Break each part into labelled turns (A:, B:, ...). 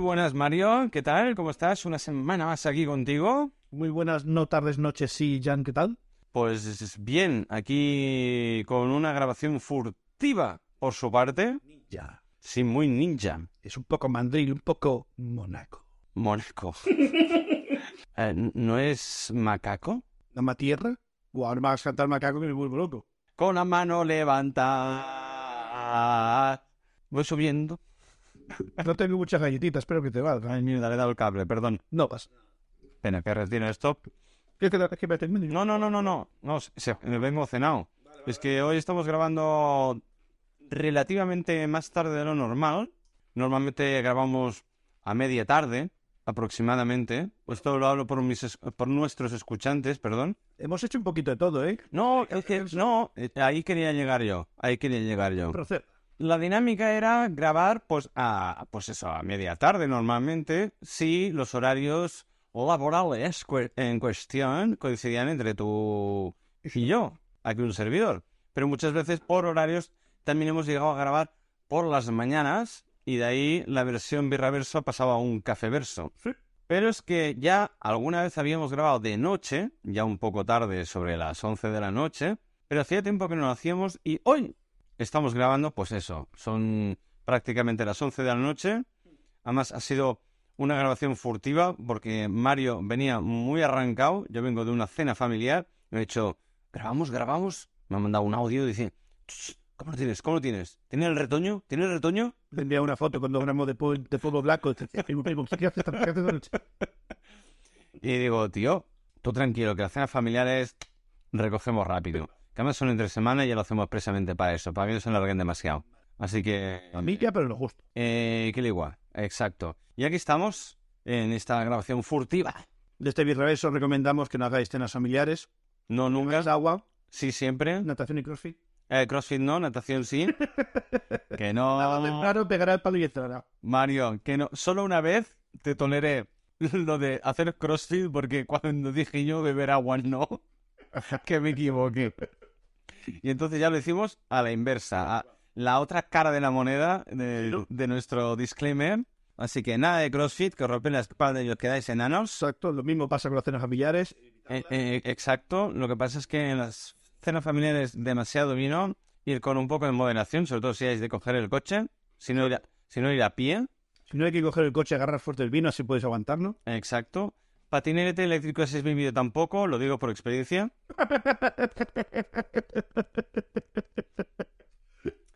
A: buenas, Mario. ¿Qué tal? ¿Cómo estás? Una semana más aquí contigo.
B: Muy buenas, no tardes, noches, sí, Jan, ¿qué tal?
A: Pues bien, aquí con una grabación furtiva por su parte.
B: Ya,
A: Sí, muy ninja.
B: es un poco mandril, un poco monaco.
A: Monaco. Eh, ¿No es macaco?
B: ¿Dama tierra? O ahora me vas a cantar macaco que me vuelvo loco.
A: Con la mano levanta. Voy subiendo.
B: No tengo muchas galletitas, espero que te valgan.
A: Ay, mierda, le he dado el cable, perdón.
B: No vas.
A: Espera, que retiro esto.
B: ¿Quieres que te que me termine?
A: No, no, no, no, no. No, se- me vengo cenado. es que hoy estamos grabando relativamente más tarde de lo normal. Normalmente grabamos a media tarde, aproximadamente. Pues Esto lo hablo por, mis, es- por nuestros escuchantes, perdón.
B: Hemos hecho un poquito de todo, ¿eh?
A: No, es que- no, eh, ahí quería llegar yo. Ahí quería llegar yo.
B: Proceda.
A: La dinámica era grabar, pues, a, pues eso, a media tarde normalmente, si los horarios laborales cue- en cuestión coincidían entre tú y yo, aquí un servidor. Pero muchas veces por horarios también hemos llegado a grabar por las mañanas y de ahí la versión birraverso ha pasado a un cafeverso.
B: Sí.
A: Pero es que ya alguna vez habíamos grabado de noche, ya un poco tarde, sobre las 11 de la noche, pero hacía tiempo que no lo hacíamos y hoy estamos grabando, pues eso, son prácticamente las 11 de la noche. Además, ha sido una grabación furtiva porque Mario venía muy arrancado. Yo vengo de una cena familiar. Me he dicho, grabamos, grabamos. Me ha mandado un audio y dice, "Shh, ¿cómo lo tienes? ¿Cómo lo tienes? ¿Tiene el retoño? ¿Tiene el retoño?
B: Te envía una foto con dos gramos de, polvo- de polvo blanco. Te- te- te- ¿Qué haces? ¿Qué haces?
A: Y digo, tío, tú tranquilo, que las cenas familiares recogemos rápido. Que además son entre semana y ya lo hacemos expresamente para eso, para que no se alarguen demasiado. Así que...
B: A mí ya, pero lo justo.
A: Eh, que le igual, exacto. Y aquí estamos en esta grabación furtiva.
B: De este birreverso os recomendamos que no hagáis cenas familiares.
A: No nunca,
B: Más agua,
A: sí siempre.
B: natación y crossfit.
A: Eh, crossfit no, natación sí. Que
B: Ah.
A: no,
B: Claro, pegará el palo y entrará.
A: Mario, que no. Solo una vez te toleré lo de hacer crossfit porque cuando dije yo beber agua no, que me equivoqué. Y entonces ya lo hicimos a la inversa, a la otra cara de la moneda de, de nuestro disclaimer. Así que nada de crossfit, que os rompen la espalda y os quedáis enanos.
B: Exacto, lo mismo pasa con las cenas familiares.
A: Eh, eh, exacto. Lo que pasa es que en las cenas familiares demasiado vino, ir con un poco de moderación, sobre todo si hay de coger el coche, si no ir a, si no ir a pie,
B: Si no hay que coger el coche, agarrar fuerte el vino, así podéis aguantarlo.
A: exacto. Patinete eléctrico ese es mi vídeo tampoco, lo digo por experiencia.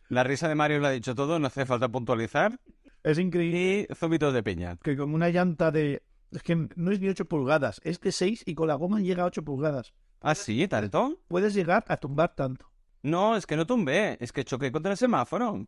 A: La risa de Mario lo ha dicho todo, no hace falta puntualizar.
B: Es increíble
A: Y zombitos de piña.
B: que con una llanta de... Es que no es ni 8 pulgadas, es de 6 y con la goma llega a 8 pulgadas.
A: ¿Ah, sí? ¿Tanto?
B: Puedes llegar a tumbar tanto.
A: No, es que no tumbé, es que choqué contra el semáforo.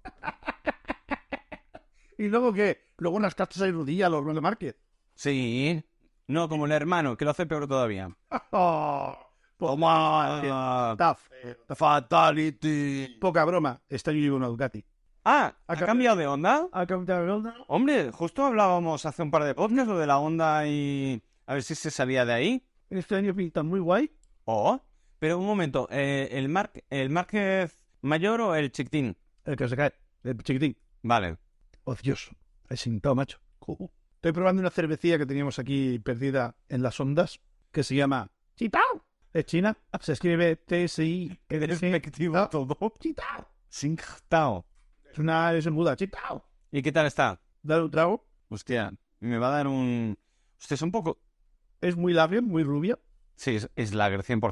B: ¿Y luego qué? Luego unas cartas de rodilla a los Royal Market.
A: Sí. No, como el hermano, que lo hace peor todavía.
B: ¡Oh!
A: Como
B: Está
A: eh, Fatality.
B: Poca broma, este año llevo una Ducati.
A: Ah, ¿ha
B: Ha cambiado.
A: cambiado de onda?
B: ¿Ha cambiado onda?
A: Hombre, justo hablábamos hace un par de podcasts lo de la onda y a ver si se salía de ahí.
B: Este año pinta muy guay.
A: Oh, pero un momento, eh, ¿el, Mar ¿el Márquez mayor o el chiquitín?
B: El que se cae, el chiquitín.
A: Vale.
B: Odioso. Es sentado, macho. Ujú. Estoy probando una cervecilla que teníamos aquí perdida en las ondas, que se llama Chitao. Es china. Se escribe t i E.
A: efectivo todo.
B: Chitao.
A: Singtao.
B: Es una es muda. Chitao.
A: ¿Y qué tal está?
B: Dale un trago.
A: Hostia, me va a dar un... Hostia, es un poco...
B: Es muy labio, muy rubia.
A: Sí, es, es lager 100%.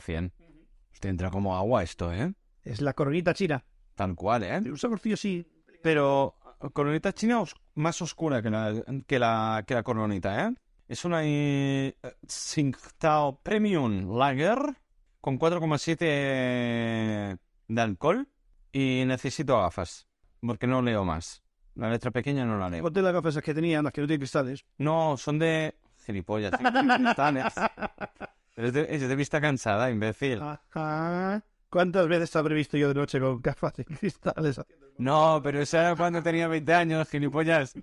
A: Hostia, entra como agua esto, ¿eh?
B: Es la coronita china.
A: Tal cual, ¿eh?
B: Tiene un saborcillo así.
A: Pero coronita china os- más oscura que la, que la, que la coronita, ¿eh? Es una eh, Tsingtao Premium Lager con 4,7 eh, de alcohol y necesito gafas porque no leo más. La letra pequeña no la leo.
B: Ponte las gafas esas que tenía, las que no tienen cristales.
A: No, son de gilipollas. son de cristales. es, de, es de vista cansada, imbécil.
B: Ajá. ¿Cuántas veces te habré visto yo de noche con gafas de cristales?
A: No, pero eso era cuando tenía 20 años, gilipollas.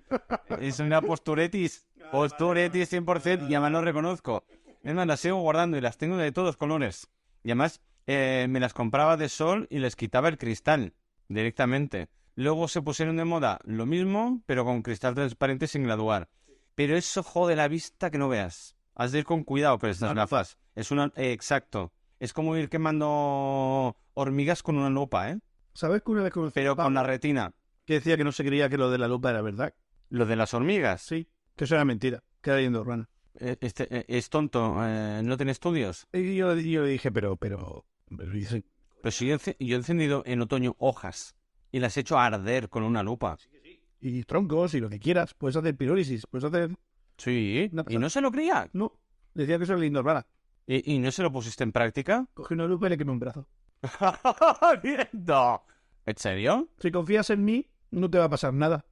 A: Es una posturetis. Posturetis 100% y además lo reconozco. Es más, las sigo guardando y las tengo de todos colores. Y además eh, me las compraba de sol y les quitaba el cristal directamente. Luego se pusieron de moda lo mismo, pero con cristal transparente sin graduar. pero eso jode la vista que no veas. Has de ir con cuidado con estas
B: Ah.
A: gafas. Es una... eh, exacto. Es como ir quemando hormigas con una lupa, ¿eh?
B: ¿Sabes que una vez conocí a
A: Pero
B: un
A: con
B: pavo
A: la retina.
B: que decía que no se creía que lo de la lupa era verdad?
A: Lo de las hormigas.
B: Sí. Que eso era mentira, que era leyenda urbana.
A: Eh, este, eh, es tonto. eh, no tiene estudios.
B: Y yo, yo le dije, pero, pero... pero y ese-
A: Pero si yo, ence- yo he encendido en otoño hojas y las he hecho arder con una lupa.
B: Y troncos y lo que quieras, puedes hacer pirólisis, puedes hacer...
A: Sí.
B: No,
A: y no se lo creía.
B: No, decía que eso era leyenda urbana.
A: ¿Y, y no se lo pusiste en práctica?
B: Cogí una lupa y le quemé un brazo.
A: ¡Mierda! ¿En serio?
B: Si confías en mí, no te va a pasar nada.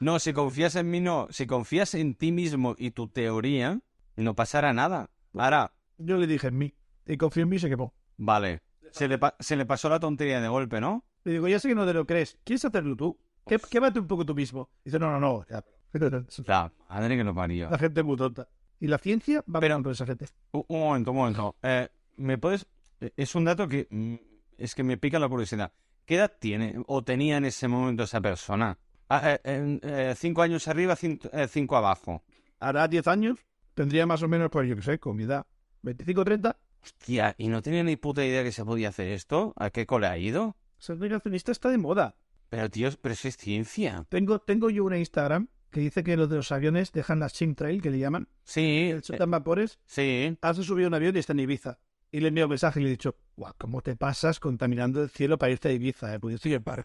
A: No, si confías en mí, no. Si confías en ti mismo y tu teoría, no pasará nada. Ahora,
B: Yo le dije en mí. Y confió en mí y se quemó.
A: vale. Se le, pa- se le pasó la tontería de golpe, ¿no?
B: Le digo, ya sé que no te lo crees. ¿Quieres hacerlo tú? Qué-
A: Pues.
B: Quémate un poco tú mismo. dice, no, no, no. ya.
A: La madre que lo parió.
B: La gente es muy tonta. Y la ciencia va
A: Pero-
B: pero, por esa gente.
A: Un, un momento, un momento. Eh, ¿Me puedes...? eh, Es un dato que... mm, Es que me pica la curiosidad. ¿Qué edad tiene o tenía en ese momento esa persona? Ah, eh, en, eh, cinco años arriba, cin- eh, cinco abajo.
B: Hará 10 años, tendría más o menos, pues yo qué sé, con mi edad, 25 30.
A: Hostia, ¿y no tenía ni puta idea que se podía hacer esto? ¿A qué cole ha ido?
B: Ser negacionista está de moda.
A: Pero, tío, pero eso es ciencia.
B: Tengo, tengo yo una Instagram que dice que los de los aviones dejan las chemtrail, que le llaman,
A: Sí,
B: el
A: eh,
B: chutan vapores.
A: sí.
B: Has subido un avión y está en Ibiza. Y le envío un mensaje y le he dicho, guau, ¿cómo te pasas contaminando el cielo para irte a Ibiza? Eh? Pudiste ir para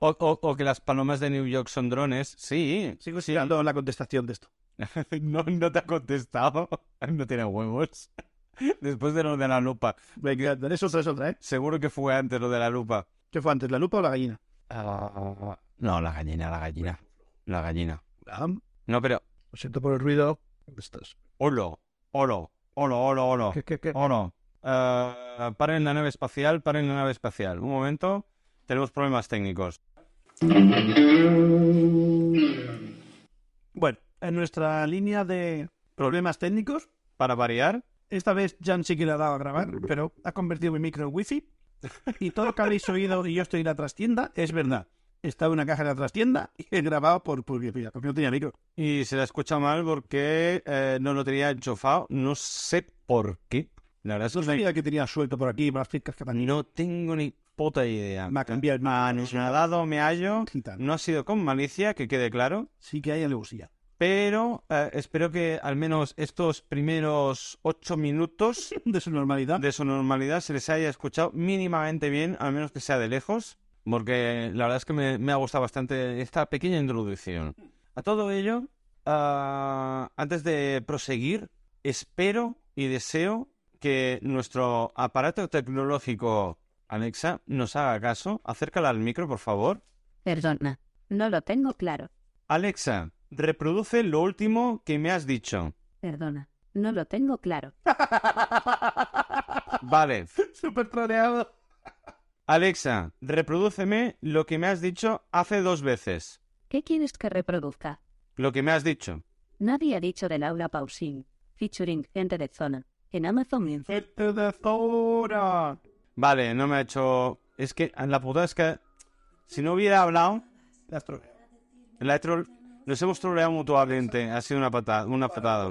A: O, o- o que las palomas de New York son drones. Sí.
B: Sigo siguiendo la contestación de esto.
A: No, no te ha contestado. No tiene huevos. Después de lo de la lupa.
B: Me encantan. Es otra, es otra, ¿eh?
A: Seguro que fue antes lo de la lupa.
B: ¿Qué fue antes, la lupa o la gallina?
A: Ah, No, la gallina, la gallina. La gallina.
B: Ah, Lo
A: No, pero...
B: siento por el ruido. Estás-
A: Olo, olo, olo, olo, olo.
B: ¿Qué, qué, qué?
A: Oh, no. Eh, paren la nave espacial, paren la nave espacial. Un momento, tenemos problemas técnicos.
B: Bueno, en nuestra línea de problemas técnicos,
A: Para variar,
B: esta vez Jan sí que le ha dado a grabar, pero ha convertido mi micro en wifi. Y todo lo que habéis oído y yo estoy en la trastienda es verdad. Estaba en una caja en la trastienda y he grabado por publicidad, porque no tenía micro.
A: y se la escucha mal porque eh, no lo tenía enchufado, no sé por qué. La verdad es que
B: No
A: no,
B: sabía que tenía suelto por aquí, por las fincas que tenía.
A: no tengo ni puta idea.
B: Me ha cambiado el
A: Manos, me ha dado, me hallo.
B: Gitano.
A: No ha sido con malicia, que quede claro.
B: Sí que hay alevosía.
A: Pero eh, espero que al menos estos primeros ocho minutos
B: De su normalidad.
A: de su normalidad se les haya escuchado mínimamente bien, al menos que sea de lejos, porque la verdad es que me, me ha gustado bastante esta pequeña introducción. A todo ello, ah, antes de proseguir, espero y deseo que nuestro aparato tecnológico Alexa nos haga caso. Acércala al micro, por favor.
C: Perdona, no lo tengo claro.
A: Alexa, reproduce lo último que me has dicho.
C: Perdona, no lo tengo claro.
A: Vale.
B: Súper troleado.
A: Alexa, reprodúceme lo que me has dicho hace dos veces.
C: ¿Qué quieres que reproduzca?
A: Lo que me has dicho.
C: Nadie ha dicho de Laura Pausini, featuring gente de zona, en Amazon Music.
B: Gente de zona.
A: Vale, no me ha hecho. Es que la puta es que. Si no hubiera hablado,
B: Te has troleado.
A: la he trol- nos hemos troleado mutuamente. Ha sido una patada. Una patada.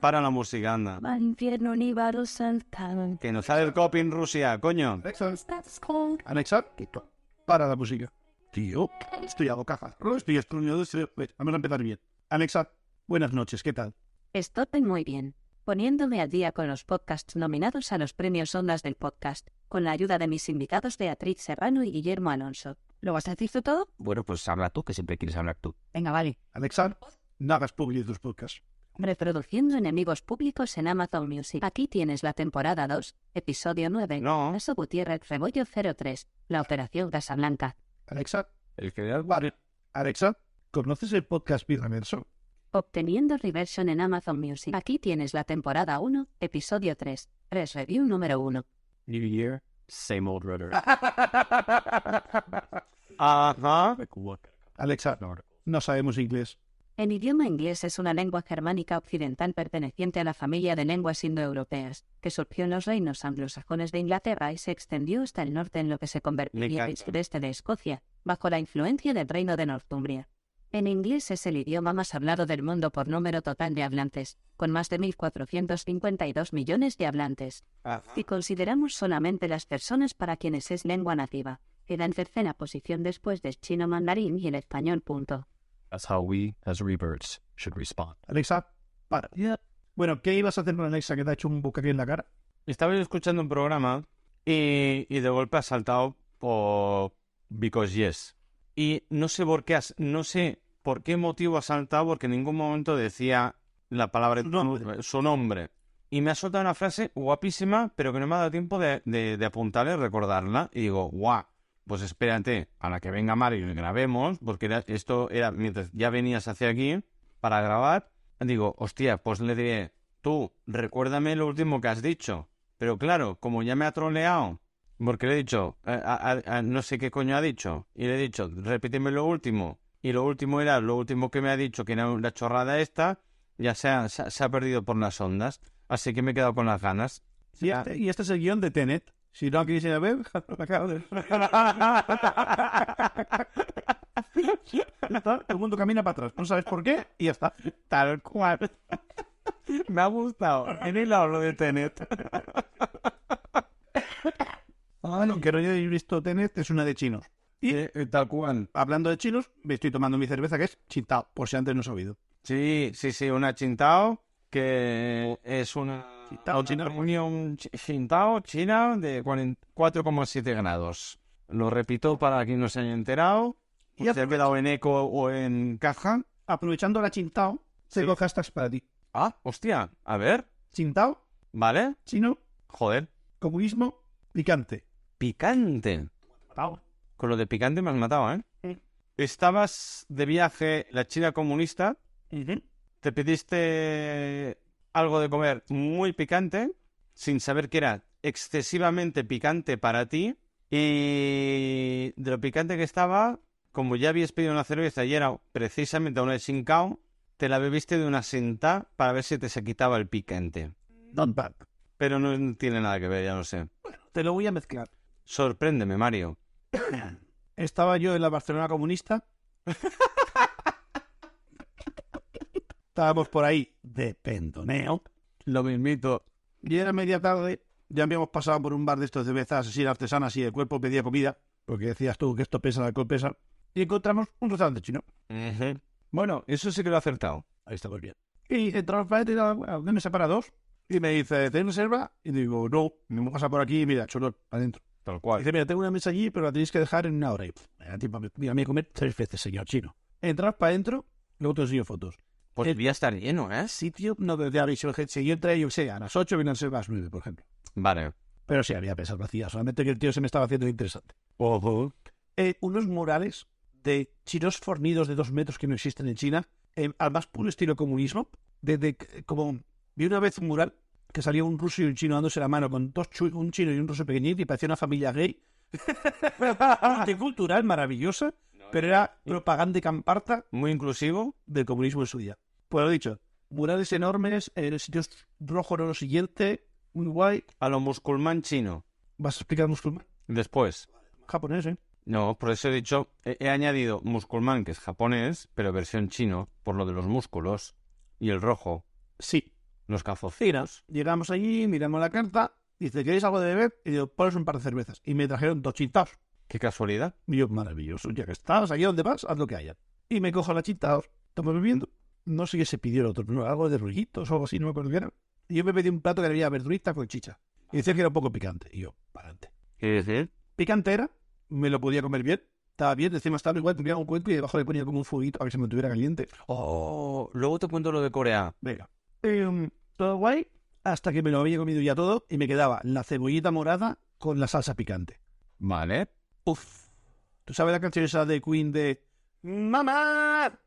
A: Para la música, anda.
C: Al infierno ni varo saltan.
A: Que nos sale el copy en Rusia, coño.
B: Alexa. Alexa, quito. Para la música. Tío, estoy hago caja. Estoy estruñado. estoy- pues, Vamos a empezar bien. Alexa, buenas noches, ¿qué tal?
C: Estoy muy bien. Poniéndome al día con los podcasts nominados a los premios Ondas del Podcast, con la ayuda de mis invitados Beatriz Serrano y Guillermo Alonso. ¿Lo vas a decir tú todo?
D: Bueno, pues habla tú, que siempre quieres hablar tú.
C: Venga, vale.
B: Alexa, no hagas publi de tus podcasts.
C: Reproduciendo enemigos públicos en Amazon Music. Aquí tienes la temporada 2, episodio 9.
A: No.
C: Naso Gutiérrez Rebollo 03. La operación Casablanca.
B: Alexa,
D: El general
B: vale. Alexa, ¿conoces el podcast Birraverso?
C: Obteniendo reversion en Amazon Music. Aquí tienes la temporada 1, episodio 3. Press review número 1.
D: New Year, same old rudder.
A: Ajá.
B: Alexa, no sabemos inglés.
C: El idioma inglés es una lengua germánica occidental perteneciente a la familia de lenguas indoeuropeas, que surgió en los reinos anglosajones de Inglaterra y se extendió hasta el norte en lo que se
A: Me
C: convertiría en
A: encanta.
C: sudeste de Escocia, bajo la influencia del reino de Northumbria. En inglés es el idioma más hablado del mundo por número total de hablantes, con más de 1.452 millones de hablantes.
A: Ah.
C: Si consideramos solamente las personas para quienes es lengua nativa, queda en tercera posición después del chino mandarín y el español. Punto.
D: That's how we, as reverts, should respond.
B: Alexa, para. Bueno, ¿qué ibas a hacer con Alexa que te ha hecho un bucaque en la cara?
A: Estaba yo escuchando un programa y, y de golpe ha saltado por Because Yes. Y no sé por qué, has- no sé por qué motivo ha saltado, porque en ningún momento decía la palabra
B: Su nombre.
A: su nombre. Y me ha soltado una frase guapísima, pero que no me ha dado tiempo de, de, de apuntarla y recordarla. Y digo, guau, pues espérate a la que venga Mario y grabemos, porque era- esto era mientras ya venías hacia aquí para grabar. Digo, hostia, pues le diré, tú, recuérdame lo último que has dicho. Pero claro, como ya me ha troleado, porque le he dicho, "Eh, a- a- a- a- no sé qué coño ha dicho, y le he dicho, repíteme lo último, y lo último era lo último que me ha dicho, que era la chorrada esta, ya se ha, se ha- se ha perdido por las ondas, así que me he quedado con las ganas.
B: Y este, y este es el guión de Tenet. Si no queréis ir a ver, la cara de- Ya está, el mundo camina para atrás. No sabes por qué y ya está.
A: Tal cual. me ha gustado. En el hablo de Tenet.
B: Ah, no, que no he visto Tenet es una de chinos.
A: Eh, tal cual.
B: Hablando de chinos, me estoy tomando mi cerveza que es chintao, por si antes no he sabido.
A: Sí, sí, sí, una Chintao, que
B: Oh.
A: es una,
B: Chintao
A: una
B: china.
A: reunión chi- Chintao china de 40 4,7 grados. Lo repito para quien no se haya enterado.
B: Y
A: Se ha quedado en eco o en caja.
B: Aprovechando la chintao, tengo hashtags para ti.
A: Ah, hostia, a ver,
B: Chintao,
A: ¿vale?
B: chino,
A: Joder,
B: comunismo, picante.
A: picante.
B: Chao.
A: Con lo de picante me has matado, ¿eh?
B: Sí.
A: Estabas de viaje en la China comunista, te pediste algo de comer muy picante, sin saber que era excesivamente picante para ti, y de lo picante que estaba, como ya habías pedido una cerveza y era precisamente una de Shinkao, te la bebiste de una cinta para ver si te se quitaba el picante.
B: Not bad.
A: Pero no tiene nada que ver, ya lo sé.
B: Te lo voy a mezclar.
A: Sorpréndeme, Mario.
B: Estaba yo en la Barcelona comunista. Estábamos por ahí de pendoneo.
A: Lo mismito.
B: Y era media tarde. Ya habíamos pasado por un bar de estos de cervezas así artesanas y el cuerpo pedía comida. Porque decías tú que esto pesa, el alcohol pesa. Y encontramos un restaurante chino.
A: Bueno, eso sí que lo he acertado.
B: Ahí está muy bien. Y entramos para adentro y nada, bueno, ¿dónde se para dos? Y me dice, ¿tenéis reserva? Y digo, no, me pasa por aquí y mira, cholo, adentro.
A: Tal cual.
B: Dice, mira, tengo una mesa allí, pero la tenéis que dejar en una hora. Y pff, me da tiempo a mí- a mí a comer tres veces, señor chino. Entramos para adentro, luego te enseño fotos.
A: Pues
B: el-
A: debía estar lleno, ¿eh?
B: Sitio, no desde ahora, y si yo- si yo entré, yo qué sé, a las 8 vienen a ser las 9, por ejemplo.
A: Vale.
B: Pero sí, había pesas vacías, solamente que el tío se me estaba haciendo interesante. Eh, unos murales de chinos fornidos de dos metros que no existen en China, eh, al más puro estilo comunismo. De, de- como vi una vez un mural que salía un ruso y un chino dándose la mano con dos chu- un chino y un ruso pequeñito y parecía una familia gay. Multicultural, maravillosa, pero era propaganda y camparta
A: Muy inclusivo.
B: del comunismo en su día. Pues lo dicho, murales enormes, en sitios rojo no lo siguiente, muy guay.
A: A lo musulmán chino.
B: ¿Vas a explicar musulmán?
A: Después.
B: Japonés, ¿eh?
A: No, por eso he dicho, he, he añadido musulmán, que es japonés, pero versión chino, por lo de los músculos. Y el rojo,
B: Sí.
A: los calzoncillos.
B: Llegamos allí, miramos la carta, dice, ¿queréis algo de beber? Y digo, pones un par de cervezas. Y me trajeron dos chintaos.
A: Qué casualidad.
B: Y yo, maravilloso, ya que estás, aquí donde vas, haz lo que haya. Y me cojo la chintaos, estamos bebiendo. No sé qué se pidió el otro, pero algo de rollitos o algo así, no me acuerdo qué era. Y yo me pedí un plato que había verdurita con chicha. Y decía que era un poco picante. Y yo, para adelante.
A: ¿Qué decir?
B: Picante era, me lo podía comer bien. Estaba bien, encima estaba igual, tenía un cuenco y debajo le ponía como un fueguito para que se mantuviera caliente.
A: Oh, luego te cuento lo de Corea.
B: Venga. Em, todo guay. Hasta que me lo había comido ya todo y me quedaba la cebollita morada con la salsa picante.
A: Vale.
B: Uf. ¿Tú sabes la canción esa de Queen de Mamá?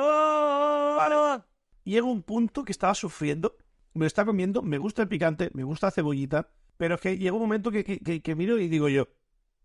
B: ¡Oh! Llega un punto que estaba sufriendo. Me lo está comiendo, me gusta el picante, me gusta la cebollita. Pero es que llega un momento que, que- que- que miro y digo yo,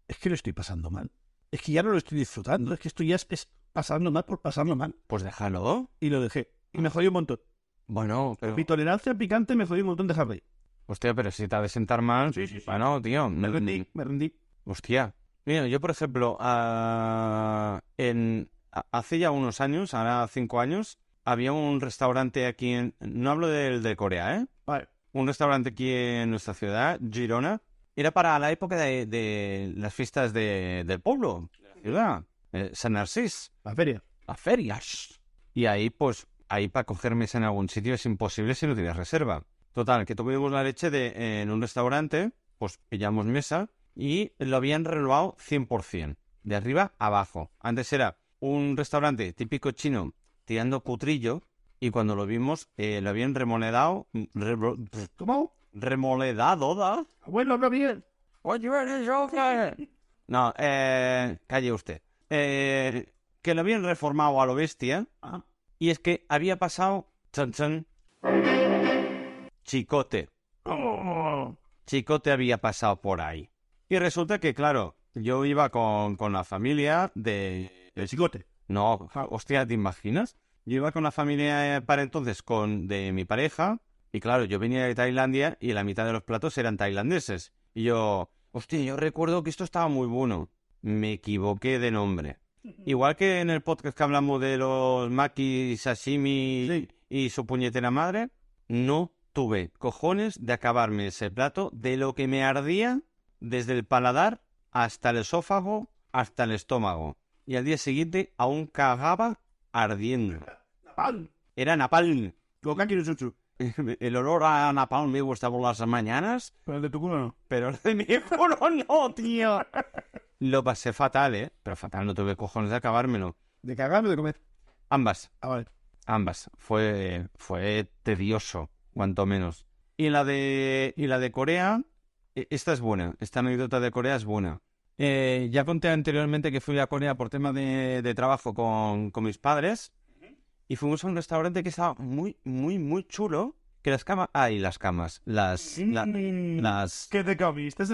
B: es que lo estoy pasando mal. Es que ya no lo estoy disfrutando, es que esto ya es, es pasando mal por pasarlo mal.
A: Pues déjalo.
B: Y lo dejé. Y me jodió un montón.
A: Bueno, pero...
B: Mi tolerancia al picante me jodió un montón de Harry.
A: Hostia, pero si te ha de sentar mal...
B: Sí, sí, sí.
A: Bueno, tío...
B: Me
A: no- mm,
B: rendí, me rendí.
A: Hostia. Mira, yo por ejemplo, a- en, a- hace ya unos años, ahora cinco años, había un restaurante aquí en... No hablo del de Corea, ¿eh?
B: Vale.
A: Un restaurante aquí en nuestra ciudad, Girona. Era para la época de, de las fiestas de- del pueblo, de la ciudad, eh, San Narcís
B: La feria.
A: a ferias. Y ahí, pues, ahí para coger mesa en algún sitio es imposible si no tienes reserva. Total, que tuvimos la leche de, eh, en un restaurante, pues pillamos mesa y lo habían renovado 100%, de arriba a abajo. Antes era un restaurante típico chino tirando cutrillo y cuando lo vimos eh, lo habían mm, remoledado, remo-
B: ¿Cómo?
A: remoledado, ¿da?
B: Abuelo, habla bien.
A: No, eh, calle usted. Eh, que lo habían reformado a lo bestia.
B: Ah,
A: Y es que había pasado. Chan, chan. Chicote.
B: Oh.
A: Chicote había pasado por ahí. Y resulta que, claro, yo iba con, con la familia de.
B: El chicote.
A: No, ja, hostia, ¿te imaginas? Yo iba con la familia eh, para entonces con de mi pareja. Y claro, yo venía de Tailandia y la mitad de los platos eran tailandeses. Y yo, hostia, yo recuerdo que esto estaba muy bueno. Me equivoqué de nombre. Igual que en el podcast que hablamos de los maki, sashimi
B: Sí.
A: y su puñetera madre, no tuve cojones de acabarme ese plato de lo que me ardía desde el paladar hasta el esófago, hasta el estómago. Y al día siguiente aún cagaba ardiendo.
B: Pan.
A: Era napalm.
B: Gokaki no chuchu.
A: El olor a napalm me gusta por las mañanas,
B: Pero el de tu culo no.
A: pero el de mi culo no, tío. Lo pasé fatal, ¿eh? Pero fatal, no tuve cojones de acabármelo.
B: ¿De cagarme o de comer?
A: Ambas.
B: Ah, vale.
A: Ambas. Fue, fue tedioso, cuanto menos. Y la de, y la de Corea, e- esta es buena. Esta anécdota de Corea es buena. Eh, ya conté anteriormente que fui a Corea por tema de, de trabajo con, con mis padres. Y fuimos a un restaurante que estaba muy, muy, muy chulo. Que las camas. Ay, las camas. Las. la- las.
B: ¿Qué te comiste? Ese-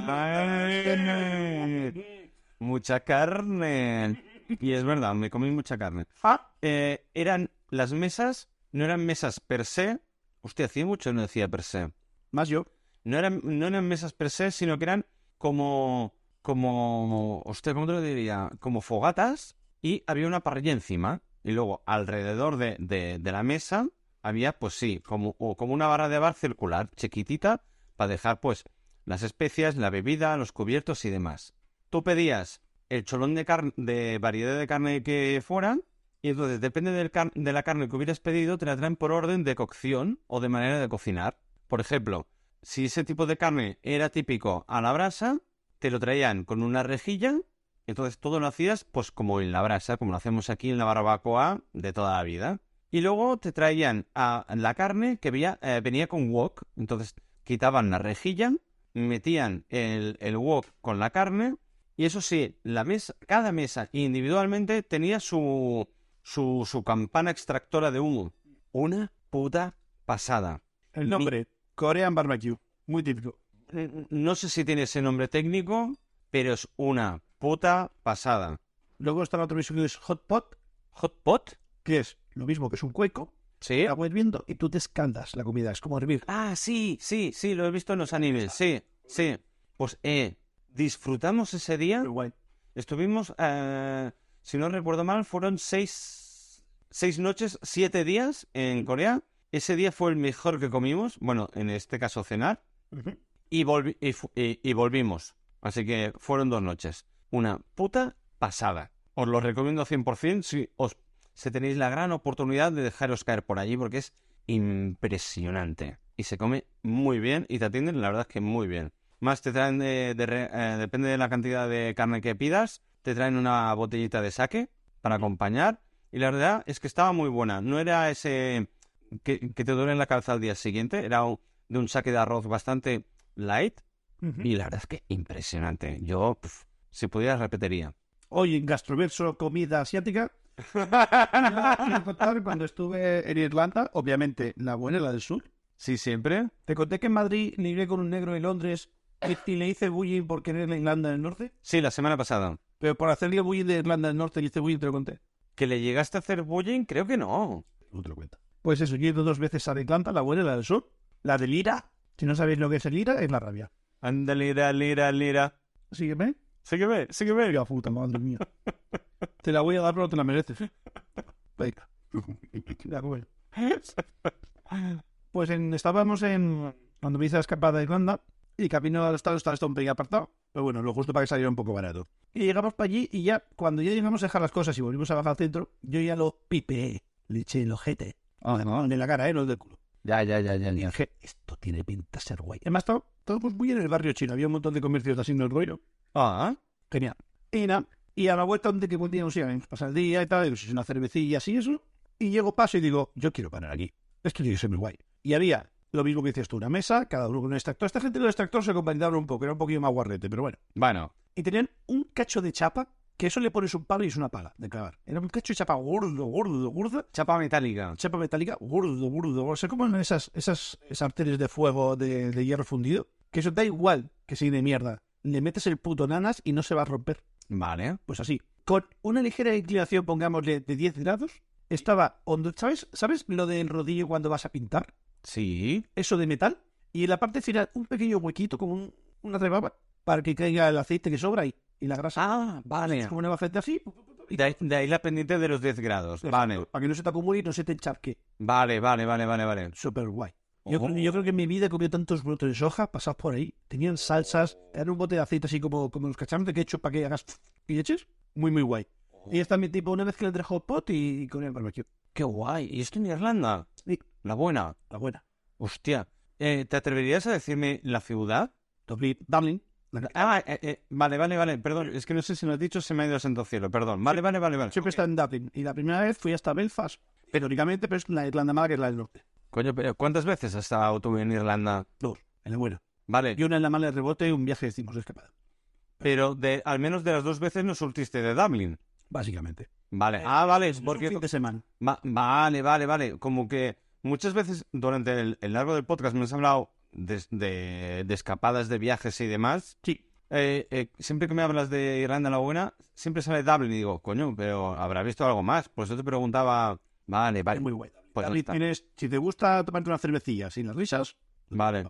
A: Ay. Mucha carne. Y es verdad, me comí mucha carne
B: Ah,
A: eh, eran las mesas, no eran mesas per se. Hostia, hacía mucho que no decía per se.
B: más yo.
A: No eran, no eran mesas per se, sino que eran como. como. Hostia, ¿cómo te lo diría? Como fogatas. Y había una parrilla encima. Y luego, alrededor de, de- de la mesa, había, pues sí, como, o como una barra de bar circular, chiquitita, para dejar, pues, las especias, la bebida, los cubiertos y demás. Tú pedías el cholón de, carne de variedad de carne que fuera, y entonces, depende del car- de la carne que hubieras pedido, te la traen por orden de cocción o de manera de cocinar. Por ejemplo, si ese tipo de carne era típico a la brasa, te lo traían con una rejilla, entonces todo lo hacías pues como en la brasa, como lo hacemos aquí en la barbacoa de toda la vida. Y luego te traían a la carne que veía- eh, venía con wok, entonces quitaban la rejilla, metían el, el wok con la carne, y eso sí, la mesa, cada mesa individualmente tenía su, su, su campana extractora de humo. Una puta pasada.
B: El nombre. Korean Barbecue. Muy típico.
A: N- Mm, No sé si tiene ese nombre técnico, pero es una puta pasada.
B: Luego está la otra visión que es Hot Pot,
A: ¿Hot pot?
B: que es lo mismo que es un cueco.
A: Sí.
B: Agua hirviendo y tú te escaldas la comida. Es como hervir.
A: Ah, sí, sí, sí, lo he visto en los animes, sí, sí. Pues, eh, disfrutamos ese día.
B: Muy guay.
A: Estuvimos, eh, si no recuerdo mal, fueron seis, seis noches, siete días en Corea. Ese día fue el mejor que comimos, bueno, en este caso cenar,
B: Ujú.
A: y, volvi- y fu- y- y volvimos. Así que fueron dos noches. Una puta pasada. Os lo recomiendo 100% si, os, si tenéis la gran oportunidad de dejaros caer por allí porque es impresionante. Y se come muy bien y te atienden, la verdad es que muy bien. Más te traen, de, de re- eh, depende de la cantidad de carne que pidas, te traen una botellita de sake para acompañar. Y la verdad es que estaba muy buena. No era ese que, que te duele en la cabeza al día siguiente, era un- de un saque de arroz bastante light.
B: Ujú.
A: Y la verdad es que impresionante. Yo, pf, si pudiera, repetiría.
B: Hoy en Gastroverso, comida asiática. Yo quiero contar cuando estuve en Irlanda, obviamente la buena es la del sur.
A: Sí, siempre.
B: Te conté que en Madrid libré con un negro en Londres y y le hice bullying por querer la Irlanda del Norte.
A: Sí, la semana pasada.
B: Pero por hacerle bullying de Irlanda del Norte le hice bullying, te lo conté.
A: ¿Que le llegaste a hacer bullying? Creo que no.
B: No te lo cuenta. Pues eso, yo he ido dos veces a Irlanda, la buena y la del sur. La del IRA. Si no sabéis lo que es el IRA, es la rabia.
A: Anda, lira, lira, lira.
B: Sígueme.
A: Sígueme, sígueme.
B: Venga, puta madre mía. Te la voy a dar, pero no te la mereces. ¿eh? Venga. De acuerdo. Pues en- estábamos en. Cuando me hice la escapada de Irlanda. Y camino al estado estaba esto un pelín apartado. Pero bueno, lo justo para que saliera un poco barato. Y llegamos para allí. Y ya, cuando ya llegamos a dejar las cosas y volvimos a bajar al centro, yo ya lo pipeé. Le eché el ojete. Además, de la cara, ¿eh? No del culo.
A: Ya, ya, ya, ya.
B: Y dije, esto tiene pinta de ser guay. Además, todo, todo pues, muy en el barrio chino. Había un montón de comercios haciendo el rollo.
A: Ah,
B: Genial. Y nada, y a la vuelta donde que podíamos ir, eh, pasar el día y tal, y pues, una cervecilla así eso. Y llego, paso y digo, yo quiero parar aquí. Esto tiene que ser muy guay. Y había lo mismo que dices tú, una mesa, cada uno con un extractor. Esta gente con el extractor se acompañaron un poco, era un poquillo más guarrete, pero bueno.
A: bueno,
B: Y tenían un cacho de chapa, que eso le pones un palo y es una pala de clavar. Era un cacho de chapa gordo, gordo, gordo.
A: chapa metálica.
B: Chapa metálica, gordo, gordo. O sea, como en esas, esas sartenes de fuego de, de hierro fundido, que eso da igual que sea de mierda. Le metes el puto nanas y no se va a romper
A: Vale.
B: pues así, con una ligera inclinación, pongámosle, de 10 grados, estaba hondo. ¿Sabes, ¿Sabes lo del rodillo cuando vas a pintar?
A: Sí.
B: Eso de metal. Y en la parte final, un pequeño huequito, como un- una rebaba, para que caiga el aceite que sobra y, y la grasa.
A: Ah, vale.
B: Es como una baceta así, pu, pu, pu, pu, y-
A: De ahí, de ahí la pendiente de los 10 grados. Vale,
B: para que no se te acumule y no se te encharque.
A: vale, vale, vale, vale. vale.
B: Súper guay. Yo,
A: Ojo.
B: creo, yo creo que en mi vida he comido tantos brotes de soja pasados por ahí. Tenían salsas, eran un bote de aceite así como, como los cacharros de ketchup para que hagas y eches. Muy, muy guay.
A: Oh.
B: Y es también tipo una mezcla entre hot pot y, y con el barbecue.
A: Qué guay. ¿Y esto en Irlanda?
B: Sí.
A: La buena.
B: La buena.
A: Hostia. Eh, ¿Te atreverías a decirme la ciudad?
B: Dublín, Dublin. La-
A: Ah, eh, eh, vale, vale, vale. Perdón, es que no sé si lo has dicho, se me ha ido el santo cielo. Perdón. Vale, vale, vale, vale.
B: Siempre está en Dublin. Y la primera vez fui hasta Belfast. Teóricamente, pero es la Irlanda mala que es la del norte.
A: Coño, pero ¿cuántas veces has estado tú en Irlanda?
B: Dos, en la buena.
A: Vale.
B: Y una en la mala de rebote y un viaje decimos escapada.
A: Pero de, al menos de las dos veces no surtiste de Dublin.
B: Básicamente.
A: Vale. Ah, vale.
B: Porque
A: Porque
B: fin de semana.
A: Va- vale, vale, vale. Como que muchas veces durante el, el largo del podcast me has hablado de, de- de escapadas, de viajes y demás.
B: Sí.
A: Eh, eh, siempre que me hablas de Irlanda la Buena, siempre sale Dublin y digo, coño, pero habrá visto algo más. Pues yo te preguntaba, vale, vale.
B: Es muy guay.
A: pues
B: Dublín
A: está.
B: tienes- si te gusta tomarte una cervecilla sin las risas,
A: Vale.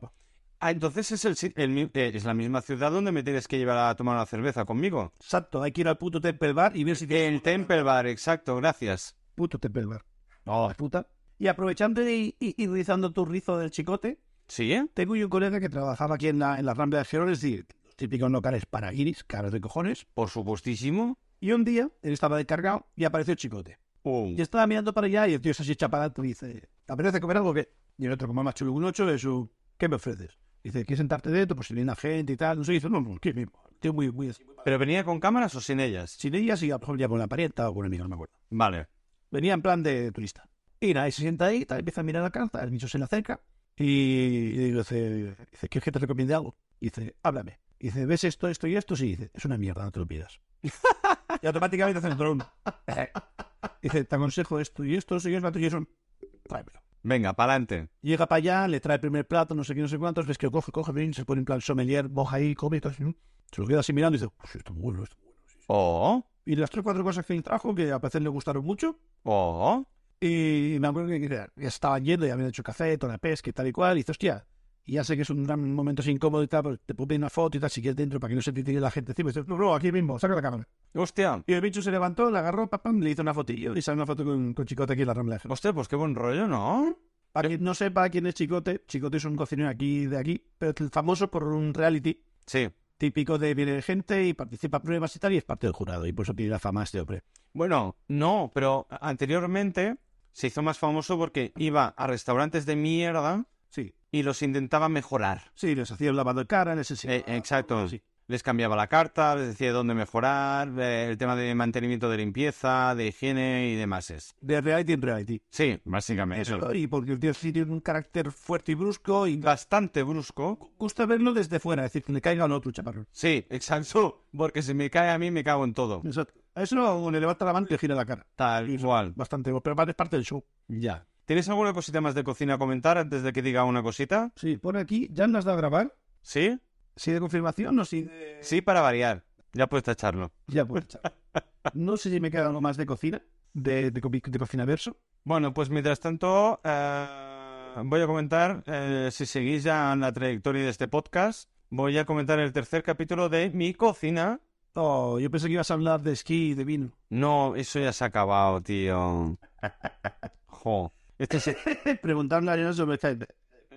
A: Ah, entonces es, el, sit- el mi- eh, es la misma ciudad donde me tienes que llevar a tomar una cerveza conmigo.
B: exacto, hay que ir al puto Temple Bar y ver si tienes
A: El Temple Bar, exacto, gracias.
B: puto Temple Bar. Oh, puta. Y aprovechando y, y, y rizando tu rizo del chicote,
A: ¿Sí? eh?
B: Tengo yo un colega que trabajaba aquí en la, en la Rambla de Gerona, es decir, los típicos locales para iris, caros de cojones.
A: Por supuestísimo.
B: Y un día, él estaba descargado y apareció el chicote.
A: Oh.
B: Y estaba mirando para allá y el tío se así chapadato y dice, ¿te apetece comer algo que Y el otro, como más chulo que un ocho, es un, ¿qué me ofreces? Dice, ¿quieres sentarte dentro? Pues si viene la gente y tal. No sé, dice, no, no, aquí mismo. El tío muy, muy así.
A: ¿Pero venía con cámaras o sin ellas?
B: Sin ellas y a lo mejor ya con la parienta o con amiga, no me acuerdo.
A: Vale.
B: Venía en plan de turista. Y nada, y se sienta ahí, tal, empieza a mirar la carta, el bicho se le acerca y, y dice, dice, ¿quieres que te recomiende algo? Y dice, háblame. Y dice, ¿ves esto, esto y esto? Sí, dice, es una mierda, no te lo pidas. y automáticamente hace el dron. dice, te aconsejo esto y esto, esto y esto, y eso, tráemelo.
A: Venga, pa'lante.
B: Llega para allá, le trae el primer plato, no sé qué, no sé cuántos, ves que lo coge, coge, bien, se pone en plan sommelier, moja ahí, come y todo así, ¿no? Se lo queda así mirando y dice, pues esto es bueno, esto es bueno.
A: Oh,
B: Y las tres cuatro cosas que él trajo, que a veces le gustaron mucho,
A: oh.
B: Y me acuerdo que ya estaban yendo, ya habían hecho café, toda la pesca y tal y cual. Y dices, hostia, y ya sé que es un gran momento así incómodo y tal, pero te puedo pedir una foto y tal, si quieres dentro, para que no se te tire la gente encima. Y dices, no, no, aquí mismo, saca la cámara.
A: Hostia,
B: Y el bicho se levantó, la agarró, pam, pam, le hizo una fotillo y sale una foto con, con Chicote aquí en la Rambla.
A: hostia, pues qué buen rollo, ¿no?
B: Para quien no sepa quién es Chicote, Chicote es un cocinero aquí de aquí, pero es famoso por un reality
A: Sí.
B: típico de viene gente y participa en pruebas y tal, y es parte del jurado, y por eso tiene la fama este hombre.
A: Bueno, no, pero anteriormente se hizo más famoso porque iba a restaurantes de mierda
B: Sí,
A: y los intentaba mejorar.
B: sí, les hacía un lavado de cara, les enseñaba-
A: Eh, exacto.
B: Sí.
A: Les cambiaba la carta, les decía dónde mejorar, eh, el tema de mantenimiento de limpieza, de higiene y demás.
B: De reality en reality.
A: Sí, básicamente. Eso.
B: Y porque el tío sí tiene un carácter fuerte y brusco y
A: Bastante brusco.
B: gusta verlo desde fuera, es decir, que le caiga al otro chaparrón.
A: Sí, exacto. Porque si me cae a mí, me cago en todo.
B: Exacto. A eso no, le levanta la mano y le gira la cara.
A: Tal cual.
B: Bastante, pero es parte del show.
A: Ya. ¿Tienes alguna cosita más de cocina a comentar antes de que diga una cosita?
B: Sí, pone aquí, ya no has dado a grabar,
A: ¿Sí?
B: si de confirmación o si de...
A: Sí, para variar. Ya puedes tacharlo.
B: Ya, pues, chaval. No sé si me queda algo más de cocina, de, de, co- de cocina verso.
A: Bueno, pues mientras tanto, eh, voy a comentar, eh, si seguís ya en la trayectoria de este podcast, voy a comentar el tercer capítulo de Mi Cocina,
B: Oh, yo pensé que ibas a hablar de esquí y de vino.
A: No, eso ya se ha acabado, tío. Jo. Este se-
B: Preguntarle a Ariana sobre Skype.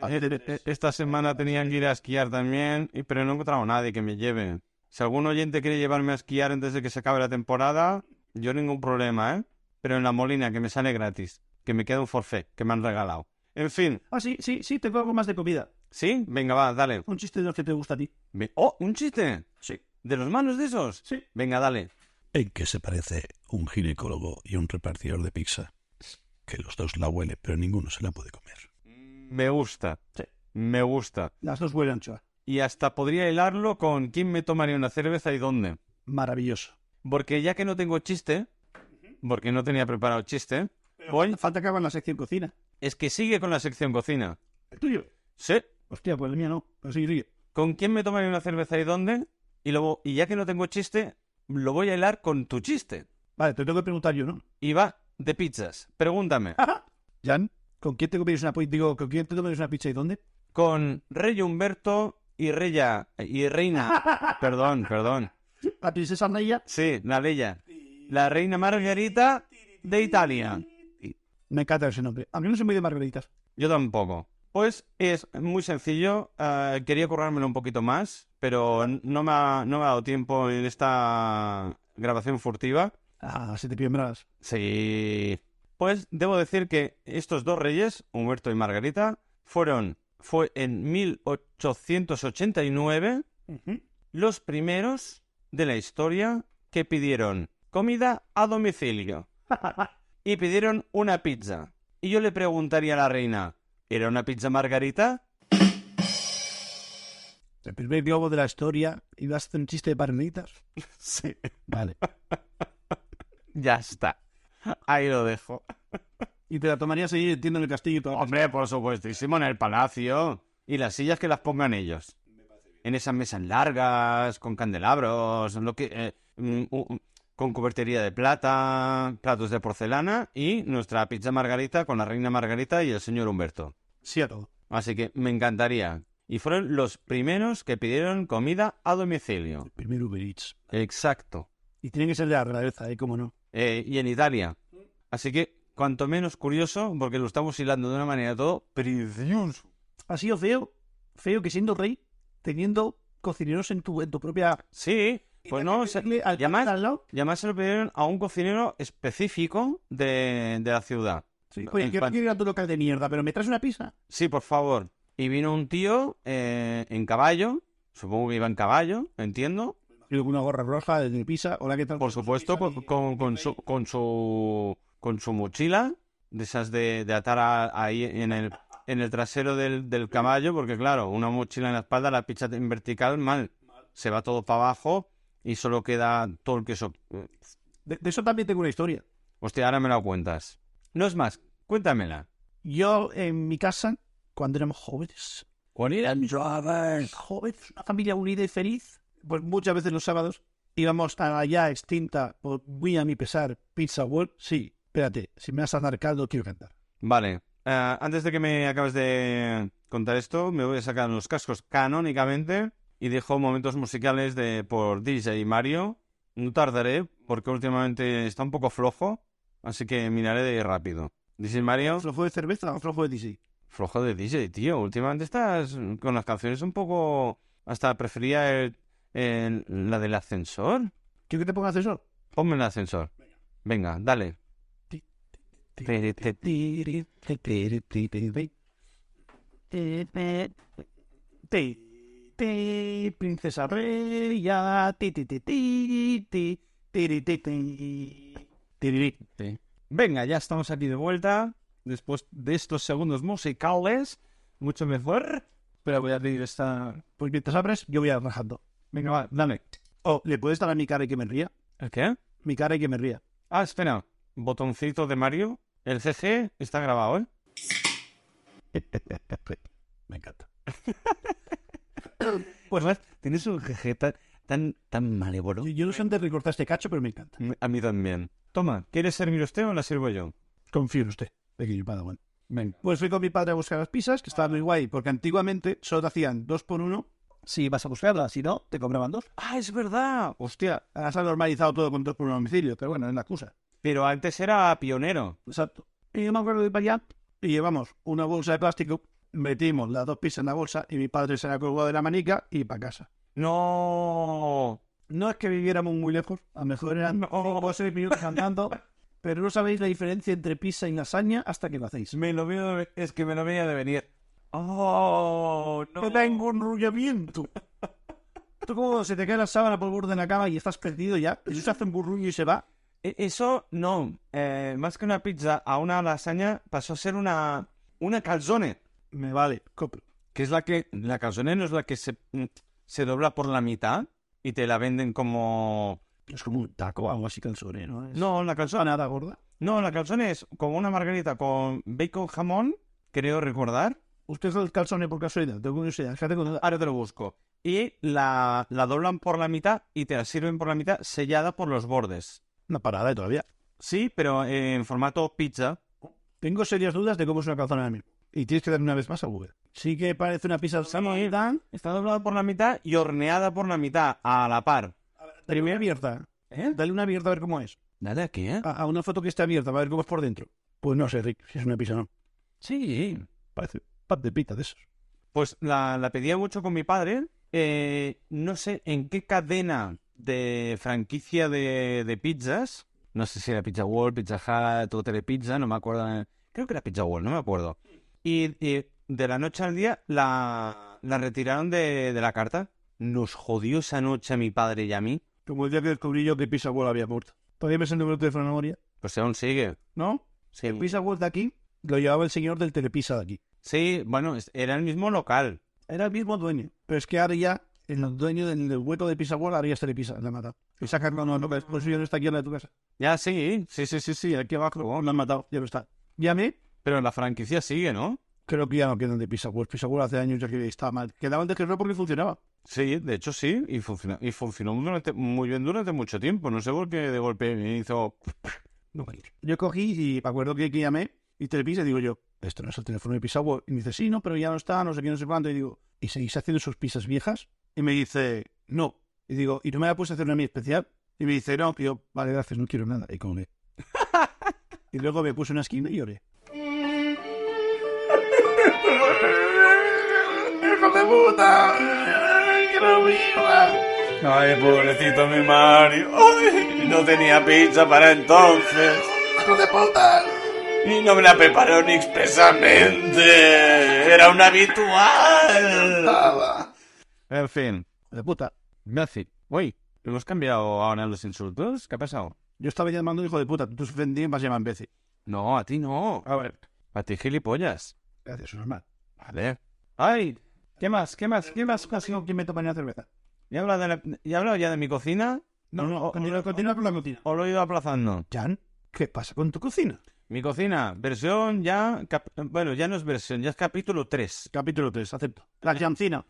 A: e- esta semana tenían que ir a esquiar también, y- pero no he encontrado a nadie que me lleve. Si algún oyente quiere llevarme a esquiar antes de que se acabe la temporada, yo ningún problema, ¿eh? Pero en la Molina, que me sale gratis, que me queda un forfait, que me han regalado. En fin,
B: Ah, sí, sí, sí, tengo algo más de comida.
A: ¿sí? Venga, va, dale.
B: Un chiste de los que te gusta a ti.
A: Ve- ¡Oh, un chiste!
B: Sí,
A: ¿De los manos de esos?
B: sí.
A: Venga, dale.
E: ¿En qué se parece un ginecólogo y un repartidor de pizza? Que los dos la huelen, pero ninguno se la puede comer.
A: Me gusta.
B: Sí.
A: Me gusta.
B: Las dos huelen a anchoa.
A: Y hasta podría hilarlo con quién me tomaría una cerveza y dónde.
B: Maravilloso.
A: Porque ya que no tengo chiste, porque no tenía preparado chiste, voy,
B: Falta que hagan la sección cocina.
A: es que sigue con la sección cocina.
B: El tuyo.
A: Sí.
B: Hostia, pues el mío no. Pero sí, sigue.
A: ¿Con quién me tomaría una cerveza y dónde? Y, luego, y ya que no tengo chiste, lo voy a hilar con tu chiste.
B: Vale, te tengo que preguntar yo, ¿no?
A: Y va de pizzas. Pregúntame.
B: Jan, ¿con quién te comerías una pizza? Digo, ¿con quién te comerías una pizza y dónde?
A: Con Rey Humberto y Reya. Y Reina. Perdón, perdón.
B: La princesa Leia.
A: Sí, la Leia. La reina Margarita de Italia.
B: Me encanta ese nombre. A mí no soy muy de margaritas.
A: Yo tampoco. Pues es muy sencillo. eh, quería currármelo un poquito más, pero n- no me, ha, no me ha dado tiempo en esta grabación furtiva.
B: Ah, se te piembras.
A: Sí. Pues debo decir que estos dos reyes, Humberto y Margarita, fueron, fue en 1889 los primeros de la historia que pidieron comida a domicilio y pidieron una pizza. Y yo le preguntaría a la reina, ¿era una pizza margarita?
B: El primer globo de la historia. ¿Y vas a hacer un chiste de margaritas?
A: Sí.
B: Vale.
A: Ya está. Ahí lo dejo.
B: Y te la tomarías ahí, entiendo, en el castillo y todo.
A: Hombre, por supuestísimo, en el palacio. Y las sillas que las pongan ellos. En esas mesas largas, con candelabros, lo que, eh, mm, u- con cubertería de plata, platos de porcelana y nuestra pizza margarita con la reina Margarita y el señor Humberto.
B: Sí a todo.
A: Así que me encantaría. Y fueron los primeros que pidieron comida a domicilio.
B: Primer Uber Eats.
A: Exacto.
B: Y tiene que ser de la realeza, ¿eh? ¿Cómo no?
A: eh, y en Italia. Así que, cuanto menos curioso, porque lo estamos hilando de una manera todo precioso.
B: Ha sido feo. Feo que siendo rey, teniendo cocineros en tu, en tu propia...
A: Sí, pues no, se,
B: Al- al-
A: y además-
B: al lado.
A: y además se lo pidieron a un cocinero específico de, de la ciudad.
B: Sí. Oye,
A: En
B: que no
A: plan-
B: quiero ir a tu local de mierda, pero ¿me traes una pizza?
A: Sí, por favor. Y vino un tío eh, en caballo, supongo que iba en caballo, entiendo.
B: Y con una gorra roja de pizza. Hola, ¿qué tal?
A: Por supuesto, pues- con, con- con su, con, su, con su mochila, de esas de, de atar a- ahí en el, en el trasero del, del caballo, porque claro, una mochila en la espalda, la pizza en vertical, mal. Se va todo para abajo y solo queda todo el queso.
B: De, de eso también tengo una historia.
A: Hostia, ahora me la cuentas. No es más, cuéntamela.
B: Yo en mi casa, cuando éramos jóvenes,
A: ¿Cuál era?
B: jóvenes, una familia unida y feliz, pues muchas veces los sábados íbamos a la ya extinta, por muy a mi pesar, Pizza World. Sí, espérate, si me vas a dar caldo, quiero cantar.
A: Vale. eh, antes de que me acabes de contar esto, me voy a sacar los cascos canónicamente y dejo momentos musicales de por DJ Mario. No tardaré porque últimamente está un poco flojo, así que miraré de rápido. DJ Mario,
B: ¿Flojo de cerveza o flojo de DC?
A: flojo de DJ, tío. Últimamente estás con las canciones un poco... Hasta prefería el- el- la del ascensor.
B: ¿Quiero que te ponga asesor?
A: Ponme el ascensor. Venga, dale.
B: Te, te, princesa reya, ti, ti, ti, ti, ti, tiri, ti, ti, tirirí.
A: Venga, ya estamos aquí de vuelta. Después de estos segundos musicales, mucho mejor. Ah,
B: Espera, voy a abrir esta. Pues mientras abres, yo voy a ir rajando.
A: Venga, va, dale.
B: Oh, ¿le puedes dar a mi cara y que me ría?
A: ¿El qué?
B: Mi cara y que me ría.
A: Ah, espera. Botoncito de Mario. El CG está grabado, ¿eh?
E: Me encanta.
A: Pues más, tienes un GG tan, tan, tan malévolo.
B: Yo, yo no sé dónde recortar este cacho, pero me encanta.
A: A mí también. Toma, ¿quieres servir usted o la sirvo yo?
B: Confío en usted, pequeño padawan.
A: Venga.
B: Pues fui con mi padre a buscar las pizzas, que estaban muy guay, porque antiguamente solo te hacían dos por uno si vas a buscarla, si no, te cobraban dos.
A: ¡Ah, es verdad! Hostia,
B: Ahora se ha normalizado todo con dos por un homicidio, pero bueno, es la excusa.
A: pero antes era pionero.
B: Exacto. Y yo me acuerdo de ir para allá y llevamos una bolsa de plástico, metimos las dos pizzas en la bolsa y mi padre se la colgó de la manica y para casa.
A: ¡No!
B: No es que viviéramos muy lejos, a lo mejor eran cinco o seis minutos andando, pero no sabéis la diferencia entre pizza y lasaña hasta que lo hacéis.
A: Me lo veo, de- es que me lo veía de venir. ¡Oh, no!
B: ¡Te engorrullamiento! Tú como se te cae la sábana por el borde de la cama y estás perdido ya, eso se hace un burruño y se va.
A: E- Eso no. Eh, más que una pizza, a una lasaña pasó a ser una, una calzone.
B: Me vale, copro.
A: Que es la que. La calzone no es la que se, se dobla por la mitad y te la venden como.
B: Es como un taco, algo así calzone, ¿no? Es-
A: No, la
B: No,
A: calzone.
B: nada gorda.
A: No, la calzone es como una margarita con bacon jamón, creo recordar.
B: Usted es el calzone por casualidad, tengo curiosidad, fíjate con
A: Ahora te lo busco. Y la, la doblan por la mitad y te la sirven por la mitad sellada por los bordes.
B: una parada y todavía.
A: Sí, pero en formato pizza.
B: Tengo serias dudas de cómo es una calzona ahora mismo. Y tienes que dar una vez más a Google. Sí que parece una pizza
A: Sí.
B: Dan,
A: Está doblada por la mitad y horneada por la mitad, a la par.
B: Dale una abierta. ¿eh? Dale una abierta a ver cómo es.
A: Dale aquí, ¿eh?
B: A, a una foto que esté abierta, para ver cómo es por dentro. Pues no sé, Rick, si es una pizza o no.
A: Sí.
B: Parece pan de pita de esos.
A: Pues la, la pedía mucho con mi padre. Eh, no sé en qué cadena de franquicia de, de pizzas. No sé si era Pizza World, Pizza Hut o Telepizza, no me acuerdo. Creo que era Pizza World, no me acuerdo. Y, y de la noche al día la, la retiraron de, de la carta. Nos jodió esa noche a mi padre y a mí.
B: Como el día que descubrí yo que Pizza World había muerto. Todavía me sé el número de teléfono de memoria.
A: Pues aún sigue.
B: ¿No?
A: Sí.
B: El Pizza World de aquí lo llevaba el señor del Telepizza de aquí.
A: Sí, bueno, es- era el mismo local.
B: Era el mismo dueño. Pero es que ahora ya, el dueño del, del hueco de Pizza World, ahora ya es Telepizza, la mata. Y saca no, no, no, por eso ya no está aquí en la de tu casa.
A: Ya, sí, sí, sí, sí, sí, aquí abajo.
B: Lo oh, han matado, ya no está. Y a mí,
A: Pero la franquicia sigue, ¿no?
B: creo que ya no quedan de Pizza World. Pizza World hace años ya que estaba mal. Quedaban de no porque funcionaba.
A: Sí, de hecho sí, y, funciona- y funcionó durante- muy bien durante mucho tiempo. No sé por qué de golpe me hizo...
B: Yo cogí y me acuerdo que, que llamé y Telepizza y digo yo, esto no es el teléfono de Pizza World. Y me dice, sí, no, pero ya no está, no sé qué, no sé cuánto. Y digo, ¿y seguís haciendo sus pizzas viejas? Y me dice, no. Y digo, ¿y no me la puedes hacer una mía especial? Y me dice, no. Y yo, vale, gracias, no quiero nada. Y comí. y luego me puse una esquina y lloré.
A: ¡Ay, pobrecito mi Mario! ¡Ay! No tenía pizza para entonces. Y no me la prepararon expresamente. Era un habitual. En fin.
B: De puta.
A: Gracias. Uy, ¿hemos cambiado ahora los insultos? ¿Qué ha pasado?
B: Yo estaba llamando hijo de puta. Tú ofendí más llaman imbécil.
A: No, a ti no.
B: A ver.
A: A ti gilipollas.
B: Gracias, eso es normal.
A: Vale. ¡Ay!
B: ¿Qué más? ¿Qué más? ¿Qué más ocasión que me toman una cerveza?
A: ¿Ya he hablado, de la- ya he hablado ya de mi cocina?
B: No, no, continúa, continúa con la cocina.
A: ¿O lo he ido aplazando?
B: Jan, ¿qué pasa con tu cocina?
A: Mi cocina, versión ya... cap- Bueno, ya no es versión, ya es capítulo 3.
B: Capítulo 3, acepto. La Jancina.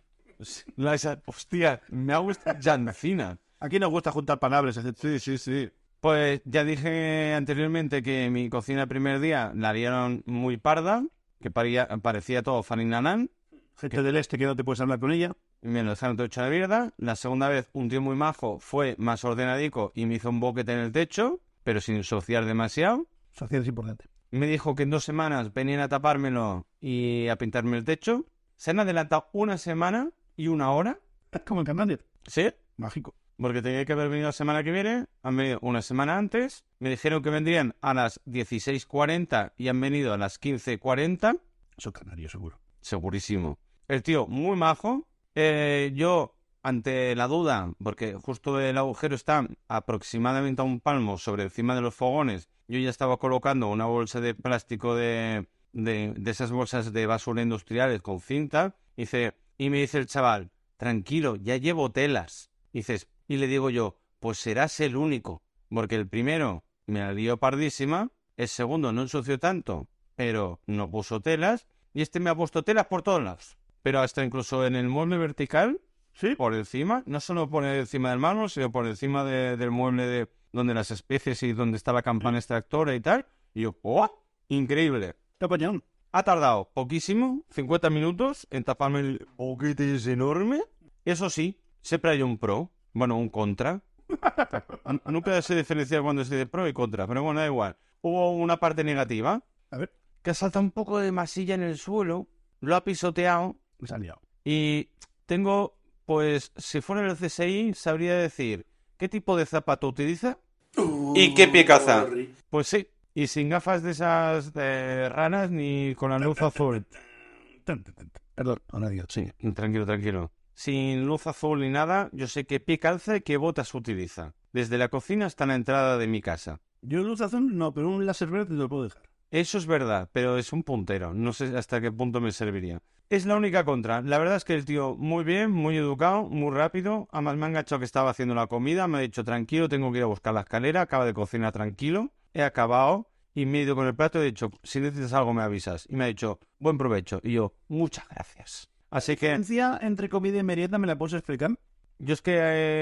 A: La esa- Hostia, me ha gustado Jancina.
B: Aquí nos gusta juntar palabras, acepto.
A: Sí, sí, sí. Pues ya dije anteriormente que mi cocina el primer día la dieron muy parda, que paría- parecía todo farinanán,
B: Gente del este que no te puedes hablar con ella.
A: y me lo dejaron todo hecho a la mierda. La segunda vez, un tío muy majo fue más ordenadico y me hizo un boquete en el techo, pero sin ensuciar demasiado.
B: Sociedad es importante.
A: Me dijo que en dos semanas venían a tapármelo y a pintarme el techo. Se han adelantado una semana y una hora.
B: Es como el canario.
A: Sí,
B: Mágico.
A: porque tenía que haber venido la semana que viene. Han venido una semana antes. Me dijeron que vendrían a las 16.40 y han venido a las 15.40.
B: Eso es canario, seguro.
A: Segurísimo. El tío, muy majo. Eh, yo, ante la duda, porque justo el agujero está aproximadamente a un palmo sobre encima de los fogones, yo ya estaba colocando una bolsa de plástico de, de, de esas bolsas de basura industriales con cinta. Dice, y me dice el chaval, tranquilo, ya llevo telas. Dices, y le digo yo, pues serás el único, porque el primero me la dio pardísima, el segundo no ensució tanto, pero no puso telas, y este me ha puesto telas por todos lados. Pero hasta incluso en el mueble vertical,
B: Sí.
A: por encima, no solo por encima del mármol, sino por encima de- del mueble de donde las especies y donde está la campana extractora y tal. Y yo, ¡oh! Increíble.
B: Te apañaron.
A: Ha tardado poquísimo, 50 minutos, en taparme el boquete ese enorme. Eso sí, siempre hay un pro, bueno, un contra. Nunca sé diferenciar cuando se dice pro y contra, pero bueno, da igual. Hubo una parte negativa.
B: A ver.
A: Que ha saltado un poco de masilla en el suelo, lo ha pisoteado
B: Pues ha liado.
A: y tengo, pues, si fuera el CSI, sabría decir qué tipo de zapato utiliza y qué pie caza. Pues sí, y sin gafas de esas eh, ranas ni con la luz azul.
E: Tan, tan, tan, tan. Perdón, ahora digo, sí.
A: Tranquilo, tranquilo. Sin luz azul ni nada, yo sé qué pie calza y qué botas utiliza. Desde la cocina hasta la entrada de mi casa.
B: Yo luz azul no, pero un láser verde te lo puedo dejar.
A: Eso es verdad, pero es un puntero. No sé hasta qué punto me serviría. Es la única contra. La verdad es que el tío muy bien, muy educado, muy rápido. Además me ha enganchado que estaba haciendo la comida. Me ha dicho tranquilo, tengo que ir a buscar la escalera. Acaba de cocinar tranquilo. He acabado y me he ido con el plato y he dicho, si necesitas algo me avisas. Y me ha dicho, buen provecho. Y yo, muchas gracias. Así que...
B: Diferencia entre comida y merienda me la puedes explicar.
A: Yo es que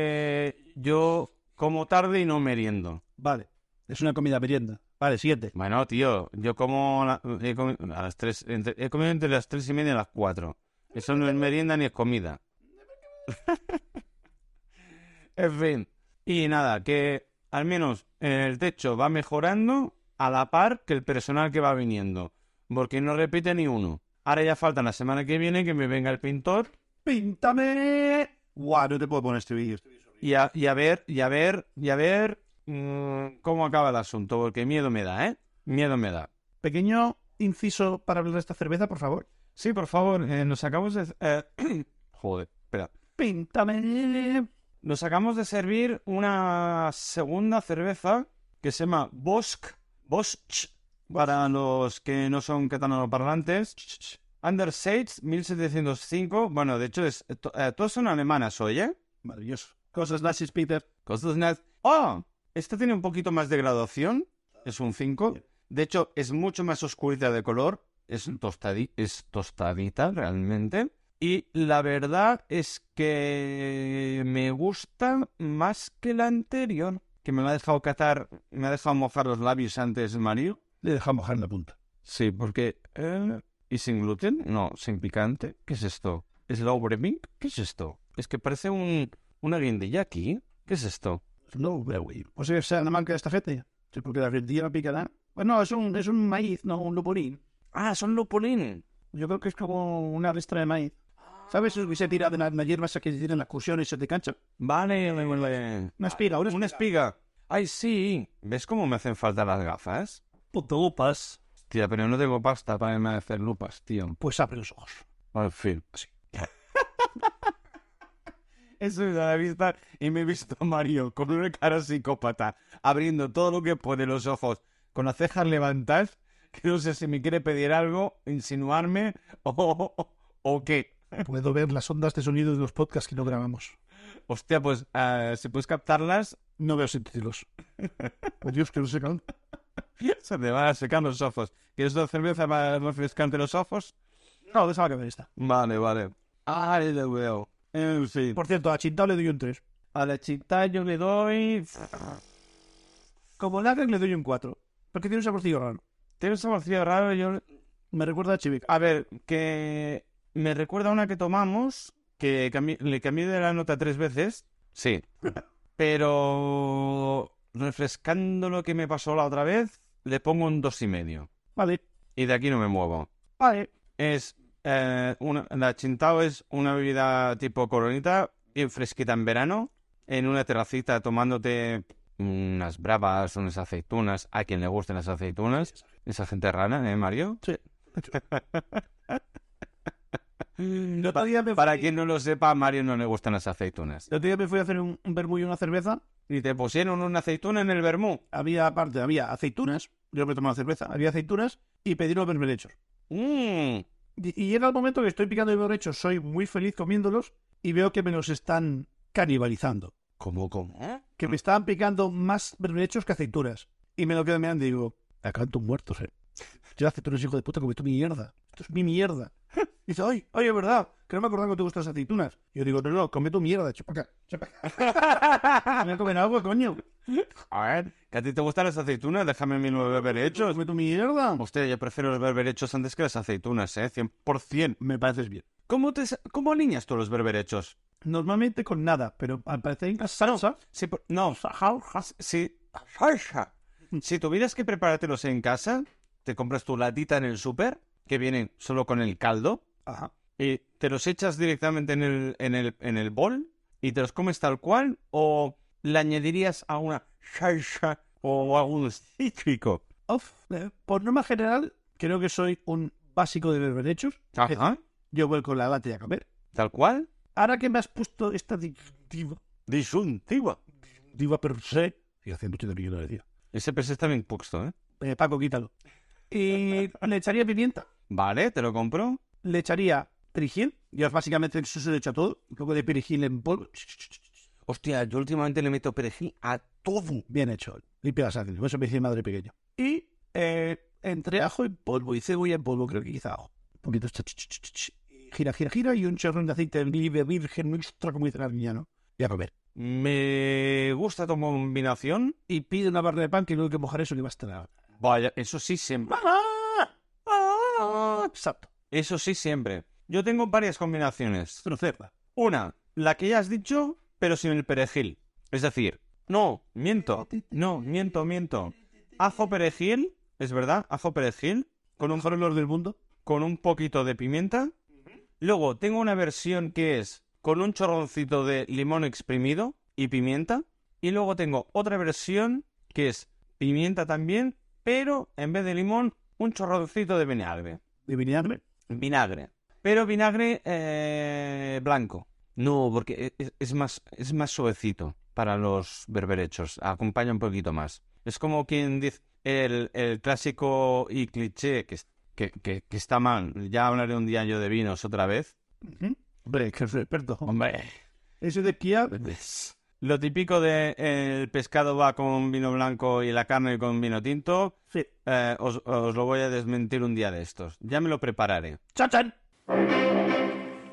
A: eh, yo como tarde y no meriendo.
B: Vale. Es una comida merienda. Vale, siete.
A: Bueno, tío, yo como la- he comi- a las tres, entre- he comido entre las tres y media y las cuatro. Eso no es merienda ni es comida. en fin. Y nada, que al menos el techo va mejorando a la par que el personal que va viniendo. Porque no repite ni uno. Ahora ya falta la semana que viene que me venga el pintor
B: ¡Píntame! Guau, no te puedo poner este vídeo.
A: Y a, y a ver, y a ver, y a ver mm, cómo acaba el asunto, porque miedo me da, ¿eh? Miedo me da.
B: Pequeño inciso para hablar de esta cerveza, por favor.
A: Sí, por favor, eh, nos acabamos de... eh, joder, espera.
B: ¡Píntame!
A: Nos acabamos de servir una segunda cerveza que se llama Bosch. Bosch. Para los que no son catalanoparlantes. Under Sage, 1705. Bueno, de hecho, es, to- eh, todas son alemanas hoy, ¿eh?
B: Maravilloso. Cosas nazis, Peter.
A: Cosas naz- ¡Oh! Esta tiene un poquito más de graduación. Es un 5. De hecho, es mucho más oscurita de color. Es, tostadi- es tostadita realmente. Y la verdad es que me gusta más que la anterior. Que me la ha dejado catar, me ha dejado mojar los labios antes Mario.
E: Le dejamos mojar la punta.
A: Sí, porque... eh, ¿Y sin gluten? No, sin picante. ¿Qué es esto? ¿Es Laubermilk? ¿Qué es esto? Es que parece un, una guindilla aquí. ¿Qué es esto?
E: No, Berry.
B: Pues es la marca de esta gente. Sí, porque la argentina pica nada. Bueno, es un, es un maíz, no un lupurín.
A: Ah, son lupulín.
B: Yo creo que es como una ristra de maíz. ¿Sabes? Eso que se tira de la, la hierba esa que se tira en las excursiones y se te cancha.
A: Vale, vale, vale.
B: Una espiga, una
A: Una espiga. Ay, sí. ¿Ves cómo me hacen falta las gafas?
B: lupas.
A: Tía, pero no tengo pasta para irme a hacer lupas, tío.
B: Pues abre los ojos.
A: Al fin, sí. Eso es a la vista y me he visto a Mario con una cara psicópata, abriendo todo lo que puede los ojos, con las cejas levantadas, que no sé si me quiere pedir algo, insinuarme o, o- o qué.
B: Puedo ver las ondas de sonido de los podcasts que no grabamos.
A: Hostia, pues ah, si puedes captarlas,
B: No veo subtítulos. Por Dios, que no se cal-
A: Se te van a secar los ojos. ¿Quieres dos cerveza para refrescarte los ojos?
B: No, déjame que me esta.
A: Vale, vale. Ah, lo veo. En fin.
B: Por cierto, a Chintao le doy un 3.
A: A la chita yo le doy...
B: Como Lager le doy un 4. Porque tiene un saborcillo raro.
A: Tiene un saborcillo raro. Yo...
B: Me recuerda a Chivica.
A: A ver, que... Me recuerda a una que tomamos, que cambi- le cambié de la nota tres veces. Sí. Pero... Refrescando lo que me pasó la otra vez, le pongo un dos y medio.
B: Vale,
A: Y de aquí no me muevo.
B: vale.
A: es eh, una, la chintao es una bebida tipo coronita, bien fresquita en verano, en una terracita tomándote unas bravas, unas aceitunas, a quien le gusten las aceitunas, esa gente rana, ¿eh, Mario?
B: Sí.
A: No,
B: otro día me
A: Para
B: fui-
A: quien no lo sepa, a Mario no le gustan las aceitunas.
B: El otro día me fui a hacer un, un vermú y una cerveza.
A: Y te pusieron una aceituna en el vermú.
B: Había, aparte, había aceitunas. Yo me tomé la cerveza. Había aceitunas y pedí unos berberechos.
A: Mm.
B: Y, y llega el momento que estoy picando berberechos. Soy muy feliz comiéndolos y veo que me los están canibalizando.
E: ¿Cómo, cómo?
B: Que me estaban picando más berberechos que aceitunas. Y me lo quedo mirando y digo, acaban tus muertos, eh. Yo aceitunas, hijo de puta, comí tu mierda. Esto es mi mierda. Y dice, ay, ay, es verdad, que no me acordaba que te gustan las aceitunas. Y yo digo, no, no, come tu mierda, chupaca, chupaca. me comen algo, coño.
A: A ver, ¿que a ti te gustan las aceitunas? Déjame mis nueve berberechos.
B: Come tu mierda.
A: Hostia, yo prefiero los berberechos antes que las aceitunas, ¿eh? 100%.
B: Me pareces bien.
A: ¿Cómo, te, sa- ¿Cómo alineas tú los berberechos?
B: Normalmente con nada, pero al parecer en salsa.
A: Si, por- no, si, si tuvieras que preparártelos en casa, te compras tu latita en el súper, que vienen solo con el caldo,
B: Ajá.
A: y te los echas directamente en el, en el, en el bol y te los comes tal cual, o le añadirías a una salsa o algún cítrico.
B: Of, eh, por norma general, creo que soy un básico de berberechos.
A: Ajá,
B: Yo voy con la lata y a comer.
A: tal cual.
B: Ahora que me has puesto esta disyuntiva,
A: Disuntiva.
B: diva per se,
E: Y hace mucho tiempo que yo no decía.
A: Ese PC está bien puesto, ¿eh?
B: eh, Paco, quítalo. Y le echaría pimienta,
A: Vale, te lo compro.
B: le echaría perejil. Yo básicamente eso se lo echa todo. Un poco de perejil en polvo.
A: Hostia, yo últimamente le meto perejil a todo.
B: Bien hecho. Limpia las sangre. Eso me dice mi madre pequeña. Y eh, entre ajo en polvo y cebolla en polvo, creo que quizá ajo. Un poquito. ch- ch- ch- ch- ch- y Gira, gira, gira y un chorrón de aceite de oliva virgen extra, como dice la niña, ¿no? Y a comer.
A: Me gusta tu combinación.
B: Y pide una barra de pan que creo que mojar eso que va a estar. ¡Ah!
A: Vaya, eso sí siempre.
B: Exacto.
A: Eso sí siempre. Yo tengo varias combinaciones.
B: Pero cerda.
A: Una, la que ya has dicho, pero sin el perejil. Es decir, no, miento. No, miento, miento. Ajo perejil, es verdad, ajo perejil, con un
B: Mejor olor del mundo.
A: con un poquito de pimienta. Luego tengo una versión que es con un chorroncito de limón exprimido y pimienta. Y luego tengo otra versión que es pimienta también, pero en vez de limón, un chorroncito de vinagre.
B: De vinagre.
A: Vinagre. Pero vinagre eh, blanco. No, porque es, es más, es más suavecito para los berberechos. Acompaña un poquito más. Es como quien dice el, el clásico y cliché que, es- que, que- que está mal. Ya hablaré un día yo de vinos otra vez.
B: Hombre, que soy experto.
A: Hombre.
B: Eso de esquiar.
A: Lo típico de eh, el pescado va con vino blanco y la carne con vino tinto.
B: Sí.
A: eh, os, os lo voy a desmentir un día de estos. Ya me lo prepararé.
B: ¡Chachan!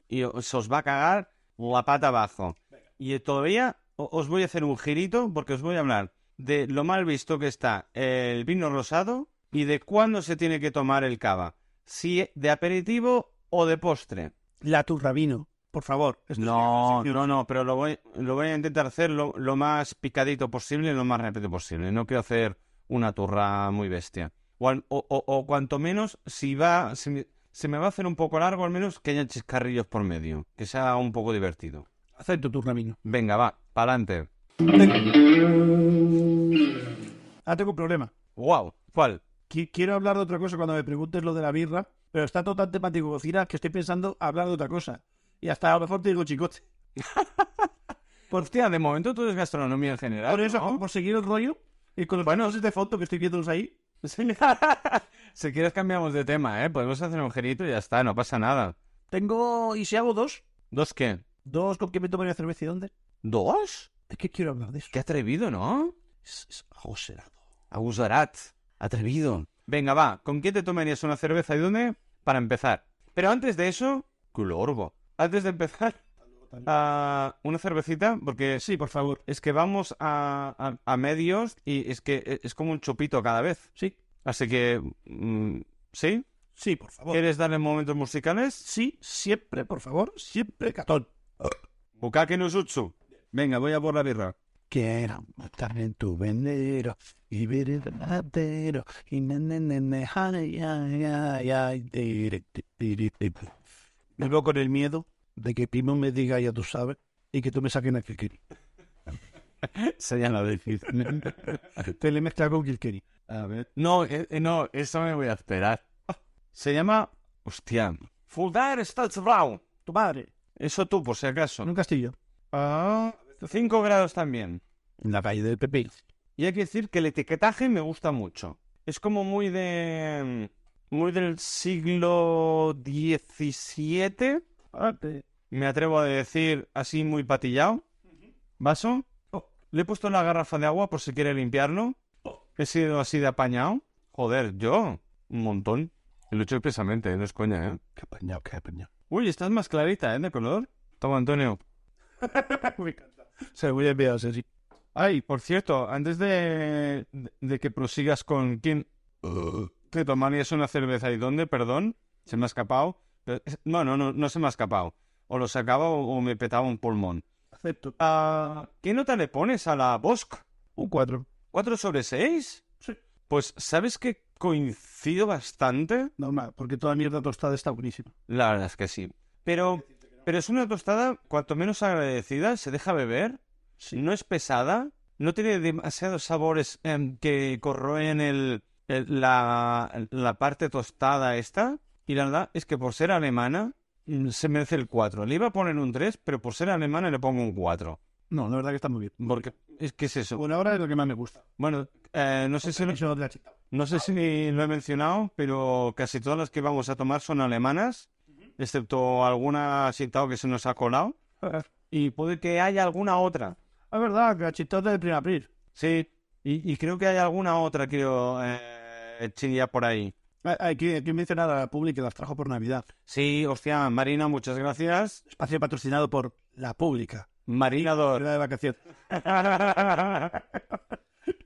A: y os, os va a cagar la pata abajo. Y todavía o- os voy a hacer un girito porque os voy a hablar de lo mal visto que está el vino rosado y de cuándo se tiene que tomar el cava. Si de aperitivo o de postre.
B: La turrabino. Por favor. Esto
A: No,
B: es una
A: no, no, pero lo voy, lo voy a intentar hacer lo, lo más picadito posible, lo más rápido posible. No quiero hacer una turra muy bestia. O, al- o- o- o cuanto menos, si va, si me- se me va a hacer un poco largo, al menos que haya chiscarrillos por medio, que sea un poco divertido.
B: Acepto turrabino.
A: Venga, va, pa'lante.
B: Ah, tengo un problema.
A: Wow, ¿cuál?
B: Qui- Quiero hablar de otra cosa cuando me preguntes lo de la birra, pero está todo tan temático cocina que estoy pensando hablar de otra cosa. Y hasta a lo mejor te digo chicote.
A: Hostia, Pues, de momento tú eres gastronomía en general.
B: Por eso,
A: ¿no?
B: por seguir el rollo, y con los buenos de fondo que estoy viéndolos ahí,
A: si quieres cambiamos de tema, ¿eh? Podemos hacer un gerito y ya está, no pasa nada.
B: tengo, y si hago dos,
A: ¿Dos qué?
B: dos con que me tomaría cerveza y dónde.
A: ¿Dos?
B: Es que quiero hablar de eso.
A: Qué atrevido, ¿no?
E: Es, es agoserado.
A: Agusarat. Atrevido. Venga, va, ¿con quién te tomarías una cerveza y dónde? Para empezar. Pero antes de eso, culorbo. Antes de empezar, ah, una cervecita, porque
B: Sí, por favor.
A: es que vamos a, a- a medios y es que e, es como un chupito cada vez.
B: Sí,
A: Así que, mm, ¿sí?
B: sí, por favor.
A: ¿Quieres darle momentos musicales?
B: Sí, siempre, por favor, siempre catón.
A: Bukake no Jutsu. Venga, voy a por la birra.
E: Quiero matar en tu venero y ver el verdadero y na na na na ay ay ay ay tiri, ti, tiri, ti.
B: Me veo con el miedo
E: de que primo me diga ya tú sabes
B: y que tú me saquen a Kilkenny.
E: sería la decisión
B: Te le mezcla con Kilkenny.
A: A ver. No, eh, eh, no, eso me voy a esperar. Ah. Se llama... Hostia. Fuldar Stadsbrau.
B: Tu madre,
A: Eso tú, por si acaso.
B: en un castillo.
A: Ah, 5 grados también.
E: en la calle del Pepe
A: Y hay que decir que el etiquetaje me gusta mucho. Es como muy de... mm, Muy del siglo XVII.
B: Ah, te-
A: me atrevo a decir así muy patillado. Vaso. Le he puesto en la garrafa de agua por si quiere limpiarlo. He sido así de apañado. Joder, yo. Un montón. Lo he hecho expresamente, eh, no es coña, ¿eh?
E: qué apañado qué apañado
A: Uy, estás más clarita, ¿eh? De color. Toma, Antonio.
B: Ah, Me encanta. Se lo voy a enviar a Ceci.
A: Ay, por cierto, antes de, de, de que prosigas con quién te Eh, tomarías una cerveza y dónde, perdón, se me ha escapado. Pero es- No, no, no, no se me ha escapado. o lo sacaba o, o me petaba un pulmón.
B: Acepto.
A: Ah, ¿Qué nota le pones a la Bosque?
B: Un 4.
A: ¿4 sobre 6?
B: Sí.
A: Pues, ¿sabes que coincido bastante?
B: Normal, porque toda mierda tostada está buenísima.
A: La verdad es que sí. Pero, pero es una tostada cuanto menos agradecida, se deja beber, no es pesada, no tiene demasiados sabores em, que corroen el, el- la, la parte tostada esta. Y la verdad es que por ser alemana mm, se merece el 4. Le iba a poner un 3, pero por ser alemana le pongo un 4.
B: No, la verdad que está muy bien.
A: Porque es que es eso.
B: Bueno, ahora es lo que más me gusta.
A: Bueno, eh, no sé si lo-
B: Eso de la chica.
A: no sé si lo he mencionado, pero casi todas las que vamos a tomar son alemanas, excepto alguna citado que se nos ha colado.
B: Ah,
A: Y puede que haya alguna otra.
B: Es verdad, que la chitada de primer abril.
A: Sí, y, y creo que hay alguna otra, creo, eh, chilla por ahí.
B: Ah, Hay que, hay que mencionar a la Publi que las trajo por Navidad.
A: Sí, hostia, Marina, muchas gracias.
B: Espacio patrocinado por La Pública.
A: Marina Dor.
B: Ciudad de vacaciones.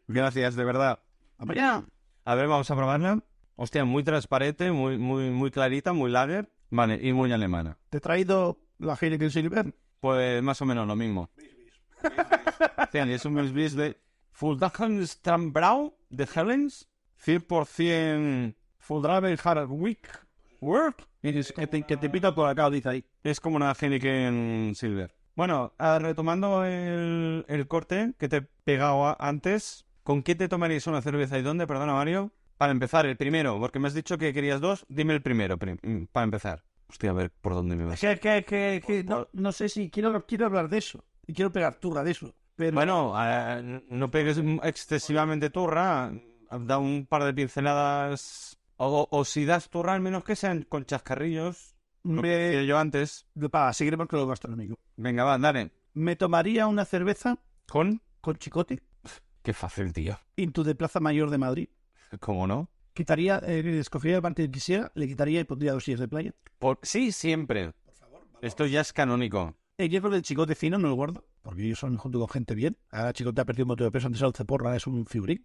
A: Gracias, de verdad.
B: Vamos ya.
A: A ver, vamos a probarla. Hostia, muy transparente, muy, muy, muy clarita, muy lager. Vale, y muy alemana.
B: Te he traído la Heineken Silver.
A: Pues más o menos lo mismo. Hostia, y es un bis de Fuldachenstrandbrau de Helens, 100% Fuldraben Harwick Work.
B: Y es Que te, que te pita por acá, dice ahí.
A: Es como una Heineken Silver. Bueno, ah, retomando el, el corte que te he pegado a- antes, ¿con qué te tomarías una cerveza y dónde? Perdona, Mario. Para empezar, el primero, porque me has dicho que querías dos, dime el primero, prim- mm, para empezar. Hostia, a ver por dónde me
B: Es
A: vas.
B: que, que- que- que no, no sé si quiero, quiero hablar de eso. Y quiero pegar turra de eso. Pero
A: Bueno, ah, no pegues excesivamente turra, da un par de pinceladas, o, o si das turra, al menos que sean con chascarrillos, lo que
B: me,
A: decía yo antes.
B: pa, seguiremos con lo gastronómico.
A: Venga, va, dale.
B: Me tomaría una cerveza
A: ¿Con?
B: con chicote
A: Qué fácil, tío.
B: into de Plaza Mayor de Madrid.
A: ¿Cómo no?
B: Quitaría, eh, escogería el parte que quisiera, le quitaría y pondría dos sillas de playa.
A: Por... Sí, siempre. Esto ya es canónico.
B: El hierro del chicote fino no lo guardo, porque yo son junto con gente bien. Ahora el chicote ha perdido un montón de peso, antes era un ceporro, ahora es un figurín.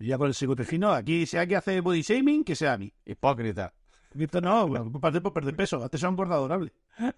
B: Y ya con el chicote fino, aquí sea que hace body shaming, que sea a mí.
A: Hipócrita.
B: Esto no, parte por perder peso, antes era un gordo adorable.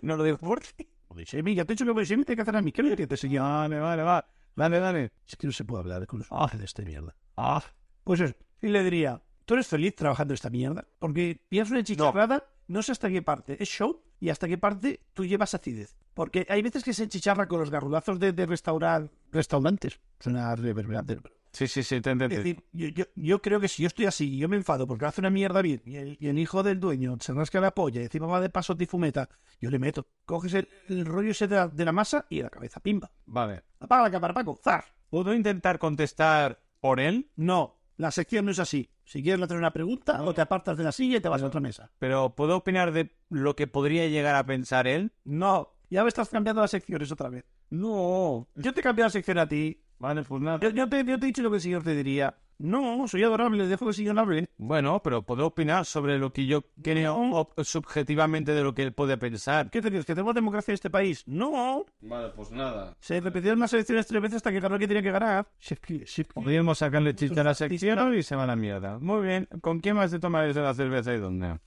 A: No lo digo por ti.
B: Body shaming, ya "Eh, te he dicho que body shaming tiene que hacer a mí, ¿qué le que te Ah, enseñó?
A: Vale, vale, vale. Dale, dale.
B: Es que no se puede hablar con los de esta mierda.
A: Ah.
B: Pues eso, y le diría, tú eres feliz trabajando esta mierda, porque pienso en chicharrada, no. sé hasta qué parte es show y hasta qué parte tú llevas acidez. Porque hay veces que se chicharra con los garrulazos de, de restaurar restaurantes. Suena reverberante. pero-
A: Sí, sí, sí, te
B: Es
A: entendí.
B: decir, yo, yo- yo creo que si yo estoy así y yo me enfado porque hace una mierda bien y el, y el hijo del dueño se rasca la polla y encima va de paso tifumeta, yo le meto. Coges el, el rollo ese de la, de la masa y la cabeza, pimba.
A: Vale.
B: Apaga la cámara, Paco, zar.
A: ¿Puedo intentar contestar por él?
B: No, la sección no es así. Si quieres hacer una pregunta, o te apartas de la silla y te vas a otra mesa.
A: Pero ¿puedo opinar de lo que podría llegar a pensar él?
B: No, ya me estás cambiando las secciones otra vez.
A: No.
B: Yo te he cambiado la sección a ti.
A: Vale, pues nada.
B: Yo, yo te, yo te he dicho lo que el señor te diría. No, soy adorable, dejo que el señor hable.
A: Bueno, pero ¿puedo opinar sobre lo que yo creo ob- subjetivamente de lo que él puede pensar?
B: ¿Qué te crees? ¿Que tenemos democracia en este país? No.
A: Vale, pues nada.
B: Se repitieron las elecciones tres veces hasta que ganó el que tenía que ganar. Si es que- si es que-
A: Podríamos sacarle chiste a la sección y se va a la mierda. Muy bien. ¿Con quién más te tomarías la cerveza y dónde?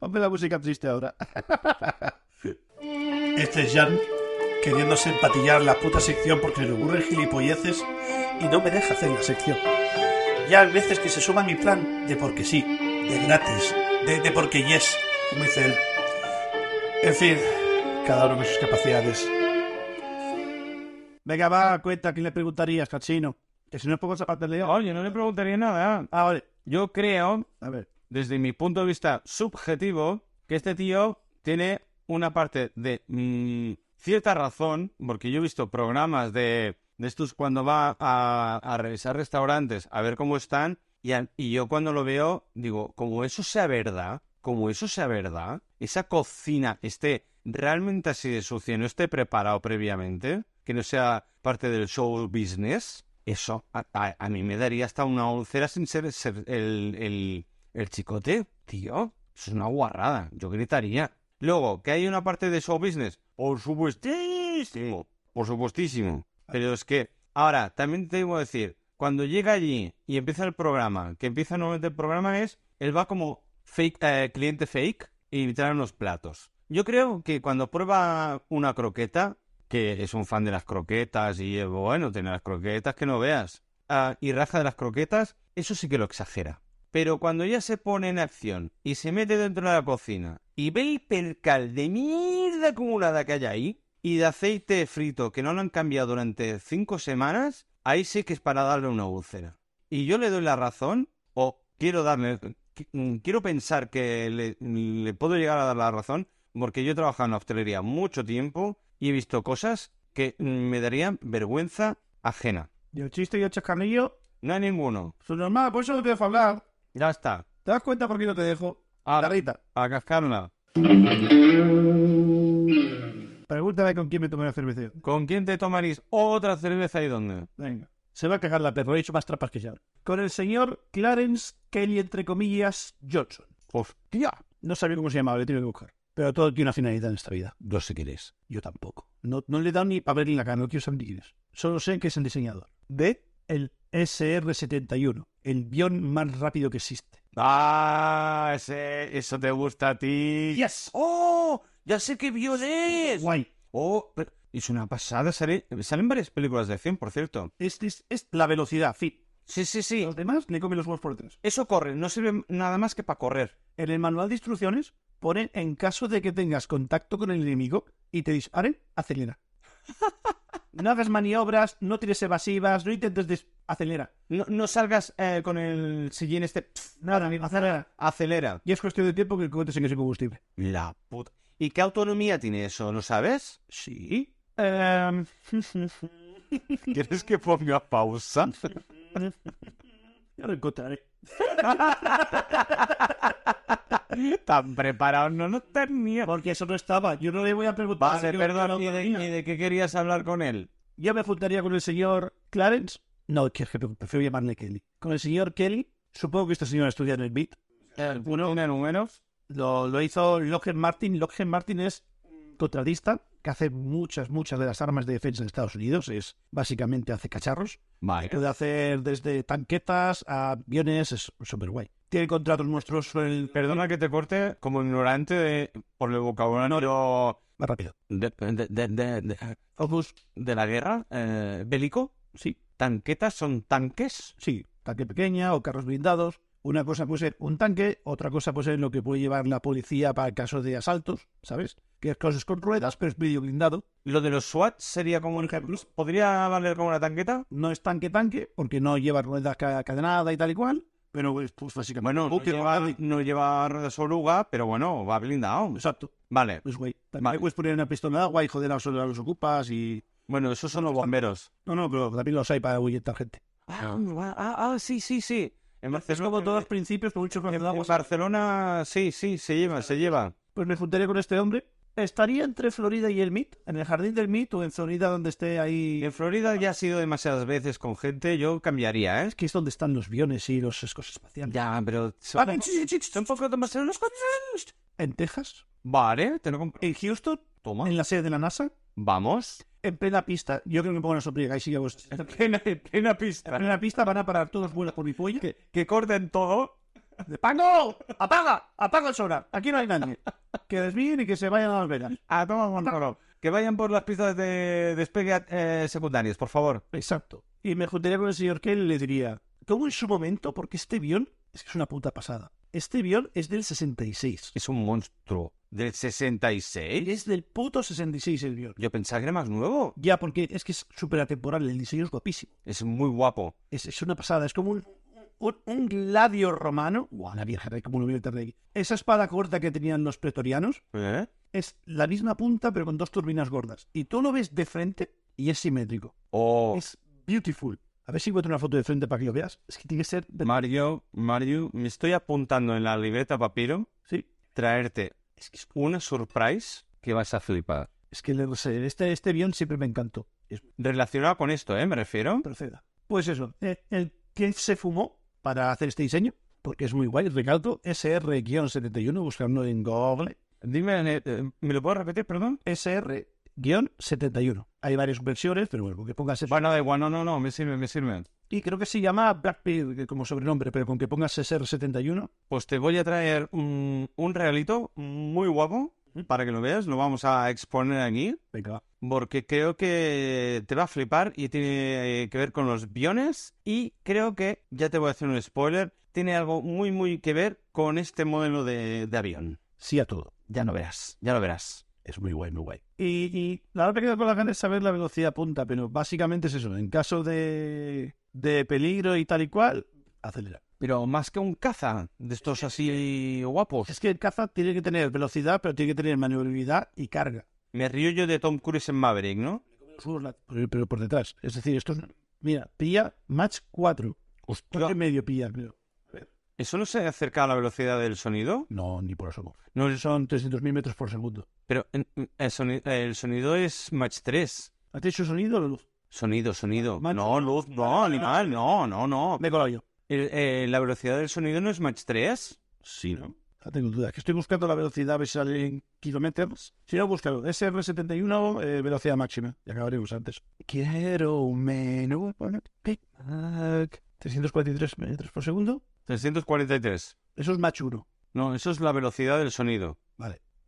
B: Ponme la música triste ahora.
F: Este es Jan, queriéndose empatillar la puta sección porque le ocurren gilipolleces y no me deja hacer la sección. Ya hay veces que se suma a mi plan de porque sí, de gratis, de, de porque yes, como dice él. En fin, cada uno con sus capacidades.
B: Venga, va, cuenta, ¿quién le preguntarías, cachino? Que si no es poco zapatos de
A: Oye, no le preguntaría nada.
B: Ah, vale.
A: Yo creo,
B: A ver.
A: desde mi punto de vista subjetivo, que este tío tiene una parte de mm, cierta razón, porque yo he visto programas de, de estos cuando va a, a revisar restaurantes, a ver cómo están, y, a- y yo cuando lo veo, digo, como eso sea verdad, como eso sea verdad, esa cocina esté realmente así de sucia, no esté preparado previamente, que no sea parte del show business, eso a, a- a mí me daría hasta una úlcera sin ser, ser el, el, el chicote, tío. Es una guarrada, yo gritaría. Luego, que hay una parte de show business. Por supuestísimo. Por supuestísimo. Pero es que, ahora, también te digo a decir, cuando llega allí y empieza el programa, que empieza nuevamente el programa es, él va como fake, eh, cliente fake, y trae unos platos. Yo creo que cuando prueba una croqueta, que es un fan de las croquetas y eh, bueno, tiene las croquetas que no veas, ah, y raja de las croquetas, eso sí que lo exagera. Pero cuando ya se pone en acción y se mete dentro de la cocina y ve el percal de mierda acumulada que hay ahí y de aceite frito que no lo han cambiado durante cinco semanas, ahí sí que es para darle una úlcera. Y yo le doy la razón o quiero darle, qui- mm, quiero pensar que le, le puedo llegar a dar la razón porque yo he trabajado en la hostelería mucho tiempo y he visto cosas que mm, me darían vergüenza ajena.
B: Y el chiste y el chascarrillo
A: No hay ninguno.
B: son normal, por eso no te dejo hablar.
A: Ya está.
B: ¿Te das cuenta por qué no te dejo?
A: A,
B: Rita,
A: a cascarla.
B: pregúntame con quién me tomé la cerveza.
A: ¿Con quién te tomaréis otra cerveza y dónde?
B: Venga. Se va a cagar la perro, he hecho más trampas que ya. Con el señor Clarence Kelly, entre comillas, Johnson.
A: ¡Hostia!
B: No sabía cómo se llamaba, le tengo que buscar. Pero todo tiene una finalidad en esta vida. No sé quién es. Yo tampoco. No, no le he dado ni para verle la cara, no quiero saber ni quién es. Solo sé que es el diseñador. De el SR-71, el guión más rápido que existe.
A: ¡Ah! Ese, eso te gusta a ti.
B: ¡Yes!
A: ¡Oh! Ya sé qué guión es.
B: Guay.
A: ¡Oh! pero- es una pasada. Sale- salen varias películas de acción, por cierto.
B: Este es, es la velocidad, fit.
A: Sí, sí, sí.
B: Los demás le comen los huevos por tres.
A: Eso corre. No sirve nada más que para correr.
B: En el manual de instrucciones pone en caso de que tengas contacto con el enemigo y te disparen, acelera. No hagas maniobras, no tires evasivas, no intentes des- acelera.
A: No, no salgas eh, con el sillín este. pf,
B: Nada, ni acelera.
A: acelera.
B: Y es cuestión de tiempo que el cohete se quede sin combustible.
A: La puta. ¿Y qué autonomía tiene eso? ¿Lo sabes?
B: Sí. Em,
A: ¿Quieres que ponga pausa?
B: ya lo encontraré.
A: Tan preparados no nos tenía.
B: Porque eso no estaba. Yo no le voy a preguntar.
A: Vale,
B: si
A: perdón. ¿Y
B: yo,
A: de, y de qué querías hablar con él?
B: Yo me juntaría con el señor Clarence. No, que es que prefiero llamarle Kelly. Con el señor Kelly. Supongo que este señor estudia en el BIT.
A: Eh, ¿Tiene números?
B: Lo, lo hizo Lockheed Martin. Lockheed Martin es contratista que hace muchas, muchas de las armas de defensa de Estados Unidos. Es básicamente hace cacharros.
A: Vale.
B: Puede hacer desde tanquetas a aviones. Es súper guay. Tiene contratos monstruosos con el...
A: Perdona que te corte como ignorante de- por el vocabulario
B: Más rápido.
A: de, de- de- de- de-
B: Focus.
A: de la guerra eh, bélico.
B: Sí.
A: ¿Tanquetas son tanques?
B: Sí, tanque pequeña o carros blindados. Una cosa puede ser un tanque, otra cosa puede ser lo que puede llevar la policía para casos de asaltos, ¿sabes? Que es cosas con ruedas, pero es medio blindado.
A: ¿Lo de los SWAT sería como un ¿Podría valer como una tanqueta?
B: No es tanque-tanque, porque no lleva ruedas ca- cadenadas y tal y cual, pero pues, pues básicamente...
A: Bueno, no
B: buque
A: lleva,
B: blindado.
A: no lleva ruedas oruga, pero bueno, va blindado.
B: Exacto,
A: Vale.
B: pues güey. También
A: Vale.
B: puedes poner una pistola de agua y joder a los, a los ocupas y...
A: Bueno, esos son los bomberos.
B: No, no, pero también los hay para ahuyentar gente.
A: Ah, ah, ah, sí, sí, sí. En
B: Es
A: Barcelona,
B: como todos los principios, con muchos
A: en-
B: de
A: en
B: agua.
A: Barcelona, sí, sí, se lleva, se lleva.
B: Pues me juntaría con este hombre. Estaría entre Florida y el MIT, en el jardín del MIT o en Florida donde esté ahí...
A: Y en Florida ya ha sido demasiadas veces con gente, yo cambiaría, ¿eh?
B: Es que es donde están los biones y los escos espaciales.
A: Ya, pero... se-
B: Vale.
A: Se enfoca demasiado en los coches.
B: En Texas,
A: Vale, te lo compro.
B: en Houston,
A: Toma.
B: en la sede de la NASA,
A: Vamos.
B: en plena pista. Yo creo que me pongo una sombrilla y sigue vos. En
A: Plena, plena pista.
B: plena pista van a parar todos vuelos por mi polla.
A: Que corten todo.
B: De ¡Pango! ¡Apaga! ¡Apaga el sonar! Aquí no hay nadie. Que desvíen y que se vayan a las velas.
A: A tomar por culo. Que vayan por las pistas de despegue eh, secundarias, por favor.
B: Exacto. Y me juntaría con el señor Kelly y le diría, ¿cómo en su momento? Porque este avión es que es una puta pasada. Este avión es del 66.
A: Es un monstruo. ¿Del 66?
B: Es del puto 66 el avión.
A: Yo pensaba que era más nuevo.
B: Ya, porque es que es súper atemporal, el diseño es guapísimo.
A: Es muy guapo.
B: Es, es una pasada, es como un, un, un gladio romano. Guau, la vieja rey, como lo vio el rey. Esa espada corta que tenían los pretorianos
A: ¿Eh?
B: es la misma punta, pero con dos turbinas gordas. Y tú lo ves de frente y es simétrico.
A: Oh,
B: Es beautiful. A ver si encuentro una foto de frente para que lo veas. Es que tiene que ser. de-
A: Mario, Mario, me estoy apuntando en la libreta papiro
B: Sí.
A: traerte una surprise que vas a flipar.
B: Es que le- no sé, este, este guión siempre me encantó. Es
A: Relacionado con esto, ¿eh? Me refiero.
B: proceda. Pues eso, eh, el que se fumó para hacer este diseño, porque es muy guay, recalco, SR-71, buscarlo en Google,
A: Dime, eh, eh, ¿me lo puedo repetir, perdón?
B: SR-71. Hay varias versiones, pero bueno, que pongas
A: Bueno, da igual, no, no, no, me sirve, me sirve.
B: Y creo que se llama Blackbeard como sobrenombre, pero con que pongas SR71.
A: Pues te voy a traer un, un regalito muy guapo para que lo veas. Lo vamos a exponer aquí
B: Venga,
A: porque creo que te va a flipar y tiene eh, que ver con los biones. Y creo que, ya te voy a hacer un spoiler, tiene algo muy, muy que ver con este modelo de, de avión.
E: Sí a todo.
A: Ya lo verás, ya lo verás.
E: Es muy guay, muy guay.
B: Y, y la verdad que quedo con las ganas de saber la velocidad punta, pero básicamente es eso. En caso de, de peligro y tal y cual, acelera.
A: Pero más que un caza de estos así guapos.
B: Pues Es que el caza tiene que tener velocidad, pero tiene que tener maniobrabilidad y carga.
A: Me río yo de Tom Cruise en Maverick, ¿no?
B: Sur, la- Pero, pero por detrás. Es decir, esto es... Mira, pilla match 4.
A: Hostia,
B: Cuatro y medio pilla, creo.
A: ¿eso no se acerca a la velocidad del sonido?
B: No, ni por asomo.
A: No, el so-
B: Son 300.000 metros por segundo.
A: pero en- en- el soni- el sonido es Match 3.
B: ¿Has dicho sonido o la luz?
A: Sonido, sonido.
B: Macho.
A: No, luz, no, animal, no, no, no.
B: Me he colado yo.
A: El- eh, ¿La velocidad del sonido no es Match 3?
B: Sí, ¿no? No tengo dudas. Que estoy buscando la velocidad, a ver si sale en kilómetros. Si no, búscalo. SR71, eh, velocidad máxima. Ya acabaremos antes.
E: Quiero un menú. con Big Mac.
B: 343 metros por segundo.
A: 343.
B: Eso es match 1.
A: No, eso es la velocidad del sonido.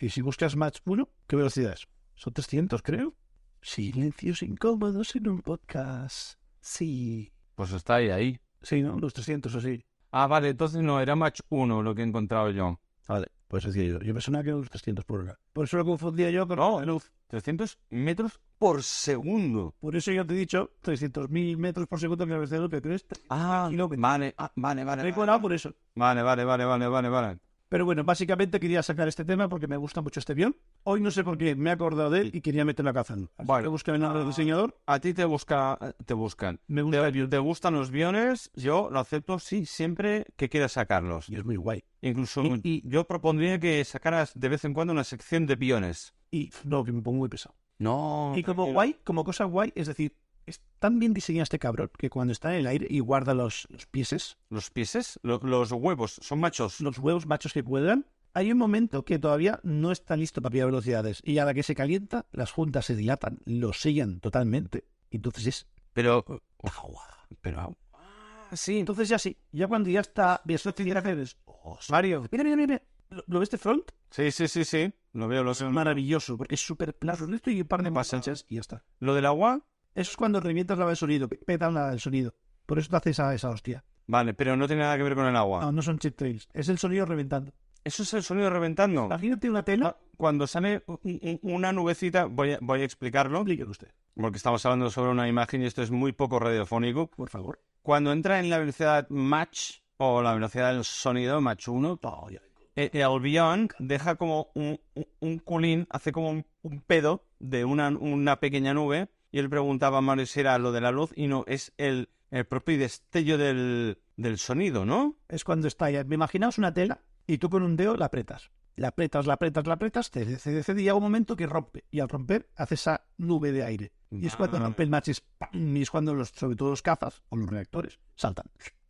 B: Y si buscas match 1, ¿qué velocidad es? Son 300, creo.
E: Silencios incómodos en un podcast. Sí.
A: Pues está ahí, ahí.
B: Sí, ¿no? Los 300 o así.
A: Ah, vale, entonces no, era Match 1 lo que he encontrado yo.
B: Vale, pues decía yo. Yo pensaba que eran los 300 por hora. Por eso lo confundía yo con
A: No.
B: la luz.
A: 300 metros por segundo.
B: Por eso yo te he dicho 300.000 metros por segundo que la velocidad de luz, pero es
A: Ah,
B: Kilómetros.
A: vale, ah, vale,
B: Me he
A: vale.
B: colado por eso.
A: Vale, vale, vale, vale, vale, vale.
B: Pero bueno, básicamente quería sacar este tema porque me gusta mucho este guión. Hoy no sé por qué me he acordado de él y quería meterlo a cazando. Así
A: Vale.
B: que busqué en el diseñador.
A: A ti te busca, te buscan.
B: Me gusta el
A: Te,
B: guión.
A: te gustan los guiones, yo lo acepto sí, siempre que quieras sacarlos.
E: Y es muy guay.
A: Incluso
B: Y- y-
A: yo propondría que sacaras de vez en cuando una sección de guiones.
B: Y no, que me pongo muy pesado.
A: No.
B: Y como
A: tranquilo.
B: guay, como cosa guay, es decir, es tan bien diseñado este cabrón que cuando está en el aire y guarda los, los pieses,
A: Los pieses, lo- los huevos, son machos.
B: los huevos machos que cuelgan, hay un momento que todavía no está listo para pillar velocidades. Y a la que se calienta, las juntas se dilatan, lo sellan totalmente. Entonces es
A: Pero.
B: agua.
A: Pero. au. sí.
B: Entonces ya sí, ya cuando ya está, ves lo que tienes que hacer es,
A: Mario.
B: Mira, mira, mira, mira. ¿Lo, lo ves de front?
A: Sí, sí, sí, sí. Lo veo, lo veo.
B: Maravilloso, porque es súper plano. No estoy un par de
A: Pasa.
B: pasanchas y ya está.
A: Lo del agua,
B: Eso es cuando revientas la del sonido, que petan la del sonido. Por eso te haces esa, esa hostia.
A: vale, pero no tiene nada que ver con el agua.
B: No, no son chip trails. Es el sonido reventando.
A: Eso es el sonido reventando.
B: Imagínate una tela.
A: Ah, Cuando sale u- u- una nubecita, voy a, voy a explicarlo,
B: Explíquelo usted,
A: porque estamos hablando sobre una imagen y esto es muy poco radiofónico.
B: por favor.
A: Cuando entra en la velocidad match, o la velocidad del sonido, match 1,
B: No, ya.
A: eh, el Beyond deja como un, un, un culín, hace como un, un pedo de una, una pequeña nube. Y él preguntaba a Mario si era lo de la luz y no, es el, el propio destello del, del sonido, ¿no?
B: Es cuando estalla. Me imaginaos una tela y tú con un dedo la apretas. La apretas, la apretas, la apretas, te cede, cede, y llega un momento que rompe. Y al romper hace esa nube de aire. Y es cuando
A: Vale.
B: rompe el match, es ¡pam! y es cuando los, sobre todo los cazas o los reactores saltan.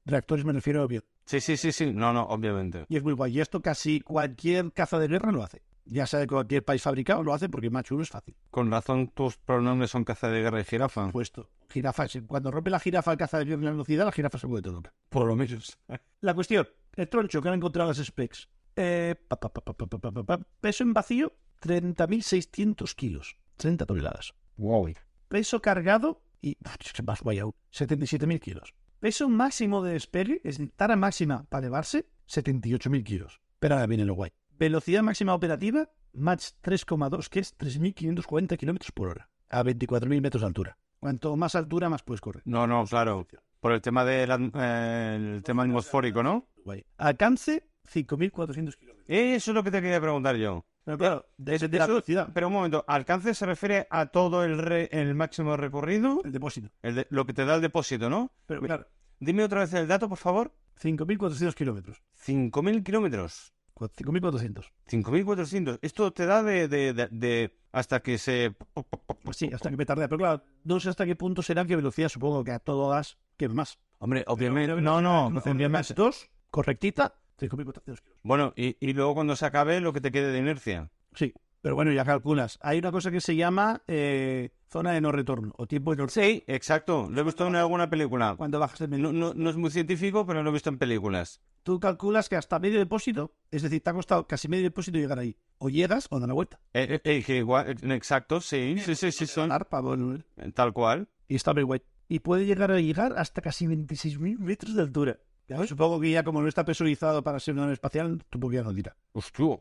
B: Reactores me refiero a avión.
A: Sí, sí, sí, sí, no, no, obviamente.
B: Y es muy guay. Y esto casi cualquier caza de guerra lo hace. Ya sea de cualquier país fabricado, lo hace porque macho uno es fácil.
A: Con razón tus pronombres son caza de guerra y jirafa.
B: Puesto. Jirafa, si- cuando rompe la jirafa el caza de guerra en la velocidad, la jirafa se puede todo.
A: Por lo menos.
B: La cuestión, el troncho que han encontrado las specs. Eh, pa, pa, pa, pa, pa, pa, pa, pa, peso en vacío, 30.600 kilos. 30 toneladas.
A: Wow.
B: Peso cargado y es que más guay aún, 77.000 kilos. Peso máximo de despegue, es decir, tara máxima para elevarse, 78.000 kilos. Pero ahora viene lo guay. Velocidad máxima operativa, Mach 3,2, que es 3.540 kilómetros por hora, a 24.000 metros de altura. Cuanto más altura, más puedes correr.
A: No, no, claro. Por el tema del an- eh, el tema atmosférico, ¿no?
B: Guay. Alcance, 5.400 kilómetros.
A: Eh, Eso es lo que te quería preguntar yo.
B: Pero claro, de, de,
A: la-
B: esa velocidad,
A: Pero un momento, ¿alcance se refiere a todo el, re- el máximo recorrido?
B: el depósito.
A: El de- lo que te da el depósito, ¿no?
B: Pero claro,
A: Dime otra vez el dato, por favor.
B: 5.400 kilómetros.
A: 5.000 kilómetros.
B: Cu- 5.400.
A: 5.400. Esto te da de, de- de- de- hasta que se...
B: Pues sí, hasta que me tardé. Pero claro, no sé hasta qué punto será qué velocidad. Supongo que a todo gas, que más.
A: Hombre, obviamente... No, no,
B: más
A: obviamente.
B: 2, correctita, 5.400 kilos.
A: Bueno, y, y luego cuando se acabe lo que te quede de inercia.
B: Sí, Pero bueno, ya calculas. Hay una cosa que se llama eh, zona de no retorno o tiempo de no retorno.
A: Sí, exacto. Lo he visto en alguna película.
B: Cuando bajas el menú.
A: No, no- no es muy científico, pero lo he visto en películas.
B: Tú calculas que hasta medio depósito, es decir, te ha costado casi medio depósito llegar ahí. O llegas o da la vuelta.
A: Eh, eh, eh, que igual- eh, exacto, sí, sí, sí, sí, son
B: Dar pa' volver.
A: tal cual.
B: Y está muy guay. Y puede llegar a llegar hasta casi 26.000 metros de altura. Ya, Supongo que ya como no está presurizado para ser una nave espacial, supongo que ya no tira.
A: Hostia.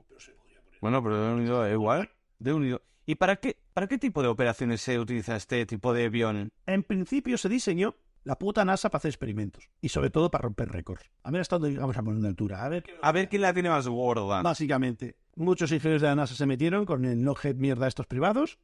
A: Bueno, pero de unido da igual. De unido. ¿Y para qué, para qué tipo de operaciones se utiliza este tipo de avión?
B: En principio se diseñó la puta NASA para hacer experimentos. Y sobre todo para romper récords. A ver hasta dónde llegamos a poner de altura. A ver qué-
A: A ver quién la tiene más gorda.
B: Básicamente, muchos ingenieros de la NASA se metieron con el no-head mierda estos privados.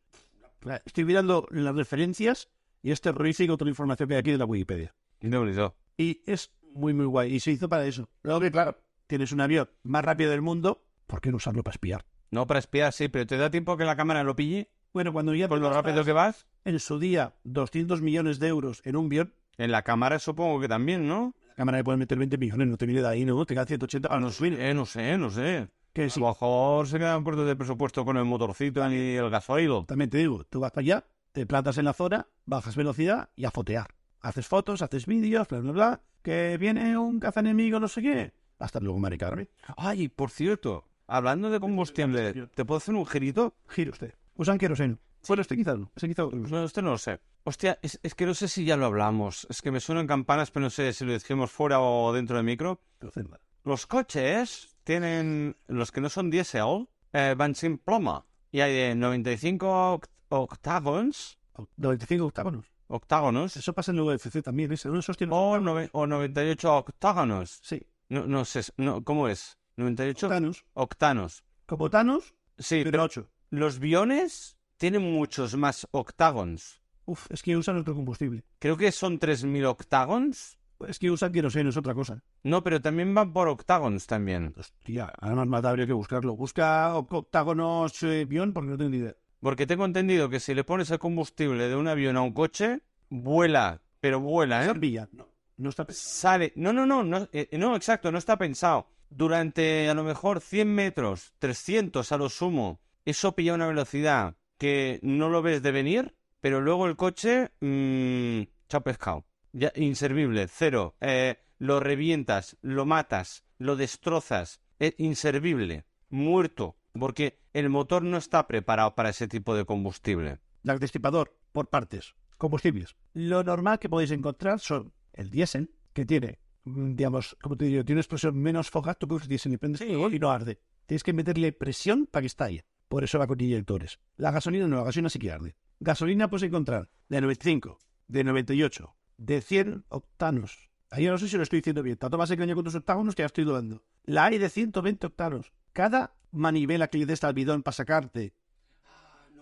B: Estoy mirando las referencias y es terrorífico toda la información que hay aquí de la Wikipedia.
A: De unido.
B: Y es muy, muy guay. Y se hizo para eso. Luego que, claro, tienes un avión más rápido del mundo, ¿por qué no usarlo para espiar?
A: No, para espiar, sí, pero ¿te da tiempo que la cámara lo pille?
B: Bueno, cuando ya
A: Con Pues lo
B: gastas
A: rápido que vas.
B: en su día 200 millones de euros en un avión,
A: En la cámara supongo que también, ¿no?
B: la cámara le puede meter 20 millones, no te viene de ahí, ¿no? Te quedan 180. Ah, no, suene.
A: Eh, no sé, no sé.
B: Que
A: A
B: sí,
A: lo mejor se quedan cortos de presupuesto con el motorcito y el gasoil.
B: También te digo, tú vas para allá, te plantas en la zona, bajas velocidad y a fotear. Haces fotos, haces vídeos, bla, bla, bla. Que viene un cazanemigo, no sé qué. Hasta luego, Mari Carmen.
A: Ay, por cierto, hablando de combustible, ¿te puedo hacer un girito?
B: Gire usted. Usan queroseno. Bueno, este quizás no. Este quizás otro.
A: No, este no lo sé. Hostia, es, es que no sé si ya lo hablamos. Es que me suenan campanas, pero no sé si lo dijimos fuera o dentro del micro.
B: Queroseno.
A: Los coches tienen, los que no son diésel, eh, van sin ploma. Y hay de 95 oct- octavos,
B: 95 octágonos.
A: octágonos,
B: Eso pasa en el UFC también, ese. Uno sostiene...
A: o, nove- o 98 octágonos.
B: Sí,
A: No, no sé, no, ¿cómo es? 98
B: Thanos.
A: octanos.
B: Como Thanos,
A: Sí,
B: pero
A: pero
B: 8.
A: los biones tienen muchos más octágonos.
B: Uf, es que usan otro combustible.
A: Creo que son 3.000 octágonos.
B: Es que usan queroseno, es otra cosa.
A: No, pero también van por octágonos también.
B: Hostia, además más habría que buscarlo. Busca octágonos eh, guión, porque no tengo ni idea.
A: Porque tengo entendido que si le pones el combustible de un avión a un coche, vuela, pero vuela, ¿eh?
B: Villa. No, no está...
A: Sale. No, no, no, no, eh, no, exacto, no está pensado. Durante a lo mejor 100 metros, 300 a lo sumo, eso pilla una velocidad que no lo ves de venir, pero luego el coche, mmm, chao pescado. Ya, inservible, cero. Eh, lo revientas, lo matas, lo destrozas. eh, inservible, muerto, porque el motor no está preparado para ese tipo de combustible.
B: Dark Destripador por partes, combustibles. Lo normal que podéis encontrar son el diésel, que tiene, mm, digamos, como te digo, tiene una explosión menos fogaz, tú coges diésel y prendes y no arde. Tienes que meterle presión para que estalle. Por eso va con inyectores. La gasolina no, la gasolina sí que arde. Gasolina puedes encontrar de 95, de 98, de 100 octanos. Ahí no sé si lo estoy diciendo bien. Tanto más engaño con tus octágonos que ya estoy dudando. La hay de 120 octanos. Cada manivela que le des al bidón para sacarte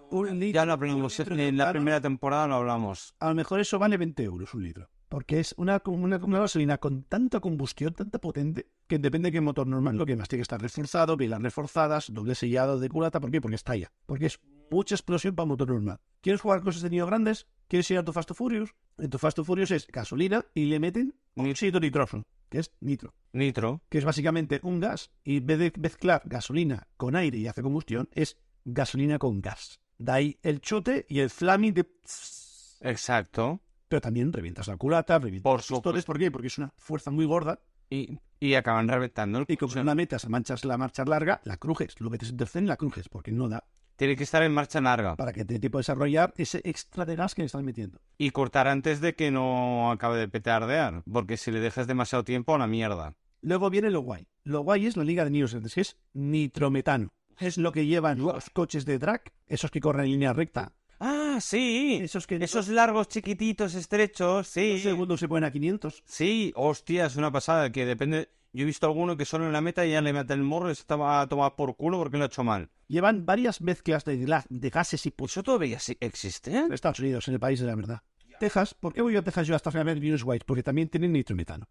B: un litro
A: Ah, Ya lo hablamos, en la primera temporada lo hablamos.
B: a lo mejor eso vale 20 euros un litro. Porque es una, una, una gasolina con tanta combustión, tanta potente, que depende de qué motor normal, lo que más tiene que estar reforzado, pilas reforzadas, doble sellado de culata. ¿Por qué? Porque estalla. Porque es mucha explosión para un motor normal. ¿Quieres jugar cosas de niños grandes? ¿Quieres ir a tu Fast and Furious? En tu Fast and Furious es gasolina y le meten óxido nitrógeno, que es nitro,
A: Nitro.
B: que es básicamente un gas. Y en vez de mezclar gasolina con aire y hace combustión, es gasolina con gas. De ahí el chute y el flaming de...
A: Exacto.
B: Pero también revientas la culata, revientas
A: Por
B: los pistones. ¿Por qué? Porque es una fuerza muy gorda
A: Y, y acaban reventando el
B: y como
A: coche.
B: la metas a manchas la marcha larga, la crujes. Lo metes en tercero y la crujes porque no da
A: Tiene que estar en marcha larga
B: para que te tipo desarrollar ese extra de gas que le estás metiendo.
A: y cortar antes de que no acabe de petardear, porque si le dejas demasiado tiempo a la mierda.
B: Luego viene lo guay. Lo guay es la liga de Newsenders, que es nitrometano. Es lo que llevan los coches de drag, esos que corren en línea recta.
A: Ah, sí.
B: Esos que
A: Esos largos, chiquititos, estrechos,
B: en
A: sí.
B: dos segundos se ponen a 500.
A: Sí, hostia, es una pasada, que depende... Yo he visto alguno que solo en la meta ya le mata el morro y se estaba a tomar por culo porque lo ha hecho mal.
B: Llevan varias mezclas de, gla- de gases y pulsos.
A: ¿Pues ¿Eso todavía sí existe?
B: en Estados Unidos, en el país de la verdad. Texas, ¿por qué voy a Texas yo hasta ver News White? Porque también tienen nitrometano.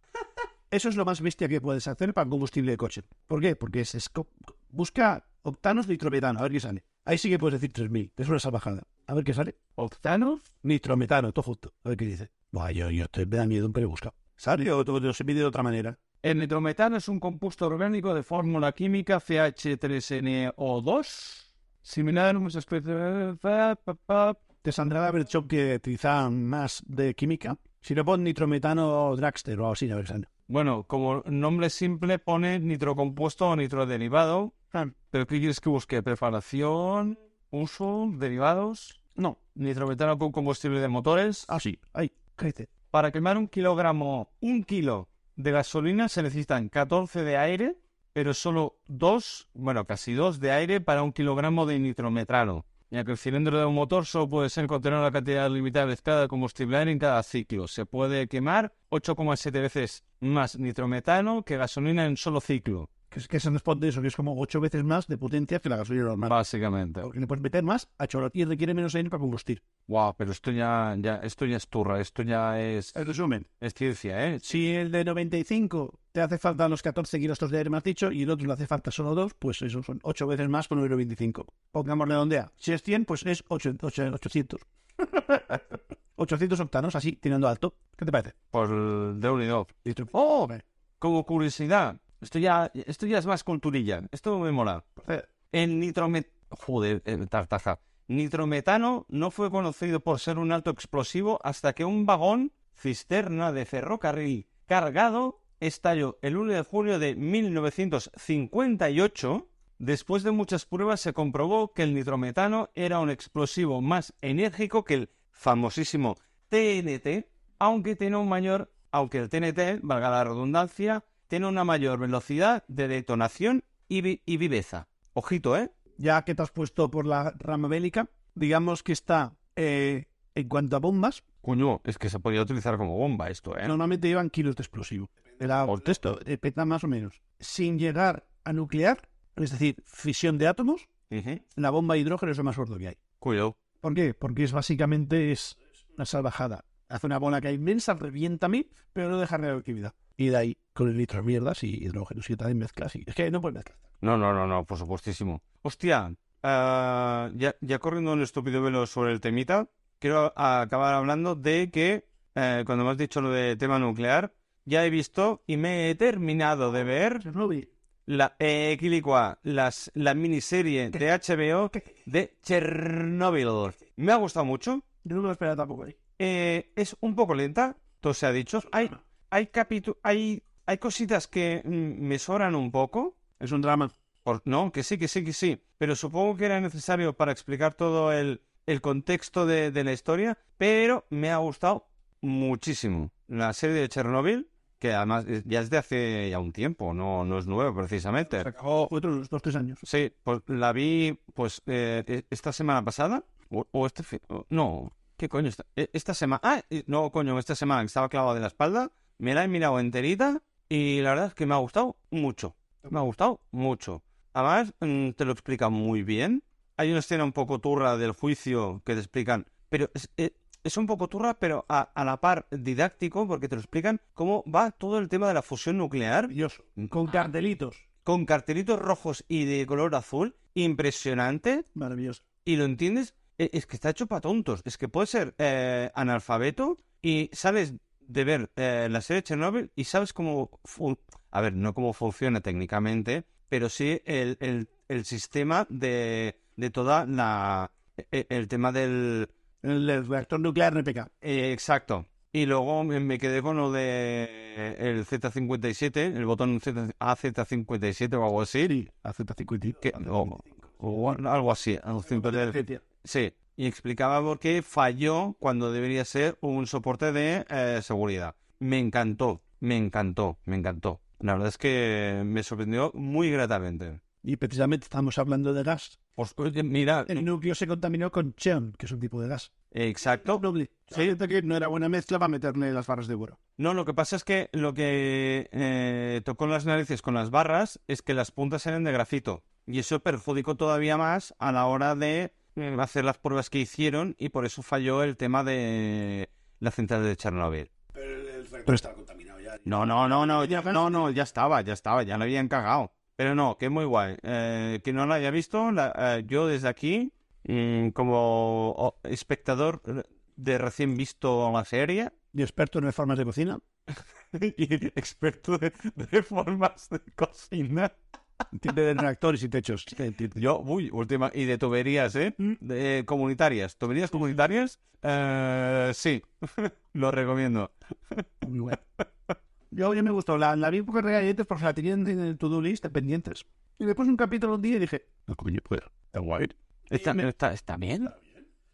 B: Eso es lo más bestia que puedes hacer para combustible de coche. ¿Por qué? Porque es, es co- busca octanos nitrometano, a ver qué sale. Ahí sí que puedes decir 3000, es una salvajada. A ver qué sale. ¿Octanos? Nitrometano, todo junto. A ver qué dice. Buah, yo, yo estoy, me da miedo, pero he buscado. Sale o todo, se mide de otra manera.
A: El nitrometano es un compuesto orgánico de fórmula química CH3NO2.
B: similar muchas especies. Te saldrá la versión que utilizan más de química. Siropod nitrometano dragster o algo así, Alexander.
A: Bueno, como nombre simple pone nitrocompuesto o nitroderivado.
B: Ah.
A: ¿Pero qué quieres que busque? ¿Preparación? ¿Uso? ¿Derivados?
B: No.
A: ¿Nitrometano con combustible de motores?
B: Ah, sí. Ahí, cállate.
A: Para quemar un kilogramo, un kilo de gasolina se necesitan 14 de aire, pero solo dos, bueno, casi dos de aire para un kilogramo de nitrometrano. Ya que el cilindro de un motor solo puede ser contener una cantidad limitada mezclada de combustible aire en cada ciclo. Se puede quemar 8,7 veces más nitrometano que gasolina en un solo ciclo,
B: Que es que se nos pone eso, que es como ocho veces más de potencia que la gasolina normal.
A: básicamente.
B: Porque le puedes meter más a chorro y requiere menos aire para combustir.
A: Wow, pero esto ya, ya, esto ya es turra, esto ya es,
B: En resumen,
A: es ciencia, ¿eh?
B: si el de 95 te hace falta los 14 kilos de aire, me has dicho, y el otro le hace falta solo dos, pues eso son ocho veces más por 1,25. Pongamos redondea. Si es 100, pues es ocho- ocho- 800. 800 octanos, así, tirando alto. ¿Qué te parece?
A: Por el de unidad.
B: Y tú,
A: ¡Oh! Como curiosidad, esto ya, esto ya es más culturilla. Esto me mola.
B: eh,
A: El nitromet... Joder, eh, tartaja. Nitrometano no fue conocido por ser un alto explosivo hasta que un vagón cisterna de ferrocarril cargado estalló el 1 de julio de 1958. Después de muchas pruebas se comprobó que el nitrometano era un explosivo más enérgico que el famosísimo TNT, aunque tiene un mayor, aunque el TNT, valga la redundancia, tiene una mayor velocidad de detonación y, vi- y viveza. Ojito, ¿eh?
B: ya que te has puesto por la rama bélica, digamos que está eh, en cuanto a bombas,
A: Coño, es que se podía utilizar como bomba esto, ¿eh?
B: normalmente llevan kilos de explosivo. De la,
A: Por texto.
B: depende más o menos. Sin llegar a nuclear, es decir, fisión de átomos,
A: Ujú.
B: la bomba de hidrógeno es lo más gordo que hay.
A: Cuidado.
B: ¿Por qué? Porque es básicamente es una salvajada. Hace una bola que hay inmensa, revienta a mí, pero no deja radioactividad. Y de ahí, con el litro de mierdas y hidrógeno, si también mezclas. y- Es que no puedes mezclar.
A: No, no, no, no, por supuestísimo. Hostia, ah, ya, ya corriendo un estúpido velo sobre el temita, quiero a- acabar hablando de que eh, cuando me has dicho lo de tema nuclear, ya he visto y me he terminado de ver
B: Chernobyl.
A: la eh, Quilicua, las la miniserie de HBO de Chernobyl. Me ha gustado mucho.
B: Yo no me lo esperaba tampoco ahí.
A: Eh, es un poco lenta, todo se ha dicho. Hay, hay, capitu- hay, hay cositas que mm, me sobran un poco.
B: Es un drama.
A: Por- No, que sí, que sí, que sí. Pero supongo que era necesario para explicar todo el, el contexto de, de la historia. Pero me ha gustado muchísimo la serie de Chernobyl, que además eh, ya es de hace ya un tiempo, no, no es nuevo precisamente.
B: Se acabó otro de los dos, tres años.
A: Sí, pues la vi pues eh, e- esta semana pasada o, o este fin- o- no, ¿qué coño esta, e- esta semana? Ah, eh, no, coño, esta semana que estaba clavado de la espalda, me la he mirado enterita y la verdad es que me ha gustado mucho. Me ha gustado mucho. Además, mm, te lo explican muy bien. Hay una escena un poco turra del juicio que te explican, pero es, eh, es un poco turra, pero a, a la par didáctico porque te lo explican cómo va todo el tema de la fusión nuclear
B: Maravilloso. Con cartelitos.
A: con cartelitos rojos y de color azul, impresionante,
B: Maravilloso.
A: y lo entiendes, e- es que está hecho para tontos, es que puedes ser eh, analfabeto y sabes de ver eh, la serie Chernobyl y sabes cómo, fu- a ver, no cómo funciona técnicamente, pero sí el, el- el sistema de, de toda la, e- el tema del,
B: El, el reactor nuclear NPK.
A: eh, exacto. Y luego me me quedé con lo de el Z57, el botón Z- AZ57 o algo así.
B: AZ-52.
A: que- o, o algo así. algo así, pero- Sí, y explicaba por qué falló cuando debería ser un soporte de eh, seguridad. Me encantó, me encantó, me encantó. La verdad es que me sorprendió muy gratamente.
B: Y precisamente estamos hablando de gas.
A: Os- oye, mira,
B: El núcleo se contaminó con cheon, que es un tipo de gas.
A: exacto.
B: Noble. Fíjate que no era buena mezcla para meterle las barras de boro.
A: No, lo que pasa es que lo que eh, tocó en las narices con las barras es que las puntas eran de grafito. Y eso perjudicó todavía más a la hora de eh, hacer las pruebas que hicieron y por eso falló el tema de la central de Chernobyl.
F: Pero el, el reactor estaba contaminado ya.
A: No, no, no, no, ya, no, no, ya estaba, ya estaba, ya lo habían cagado. Pero no, que es muy guay. Eh, que no la haya visto, la- eh, yo desde aquí, mm, como o- espectador eh, de recién visto la serie,
B: Y experto en formas de cocina.
A: y experto de, de formas de cocina,
B: Tiende de tractores y techos.
A: Yo, uy, última. Y de tuberías, ¿eh? De, comunitarias. ¿Tuberías comunitarias? Eh, sí, lo recomiendo.
B: Muy bueno. Yo, yo me gustó. La, la vi un poco regalletes porque la tenían en el to-do list de pendientes. Y después un capítulo un día y dije,
E: No, coño, pues. Está guay.
A: ¿Está, está, está bien?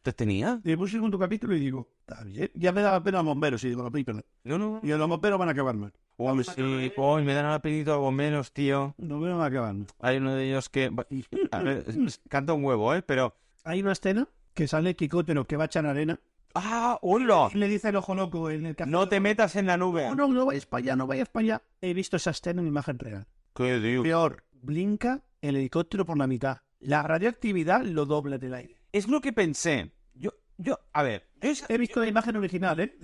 A: ¿Te tenía?
B: y después segundo capítulo y digo, está bien. Ya me daba pena a los bomberos y digo, no, perdón.
A: No, no.
B: Y los bomberos van a acabar mal.
A: Uy, sí, uy, me dan apellido a bomberos, tío.
B: Los bomberos van a acabar mal.
A: Hay uno de ellos que... A ver, canta un huevo, ¿eh? Pero...
B: Hay una escena que sale Kikótero que va a echar arena
A: ¡Ah, hola!
B: y le dice el ojo loco en el café.
A: No te metas en la nube.
B: No, no, no vayas para allá, no vayas para allá. He visto esa escena en imagen real.
A: ¿Qué digo?
B: Peor, blinca el helicóptero por la mitad. La radioactividad lo dobla del aire.
A: Es lo que pensé. Yo, yo, a ver, yo,
B: He visto la imagen original, ¿eh?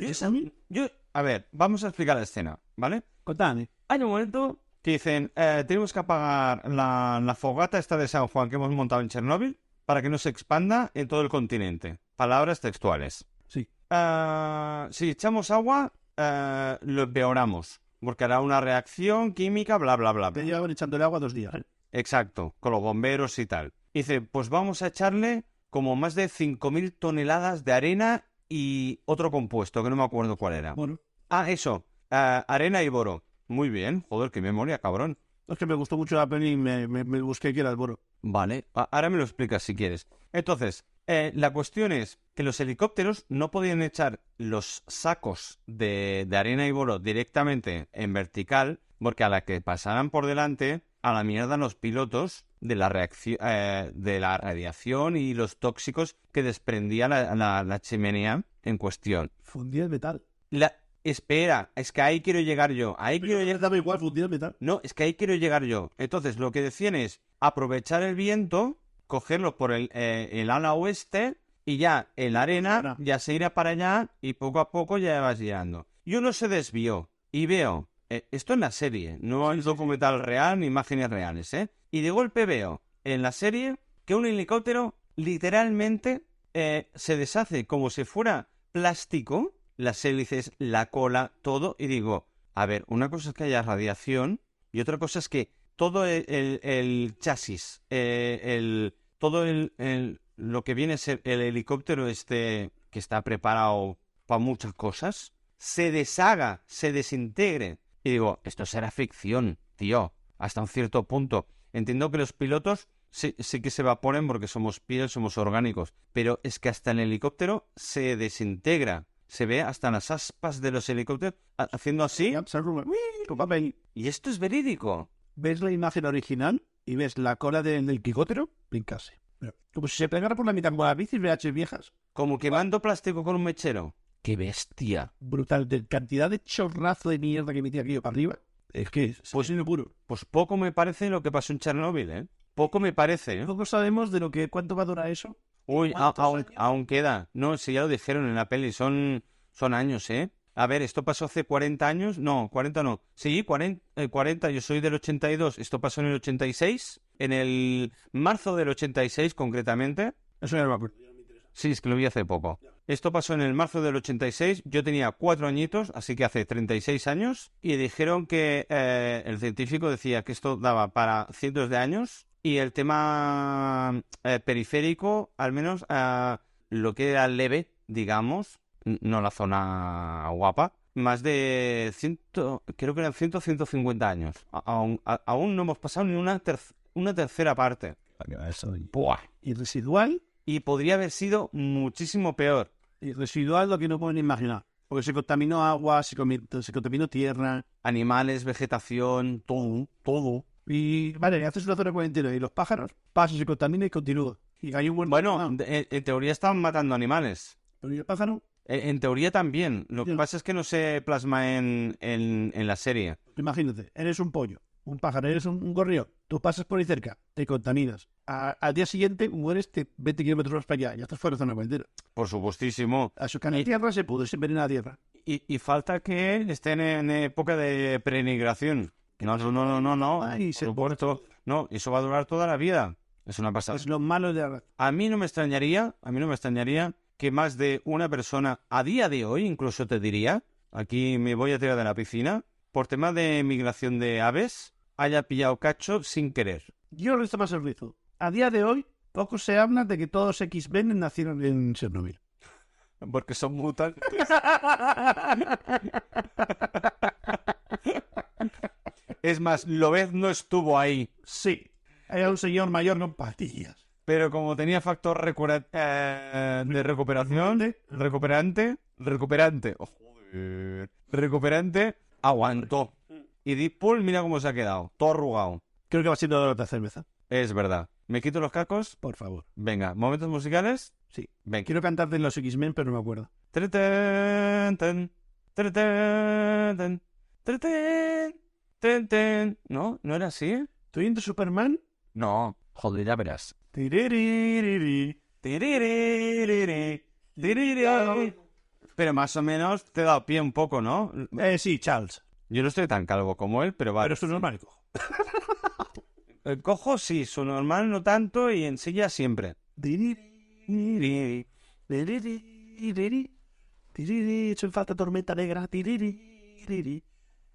A: yo- a ver, vamos a explicar la escena, ¿vale?
B: Contame.
A: Hay un momento que dicen, eh, tenemos que apagar la, la fogata esta de San Juan que hemos montado en Chernóbil para que no se expanda en todo el continente. Palabras textuales.
B: Sí.
A: Ah, si echamos agua, eh, lo empeoramos, porque hará una reacción química, bla, bla, bla.
B: Te
A: bla.
B: llevaban echándole agua dos días. ¿eh?
A: Exacto, con los bomberos y tal. Dice, pues vamos a echarle como más de 5.000 toneladas de arena y otro compuesto, que no me acuerdo cuál era.
B: Bueno,
A: Ah, eso, ah, arena y boro. Muy bien, joder, qué memoria, cabrón.
B: es que me gustó mucho la peli y me, me- me busqué que era el boro.
A: Vale, a- ahora me lo explicas si quieres. Entonces, eh, la cuestión es que los helicópteros no podían echar los sacos de, de arena y boro directamente en vertical, porque a la que pasaran por delante, a la mierda los pilotos de la, reacci- eh, de la radiación y los tóxicos que desprendía la, la- la chimenea en cuestión.
B: Fundía el metal.
A: La, espera, es que ahí quiero llegar yo, ahí quiero llegar.
B: Pero daba igual, fundía el metal.
A: No, es que ahí quiero llegar yo. Entonces, lo que decían es aprovechar el viento, cogerlo por el, eh, el ala oeste y ya en la arena
B: Ahora.
A: ya se irá para allá y poco a poco ya vas llegando. Y uno se desvió y veo, eh, esto en la serie, no es documental real ni imágenes reales, ¿eh? Y de golpe veo en la serie que un helicóptero literalmente eh, se deshace como si fuera plástico, las hélices, la cola, todo, y digo, a ver, una cosa es que haya radiación y otra cosa es que todo el, el- el chasis, eh, el, todo el, el- lo que viene a ser el helicóptero este que está preparado para muchas cosas, se deshaga, se desintegre. Y digo, esto será ficción, tío, hasta un cierto punto. Entiendo que los pilotos sí, sí que se evaporen porque somos piel, somos orgánicos, pero es que hasta el helicóptero se desintegra. Se ve hasta las aspas de los helicópteros ha- haciendo así.
B: Ya, se arruga. Uy, tu papel.
A: Y esto es verídico.
B: ¿Ves la imagen original? Y ves la cola de- del quicótero, brincase. Mira, Como si se plegara por la mitad como las bicis VH viejas.
A: Como quemando plástico con un mechero. ¡Qué bestia!
B: Brutal, de cantidad de chorrazo de mierda que metía aquello para arriba. Es que es
A: Pues-
B: es puro.
A: Pues poco me parece lo que pasó en Chernóbil, ¿eh? Poco me parece, ¿eh?
B: Poco sabemos de lo que cuánto va a durar eso.
A: Uy, a-
B: ¿Cuántos
A: aún,
B: años?
A: aún queda. No, si ya lo dijeron en la peli, son, son años, ¿eh? A ver, esto pasó hace 40 años. No, 40 no. Sí, 40, eh, 40, yo soy del 82. Esto pasó en el 86. En el marzo del 86, concretamente.
B: Eso ya no me acuerdo.
A: Sí, es que lo vi hace poco. Esto pasó en el marzo del 86. Yo tenía cuatro añitos, así que hace 36 años. Y dijeron que eh, el científico decía que esto daba para cientos de años. Y el tema eh, periférico, al menos ah, lo que era leve, digamos, n- no la zona guapa, más de 100, creo que eran 100, 150 años. A- Aún, a- aún no hemos pasado ni una, terc- una tercera parte. Buah.
B: Y residual,
A: Y podría haber sido muchísimo peor.
B: y residual lo que no pueden imaginar. Porque se contaminó agua, se, comi- se contaminó tierra,
A: Animales, vegetación, todo, todo.
B: y vale, y haces una zona de cuarentena y los pájaros pasan, se contaminan y continúan. Y hay un buen...
A: Bueno,
B: Ah,
A: de- en, en teoría estaban matando animales.
B: pero ¿y el pájaro?
A: En, en teoría también. Lo que
B: Ya.
A: pasa es que no se plasma en, en- en la serie.
B: Imagínate, eres un pollo, un pájaro, eres un, un gorrión, tú pasas por ahí cerca, te contaminas. A- al día siguiente mueres te 20 kilómetros más para allá, ya estás fuera de zona de cuarentena.
A: Por supuestísimo.
B: A su canal tierra se pudo, se envenena la tierra.
A: Y, y falta que estén en época de prenigración. No, no, no, no, no. por
B: Ay, Ah, se-
A: supuesto. No, eso va a durar toda la vida. Es una pasada.
B: Es lo malo de la raza.
A: A mí no me extrañaría, a mí no me extrañaría que más de una persona a día de hoy, incluso te diría, aquí me voy a tirar de la piscina, por tema de migración de aves, haya pillado cacho sin querer.
B: Yo resto más el rizo. A día de hoy, poco se habla de que todos X-Men nacieron en Chernobyl.
A: Porque son mutantes. Es más, Lobez no estuvo ahí.
B: Sí, hay un señor mayor con patillas.
A: Pero como tenía factor recura- eh, de recuperación, recuperante, recuperante, oh, joder, recuperante, aguantó. Y Deadpool, mira cómo se ha quedado, todo arrugado.
B: Creo que va siendo hora de la cerveza.
A: Es verdad. ¿Me quito los cascos?
B: Por favor.
A: Venga, ¿momentos musicales?
B: Sí.
A: Venga.
B: Quiero cantarte en los X-Men, pero no me acuerdo.
A: Tretén, ten, tretén, ten, tretén, ten, ten. ¿No? ¿No era así?
B: ¿Estoy entre Superman?
A: No.
D: Joder, ya verás.
B: Tiriririri.
A: Tiriririri, tiriri. Pero más o menos te he dado pie un poco, ¿no?
B: Eh, sí, Charles.
A: Yo no estoy tan calvo como él, pero
B: Pero
A: vale.
B: es un normal. cojo. eh,
A: El cojo sí, su normal no tanto y en silla siempre. Tiriri,
B: Tiriri, tiriri, hecho en falta tormenta negra. Tiriri, tiriri.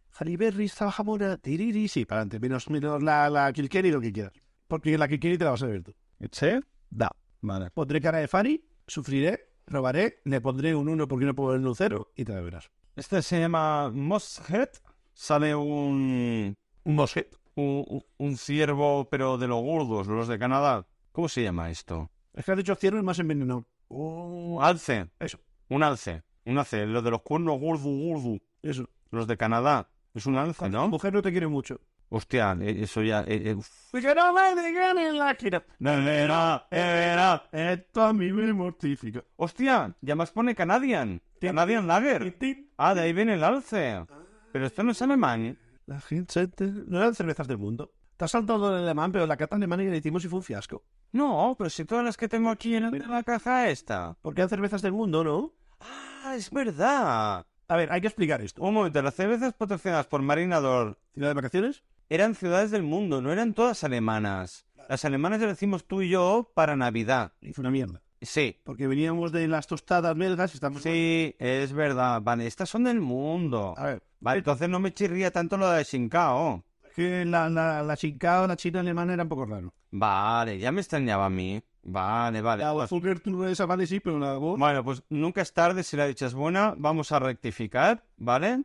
B: Jaliberry, Zabajamona, tiriri. Sí, para adelante. Menos, menos la, la Kilkenny, lo que quieras. Porque la Kilkenny te la vas a ver tú.
D: ¿Sí? Da. Vale.
B: Pondré cara de Fanny, sufriré, robaré, le pondré un 1 porque no puedo ponerle un 0 y te la verás.
A: Este se llama Moshead. Sale un,
B: Un mosquet.
A: un, un- un ciervo, pero de los gordos, los de Canadá. ¿Cómo se llama esto?
B: Es que has dicho ciervo y más envenenado.
A: Un alce.
B: Eso.
A: Un alce. Un alce. Los de los cuernos gordu, gordu.
B: Eso.
A: Los de Canadá. Es un alce,
B: La
A: ¿no?
B: mujer no te quiere mucho.
A: Hostia, eh, eso ya. eh, eh, uf.
B: Que no me digan en la gira.
A: De veras, de veras.
B: Esto a mí me mortifica.
A: Hostia, ya más pone Canadian. Canadian Lager. Ah, de ahí viene el alce. Pero esto no es alemán. ¿eh?
B: La gente te- no eran cervezas del mundo. Te has saltado el alemán, pero la cata alemana que le hicimos y fue un fiasco.
A: No, pero si todas las que tengo aquí en la caja esta.
B: Porque eran cervezas del mundo, ¿no?
A: Ah, es verdad.
B: A ver, hay que explicar esto.
A: Un momento, las cervezas patrocinadas por Marinador
B: ¿Ciudad de vacaciones?
A: eran ciudades del mundo, no eran todas alemanas. Las alemanas las decimos tú y yo para Navidad.
B: Y fue una mierda.
A: Sí.
B: Porque veníamos de las tostadas belgas y estamos...
A: Sí, es verdad. Vale, estas son del mundo.
B: A ver,
A: Vale, entonces no me chirría tanto lo de Shinkao.
B: es que la, la, la chincao, la china alemana era un poco raro.
A: Vale, ya me extrañaba a mí. Vale, vale.
B: La Zucker tú no esa vale sí, pero la voz...
A: Bueno, pues nunca es tarde si la dicha es buena. Vamos a rectificar, ¿vale?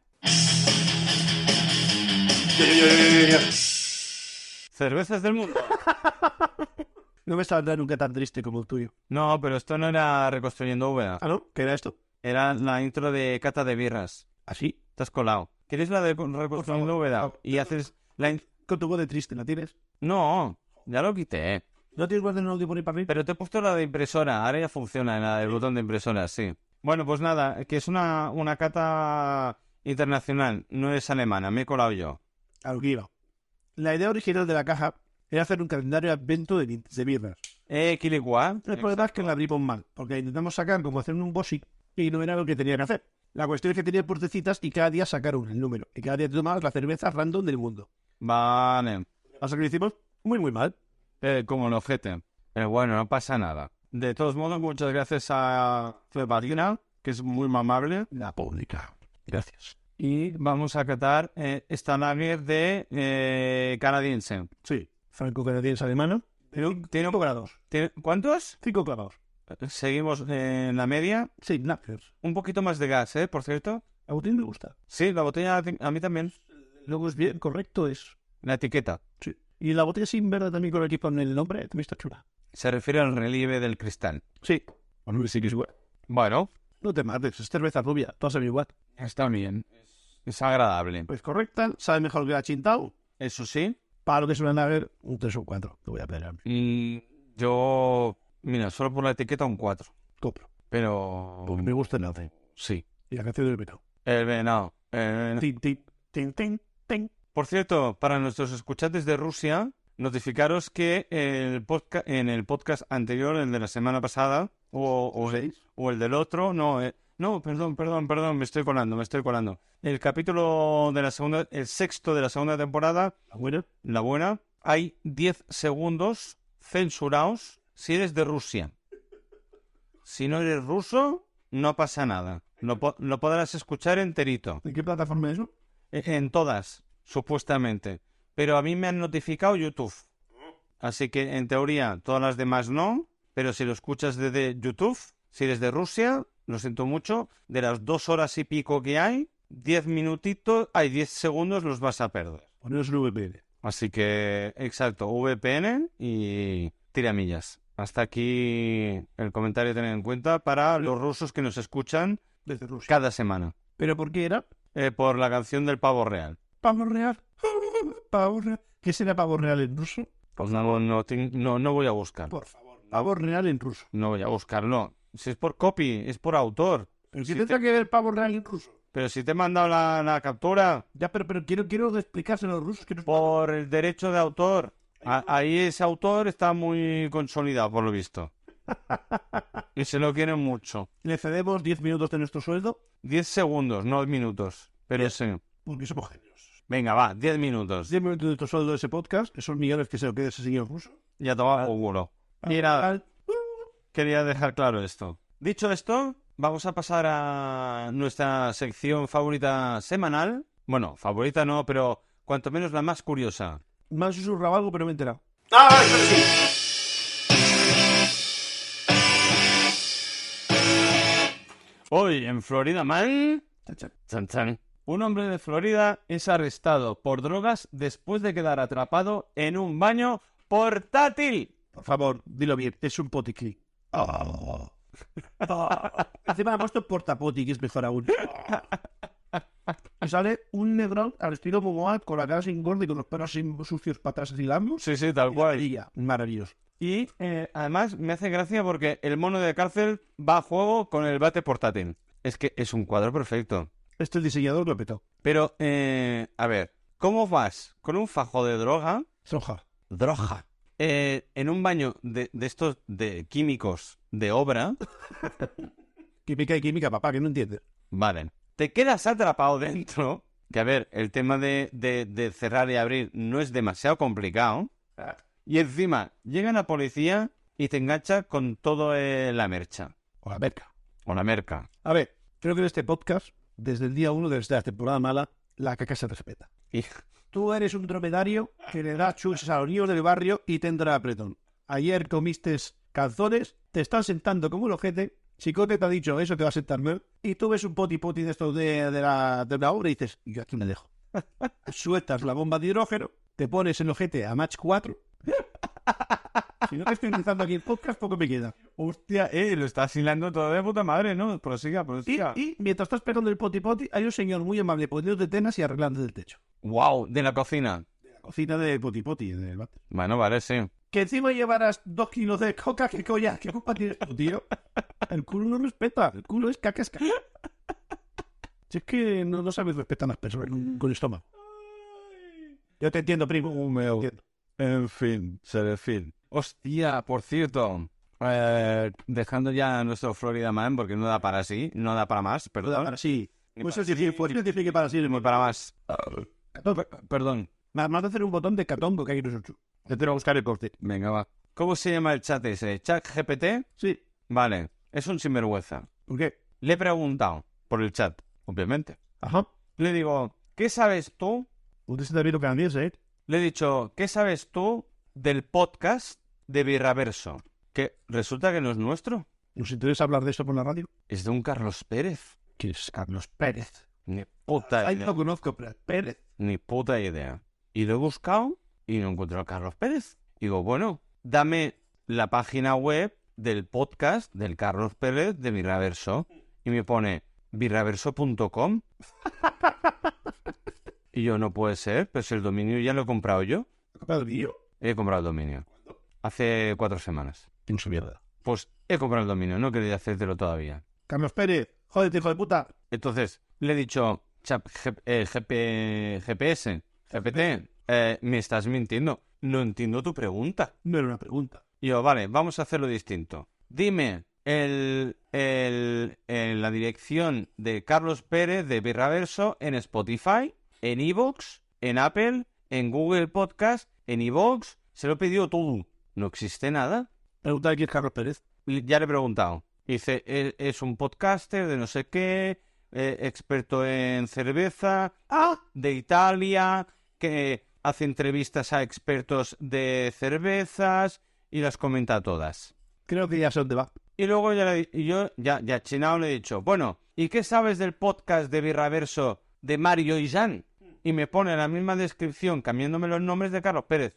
A: Cervezas del mundo.
B: No me saldrá nunca tan triste como el tuyo.
A: No, pero esto no era reconstruyendo V.
B: Ah, ¿no? ¿Qué era esto?
A: Era la intro de Cata de Birras.
B: ¿Así?
A: Te has colado. ¿Quieres la de Reconstruyendo V? Y haces la... in-
B: Con tu voz de triste, ¿la tienes?
A: No, ya lo quité.
B: ¿No tienes guardado un audio por ahí para arriba?
A: Pero te he puesto la de impresora. Ahora ya funciona la del botón de impresora, sí. Bueno, pues nada, que es una, una cata internacional. No es alemana, me he colado yo.
B: A lo que iba. La idea original de la caja era hacer un calendario de advento de, vin- de birras.
A: Eh, Kilikua.
B: El problema es que la abrimos mal, porque intentamos sacar como hacer un bossy y no era lo que tenía que hacer. La cuestión es que tenía puertecitas y cada día sacaron el número. Y cada día te tomabas la cerveza random del mundo.
A: Vale.
B: Pasa que lo hicimos muy, muy mal.
A: Eh, como el ojete. Pero bueno, no pasa nada. De todos modos, muchas gracias a Cebarina, que es muy mamable.
B: La pública.
D: Gracias.
A: Y vamos a catar eh, esta lager de eh, canadiense.
B: Sí. Franco canadiense alemana. Tiene
A: Tiene
B: cinco
A: un-
B: grados.
A: tiene- ¿Cuántos?
B: Cinco clavados.
A: Seguimos eh, en la media.
B: Sí, Nackers.
A: Un poquito más de gas, ¿eh? Por cierto.
B: A Agustín le gusta.
A: Sí, la botella a ti- a mí también.
B: Luego es bien correcto, es.
A: La etiqueta.
B: Sí. Y la botella sin verde también con el equipo en el nombre, también está chula.
A: Se refiere al relieve del cristal.
B: Sí.
A: Bueno,
B: No te mates, es cerveza rubia, tú has sabido igual.
A: está bien. Es agradable.
B: Pues correcta, sabe mejor que la Chintao.
A: Eso sí,
B: Para lo que suelen haber, un 3 o un 4. Te voy a pedir,
A: Mm, yo, mira, solo por la etiqueta un 4.
B: compro.
A: Pero
B: Porque me gusta el hace.
A: sí.
B: Y la canción del verano.
A: El venado. el venado.
B: Tin, tin, tin, tin, tin.
A: Por cierto, para nuestros escuchantes de Rusia, notificaros que el podca- en el podcast anterior, el de la semana pasada, o, o, o el del otro, no, eh, no, perdón, perdón, perdón, me estoy colando, me estoy colando. El capítulo de la segunda, el sexto de la segunda temporada,
B: La buena.
A: la buena, hay 10 segundos censurados si eres de Rusia. Si no eres ruso, no pasa nada. Lo, po- lo podrás escuchar enterito.
B: ¿De qué plataforma es eso?
A: En en todas, Eh, supuestamente. pero a mí me han notificado YouTube. Así que, en teoría, todas las demás no, pero si lo escuchas desde YouTube, si eres de Rusia, lo siento mucho, de las dos horas y pico que hay, diez minutitos, hay diez segundos los vas a perder.
B: Poneros un VPN.
A: Así que, exacto, VPN y tiramillas. Hasta aquí el comentario a tener en cuenta para los rusos que nos escuchan
B: Desde Rusia.
A: cada semana.
B: ¿Pero por qué era?
A: Eh, por la canción del pavo real.
B: Pavo real. Pavo real. ¿Qué será pavo real en ruso?
A: Pues no, no, ten- no, no voy a buscar.
B: Por favor. Pavo real en ruso.
A: No voy a buscarlo. Si es por copy, es por autor.
B: ¿Pero qué tendrá que ver pavo real en ruso?
A: Pero si te he mandado la, la captura
B: Ya, pero, pero quiero, quiero explicárselo a los rusos que no
A: por el derecho de autor. A- ahí ese autor está muy consolidado, por lo visto. Y se lo quieren mucho.
B: le cedemos 10 minutos de nuestro sueldo
A: Diez segundos, no minutos. Pero sí.
B: porque somos genios.
A: Venga, va, diez minutos.
B: 10 minutos de nuestro sueldo de ese podcast, esos millones que se lo quede ese señor ruso.
A: Ya tomaba por culo.
B: Ah,
A: Y nada,
B: Mira.
A: Quería dejar claro esto. Dicho esto, vamos a pasar a nuestra sección favorita semanal. Bueno, favorita no, pero cuanto menos la más curiosa.
B: Me han susurrado algo, pero me he enterado.
F: Ah, vale, pero sí.
A: Hoy en Florida Man,
B: Chan, chan.
A: chan, chan, un hombre de Florida es arrestado por drogas después de quedar atrapado en un baño portátil.
B: Por favor, dilo bien, es un poticlí. Encima ha puesto portapoti, que es mejor aún. Y sale un negrón al estilo Momoa con la cara sin gorda y con los perros sin sucios para atrás así lambos.
A: Sí, sí, tal
B: Y
A: cual.
B: brilla. Maravilloso.
A: Y eh, además me hace gracia porque el mono de cárcel va a juego con el bate portátil. Es que es un cuadro perfecto.
B: Este el diseñador lo petó.
A: Pero, eh, a ver, ¿cómo vas con un fajo de droga?
B: Soja.
A: Droga. Eh, en un baño de, de estos de químicos de obra,
B: Química y química, papá, que no entiendes.
A: vale. Te quedas atrapado dentro. Que a ver, el tema de, de- de cerrar y abrir no es demasiado complicado. Y encima, llega la policía y te engancha con todo eh, la mercha.
B: O la verga.
A: O la merca.
B: A ver, creo que en este podcast, desde el día uno, desde la temporada mala, la caca se respeta.
A: Y-
B: Tú eres un dromedario que le da chuches a los niños del barrio y tendrá apretón. Ayer comiste calzones, te están sentando como un ojete, Chicote te ha dicho eso te va a sentar mal, y tú ves un poti poti de estos de, de la, de la obra y dices, yo aquí me dejo. Sueltas la bomba de hidrógeno, te pones el ojete a match 4. Si no te estoy utilizando aquí el podcast, poco me queda.
A: Hostia, eh, lo estás hilando todo de puta madre, ¿no? Prosiga,
B: Y,
A: prosiga.
B: y mientras estás pegando el poti poti, hay un señor muy amable poniéndote tenas y arreglándote el techo.
A: Wow, de la cocina.
B: La cocina de poti poti, del váter.
A: Bueno, vale, sí.
B: Que encima llevarás dos kilos de coca, que coña, qué culpa tienes tú, tío. El culo no respeta, el culo es caca, es caca. Si es que no, no sabes respetar a las personas con, con estómago. Yo te entiendo, primo. Entiendo.
A: En fin, fin. Hostia, por cierto. eh, dejando ya nuestro Florida Man, porque no da para sí, no da para más, perdón.
B: Ahora sí.
A: Ni
B: Pues
A: para
B: es difícil, pues es difícil que para sí.
A: Ni para más.
B: Catón.
A: Perdón.
B: Me has de hacer un botón de catón porque aquí no es Te tengo que buscar el corte.
A: Venga, va. ¿Cómo se llama el chat ese? ¿Chat GPT?
B: Sí.
A: Vale, es un sinvergüenza.
B: ¿Por qué?
A: Le he preguntado por el chat, obviamente.
B: Ajá.
A: Le digo, ¿qué sabes tú?
B: Usted se también lo canadiense, ¿eh?
A: Le he dicho, ¿qué sabes tú del podcast de Birraverso? Que resulta que no es nuestro,
B: ¿Nos interesa hablar de esto por la radio?
A: es de un Carlos Pérez.
B: Que es Carlos Pérez.
A: Ni puta
B: Ahí
A: idea.
B: lo conozco, pero Pérez.
A: Ni puta idea. Y lo he buscado y no encuentro a Carlos Pérez. Digo, bueno, dame la página web del podcast del Carlos Pérez de Virraverso. Y me pone virraverso.com. y yo, no puede ser, pero si el dominio ya lo he comprado yo.
B: He comprado el vídeo.
A: He comprado el dominio. Hace cuatro semanas.
B: En su mierda.
A: Pues he comprado el dominio, no quería hacértelo todavía.
B: Carlos Pérez, jódete, hijo de puta.
A: Entonces, le he dicho, chap, G- eh, GP GPS, GPT, eh, me estás mintiendo. No entiendo tu pregunta.
B: No era una pregunta.
A: Y yo, vale, vamos a hacerlo distinto. Dime el, el- el- la dirección de Carlos Pérez de Birraverso en Spotify, en Evox, en Apple, en Google Podcast, en Evox. Se lo he pedido todo. No existe nada.
B: Preguntar quién es Carlos Pérez.
A: ya le he preguntado. Dice, "E- es un podcaster de no sé qué, eh, experto en cerveza,
B: ¡Ah!
A: de Italia, que hace entrevistas a expertos de cervezas y las comenta todas.
B: Creo que ya sé dónde va.
A: Y luego ya le- y yo, ya, ya Chinao le he dicho, bueno, ¿y qué sabes del podcast de Birraverso de Mario y Jan? Y me pone la misma descripción cambiándome los nombres de Carlos Pérez.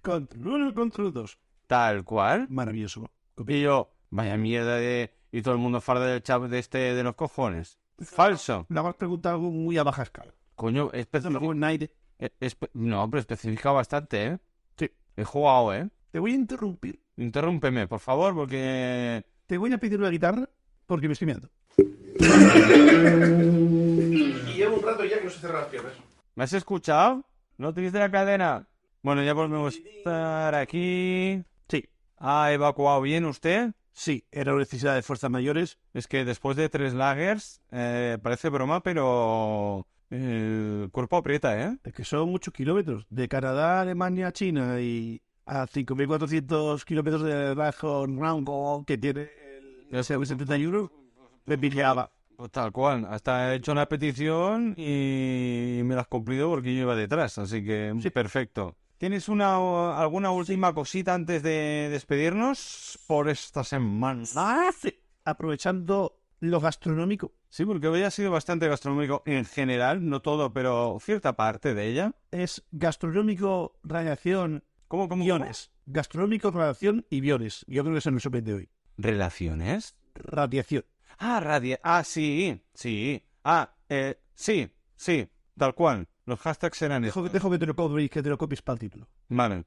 B: Control 1, Control 2.
A: Tal cual.
B: Maravilloso.
A: Y yo, vaya mierda de... Y todo el mundo farda del chavo de este de los cojones. Falso.
B: La has preguntado algo muy a baja escala.
A: Coño,
B: Eso me
A: especifica...
B: fue en aire.
A: No, pero especifica bastante, ¿eh?
B: Sí.
A: He jugado, ¿eh?
B: Te voy a interrumpir.
A: Interrúmpeme, por favor, porque...
B: Te voy a pedir una guitarra porque me estoy mirando. y llevo un rato ya que no se cerran las piernas.
A: ¿Me has escuchado? ¿No tuviste la cadena? Bueno, ya volvemos a estar aquí.
B: Sí,
A: ¿Ha evacuado bien usted?
B: sí, era una necesidad de fuerzas mayores.
A: Es que después de tres lagers, eh, parece broma, pero eh, el cuerpo aprieta, ¿eh?
B: Es que son muchos kilómetros. De Canadá, a Alemania, a China y a 5.400 kilómetros de bajo rango que tiene el SW-71, me vigiaba.
A: Pues tal cual, hasta he hecho una petición y me la has cumplido porque yo iba detrás, así que
B: Sí.
A: perfecto. ¿Tienes una o- alguna última cosita antes de despedirnos por esta semana?
B: Aprovechando lo gastronómico.
A: Sí, porque hoy ha sido bastante gastronómico en general, no todo, pero cierta parte de ella.
B: Es gastronómico, radiación,
A: ¿Cómo, cómo?
B: guiones. Gastronómico, radiación y guiones. Yo creo que se nos sorprende hoy.
A: ¿Relaciones?
B: Radiación.
A: Ah, radia. Ah, sí, sí. Ah, eh, sí, sí, tal cual. Los hashtags eran
B: Dejo,
A: estos.
B: dejo que te lo copies, que te lo copies para el título.
A: Vale.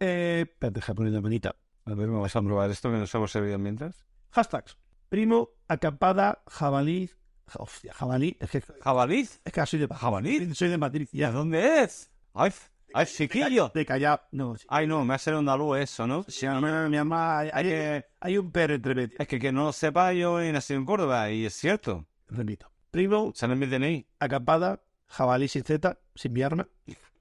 B: Eh, espérate, deja poner la manita.
A: A ver, ¿me vas a probar esto que nos hemos servido mientras?
B: Hashtags. Primo, acampada, jabalí. ja- Hostia, jabalí. Es que, es
A: ¿Jabaliz?
B: que soy de
A: ¿Jabalí?
B: Soy de Madrid. Ya,
A: ¿Dónde es? ¡Ay, ay chiquillo!
B: De Callao. No, sí.
A: Ay, no, me hace andaluz eso, ¿no?
B: Sí, no, no, no, mi mamá, hay, hay- hay un perro entre medio.
A: Es que que no lo sepa, yo he nacido en Córdoba, y es cierto.
B: Repito. Primo,
A: Sale en mi DNI.
B: acampada, jabalí sin Z, sin mi arma.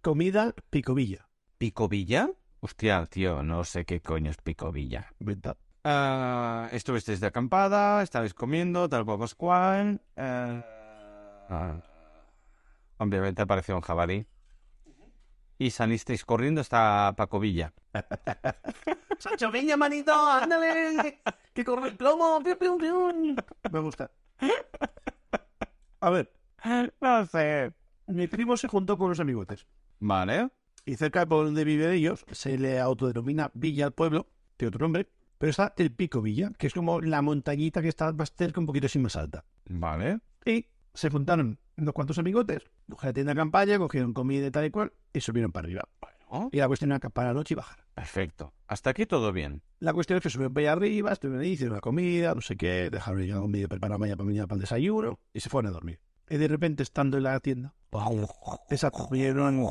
B: Comida, picovilla.
A: ¿Picovilla? Hostia, tío, no sé qué coño es Picovilla.
B: Verdad.
A: Ah, estuvisteis de acampada, estabais comiendo, tal cual Pascual. eh. Ah. obviamente apareció un jabalí. Y salisteis corriendo hasta Pacovilla.
B: Sancho, venga, manito, ándale. Que corre el plomo. piu, piu, piu. Me gusta. A ver,
A: No sé.
B: mi primo se juntó con unos amigotes.
A: Vale.
B: Y cerca de por donde viven ellos se le autodenomina Villa al pueblo, de otro nombre, pero está el Pico Villa, que es como la montañita que está más cerca, un poquito así más alta.
A: Vale.
B: Y se juntaron unos cuantos amigotes, cogieron la tienda de campaña, cogieron comida y tal y cual, y subieron para arriba.
A: Bueno,
B: Y la cuestión era acampar a la noche y bajar.
A: perfecto. Hasta aquí todo bien.
B: La cuestión es que subieron para allá arriba, estuvieron ahí, hicieron la comida, no sé qué, dejaron ya la comida preparada mañana para mañana para el desayuno, y se fueron a dormir. Y de repente, estando en la tienda, desacogieron.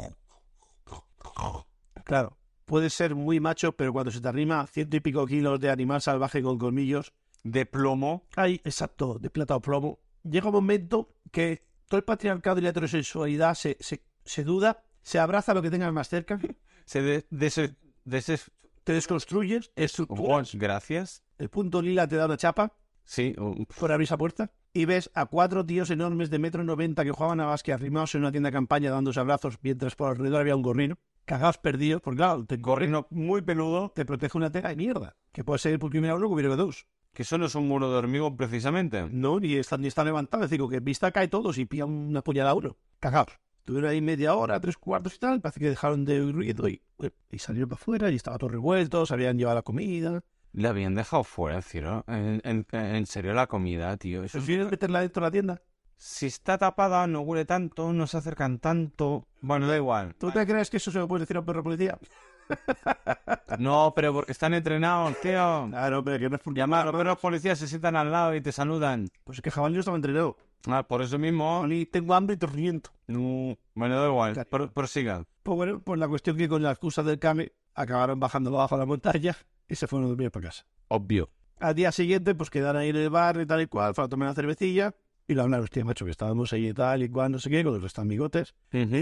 B: Claro, puede ser muy macho, pero cuando se te arrima ciento y pico kilos de animal salvaje con colmillos,
A: De plomo.
B: ay, exacto, de plata o plomo, llega un momento que todo el patriarcado y la heterosexualidad se, se, se duda, se abraza a lo que tengas más cerca,
A: Se de, des- deses-
B: te desconstruyes,
A: Oh,
B: estructuras,
A: Gracias.
B: el punto lila te da una chapa,
A: Sí. uh,
B: por abrir esa puerta y ves a cuatro tíos enormes de metro noventa que jugaban a básquet arrimados en una tienda de campaña dándose abrazos mientras por alrededor había un gorrino. Cagados perdidos, porque claro, te
A: Gorrino muy peludo.
B: te protege una tela de mierda. Que puede ser por primera uno que hubiera dos.
A: Que eso no es un muro de hormigón precisamente.
B: No, ni están, ni están levantados. Es decir, con que en vista cae todos y pilla una puñalada a uno. Cagados. Tuvieron ahí media hora, tres cuartos y tal. Parece que dejaron de oír ruido y, y salieron para afuera y estaba todo revuelto. Se habían llevado la comida.
A: Le habían dejado fuera, Ciro. En, en- en serio, la comida, tío. Eso es
B: ¿Prefieres meterla dentro de la tienda?
A: Si está tapada, no huele tanto, no se acercan tanto. Bueno, da igual.
B: ¿Tú te crees que eso se lo puedes decir a un perro policía?
A: No, pero porque están entrenados, tío.
B: Claro, pero que no es por
A: Llamar, los perros policías se sientan al lado y te saludan.
B: Pues es que jabalí no estaba entrenado.
A: Ah, por eso mismo.
B: Jabalí, tengo hambre y torriento.
A: No, bueno, da igual.
B: Claro.
A: Pro- prosiga.
B: Pues bueno, pues la cuestión que con la excusa del cable acabaron bajando abajo a la montaña y se fueron a dormir para casa.
A: Obvio.
B: Al día siguiente, pues quedaron ahí en el bar y tal y cual, fueron a tomar una cervecilla y lo hablaron, hostia, macho, que estábamos ahí y tal y cual, no sé qué, con los restos amigotes.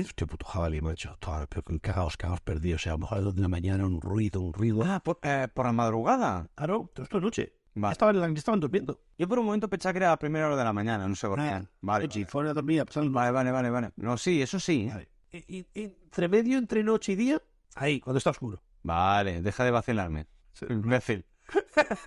B: Hostia, puto jabalí, macho, todo, pero con cagados, cagados perdidos, o sea, a lo mejor a las dos de la mañana, un ruido, un ruido.
A: Ah, por, eh, por la madrugada.
B: Claro, todo esto es noche.
A: Vale.
B: Estaban, estaban durmiendo.
A: Yo por un momento pensaba que era la primera hora de la mañana, no sé por qué.
B: Ah,
A: Vale,
B: Noche, fuera de dormir, pasaron-
A: vale, vale, vale, vale. No, sí, eso sí. ¿eh?
B: Y- y- y entre medio, entre noche y día, ahí, cuando está oscuro.
A: Vale, deja de vacilarme. Imbécil.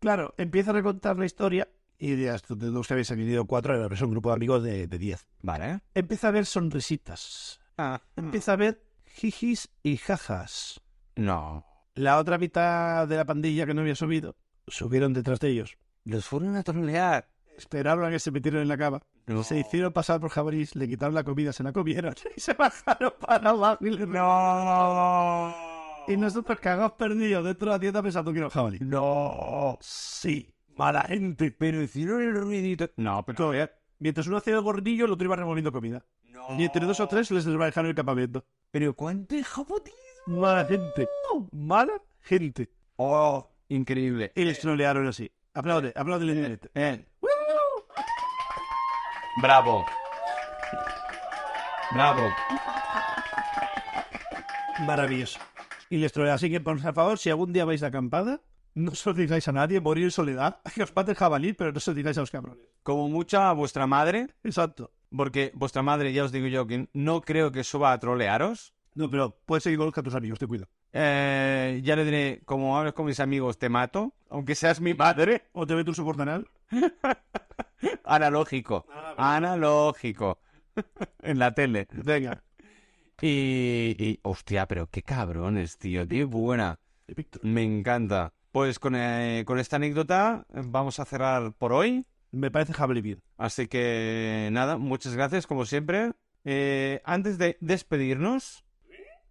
B: Claro, empieza a recontar la historia y dirás, tú tú que habéis venido cuatro, era un grupo de amigos de de diez.
A: Vale.
B: Empieza a ver sonrisitas. Ah,
A: Mm.
B: Empieza a ver jijis y jajas.
A: No.
B: La otra mitad de la pandilla que no había subido, subieron detrás de ellos.
A: Los fueron a trolear.
B: Esperaron a que se metieron en la cama.
A: No.
B: Se hicieron pasar por jabalís, le quitaron la comida, se la comieron y se bajaron para abajo. Y, les- y nosotros cagados perdidos dentro de la tienda pensando que era un jabalí.
A: No.
B: Sí, mala gente.
A: Pero hicieron el ruidito. No, pero.
B: Todo bien. Mientras uno hacía el gorrillo, el otro iba removiendo comida. Y entre dos o tres les desbarajaron el campamento.
A: Pero cuánto jabotín.
B: Mala gente. Mala gente.
A: Oh, increíble.
B: Y les trolearon así. Aplaude, aplaude.
A: Eh. Bravo. Bravo.
F: Maravilloso.
B: Y les trolearon. Así que, por favor, si algún día vais de acampada, no se lo digáis a nadie, morir en soledad. Que os mate el jabalí, pero no se lo digáis a los cabrones.
A: Como mucha a vuestra madre,
B: Exacto.
A: porque vuestra madre, ya os digo yo, que no creo que suba a trolearos.
B: No, pero puedes seguir con los que tus amigos, te cuido.
A: Eh, ya le diré, como hables con mis amigos, te mato. Aunque seas mi madre.
B: O te ve tu soportanal.
A: Analógico. Analógico. en la tele.
B: Venga.
A: Y, y- Hostia, pero qué cabrones, tío. Qué buena.
B: Y Víctor.
A: Me encanta. Pues con, eh, con esta anécdota eh, vamos a cerrar por hoy.
B: Me parece jabalí bien.
A: Así que nada, muchas gracias como siempre. Eh, antes de despedirnos,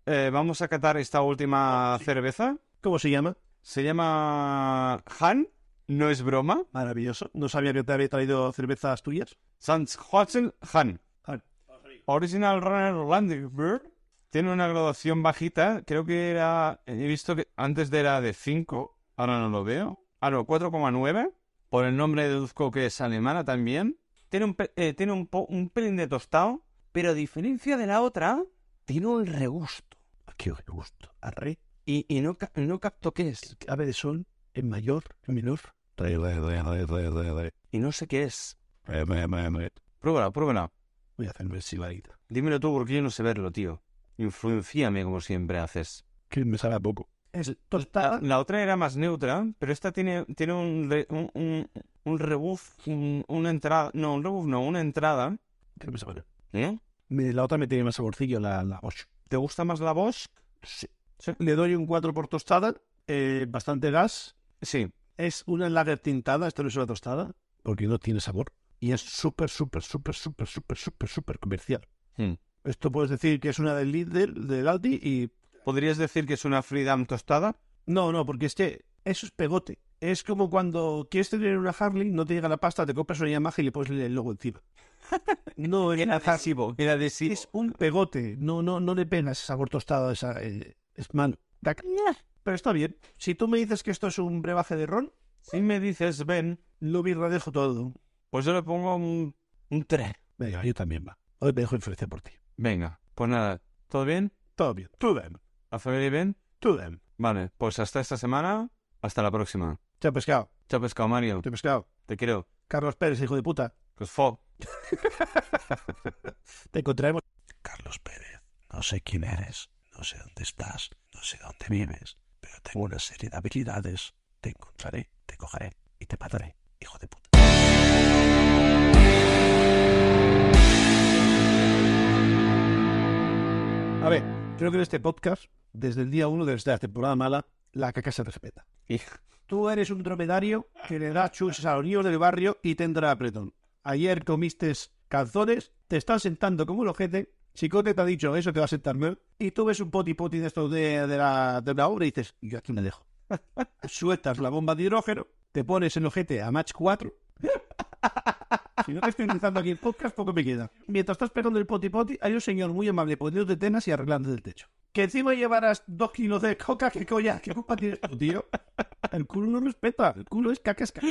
A: eh, vamos a catar esta última cerveza.
B: ¿Cómo se llama?
A: Se llama Han, no es broma.
B: Maravilloso. No sabía que te había traído cervezas tuyas.
A: Sandshotzen Han.
B: Han.
A: Original Runner Landing Bird. Tiene una graduación bajita. Creo que era. He visto que antes de era de 5. Ahora no lo veo. Ah, no, 4,9. Por el nombre deduzco que es alemana también. Tiene un, pe- eh, tiene un, po- un pelín de tostado. Pero a diferencia de la otra, tiene un regusto.
E: Ah, Qué gusto. Arre,
A: Y, y no, ca- no capto qué es.
E: ave de sol, es mayor, es menor. Re, re, re, re, re, re, re.
A: Y no sé qué es.
E: Re, re, re, re.
A: Pruébala, pruébala.
E: Voy a hacerme el siladita.
A: Dímelo tú porque yo no sé verlo, tío. Influenciame como siempre haces.
E: Que me sabe a poco.
B: Es tostada.
A: La otra era más neutra, pero esta tiene, tiene un, re- un, un, un rebuff, un- una entrada. No, un rebuff no, una entrada.
E: Que me sabe.
A: ¿Eh?
E: Me- La otra me tiene más saborcillo, la, la Bosch.
A: ¿Te gusta más la Bosch?
B: Le doy un 4 por tostada. eh, bastante gas.
A: Sí.
B: Es una lager tintada. Esto no es una tostada.
E: Porque no tiene sabor. Y es súper, súper, súper, súper, súper, súper, súper comercial.
A: Hmm.
B: Esto puedes decir que es una del Lidl, del Aldi y...
A: ¿Podrías decir que es una Freedom tostada?
B: No, no, porque es que eso es pegote. Es como cuando quieres tener una Harley, no te llega la pasta, te compras una Yamaha y le pones el logo encima. No, es una Harley.
A: El adhesivo.
B: Es un pegote. No, no, no le pegas ese sabor tostado. Esa, eh, es malo. Da ca- Pero está bien. Si tú me dices que esto es un brebaje de ron,
A: Si me dices ven,
B: lo dejo todo.
A: pues yo le pongo un, un 3.
E: Venga, yo también va. Hoy me dejo influenciar por ti.
A: Venga, pues nada. ¿Todo bien?
B: Todo bien. Tú ven.
A: ¿La familia bien?
B: Tú ven.
A: Vale, pues hasta esta semana. Hasta la próxima.
B: Chao pescado.
A: Chao, pescado Mario.
B: Chao pescado.
A: Te quiero.
B: Carlos Pérez, hijo de puta.
A: Que os fo.
B: Te encontraremos.
E: Carlos Pérez, no sé quién eres, no sé dónde estás, no sé dónde vives, pero tengo una serie de habilidades. Te encontraré, te cogeré y te mataré, hijo de puta.
B: A ver, creo que en este podcast, desde el día uno de esta temporada mala, la caca se respeta. Tú eres un dromedario que le da chuches a los niños del barrio y tendrá apretón. Ayer comiste calzones, te estás sentando como un ojete, Chicote te ha dicho eso, te va a sentar mal, y tú ves un poti poti de estos de, de la, de la obra y dices, yo aquí me dejo. Sueltas la bomba de hidrógeno, te pones el ojete a match 4. Si no te estoy utilizando aquí el podcast, poco me queda. Mientras estás pegando el poti poti, hay un señor muy amable poniéndote tenas y arreglándote el techo. Que encima llevarás dos kilos de coca, que coña, qué culpa tienes tú, tío. El culo no respeta, el culo es caca, es caca.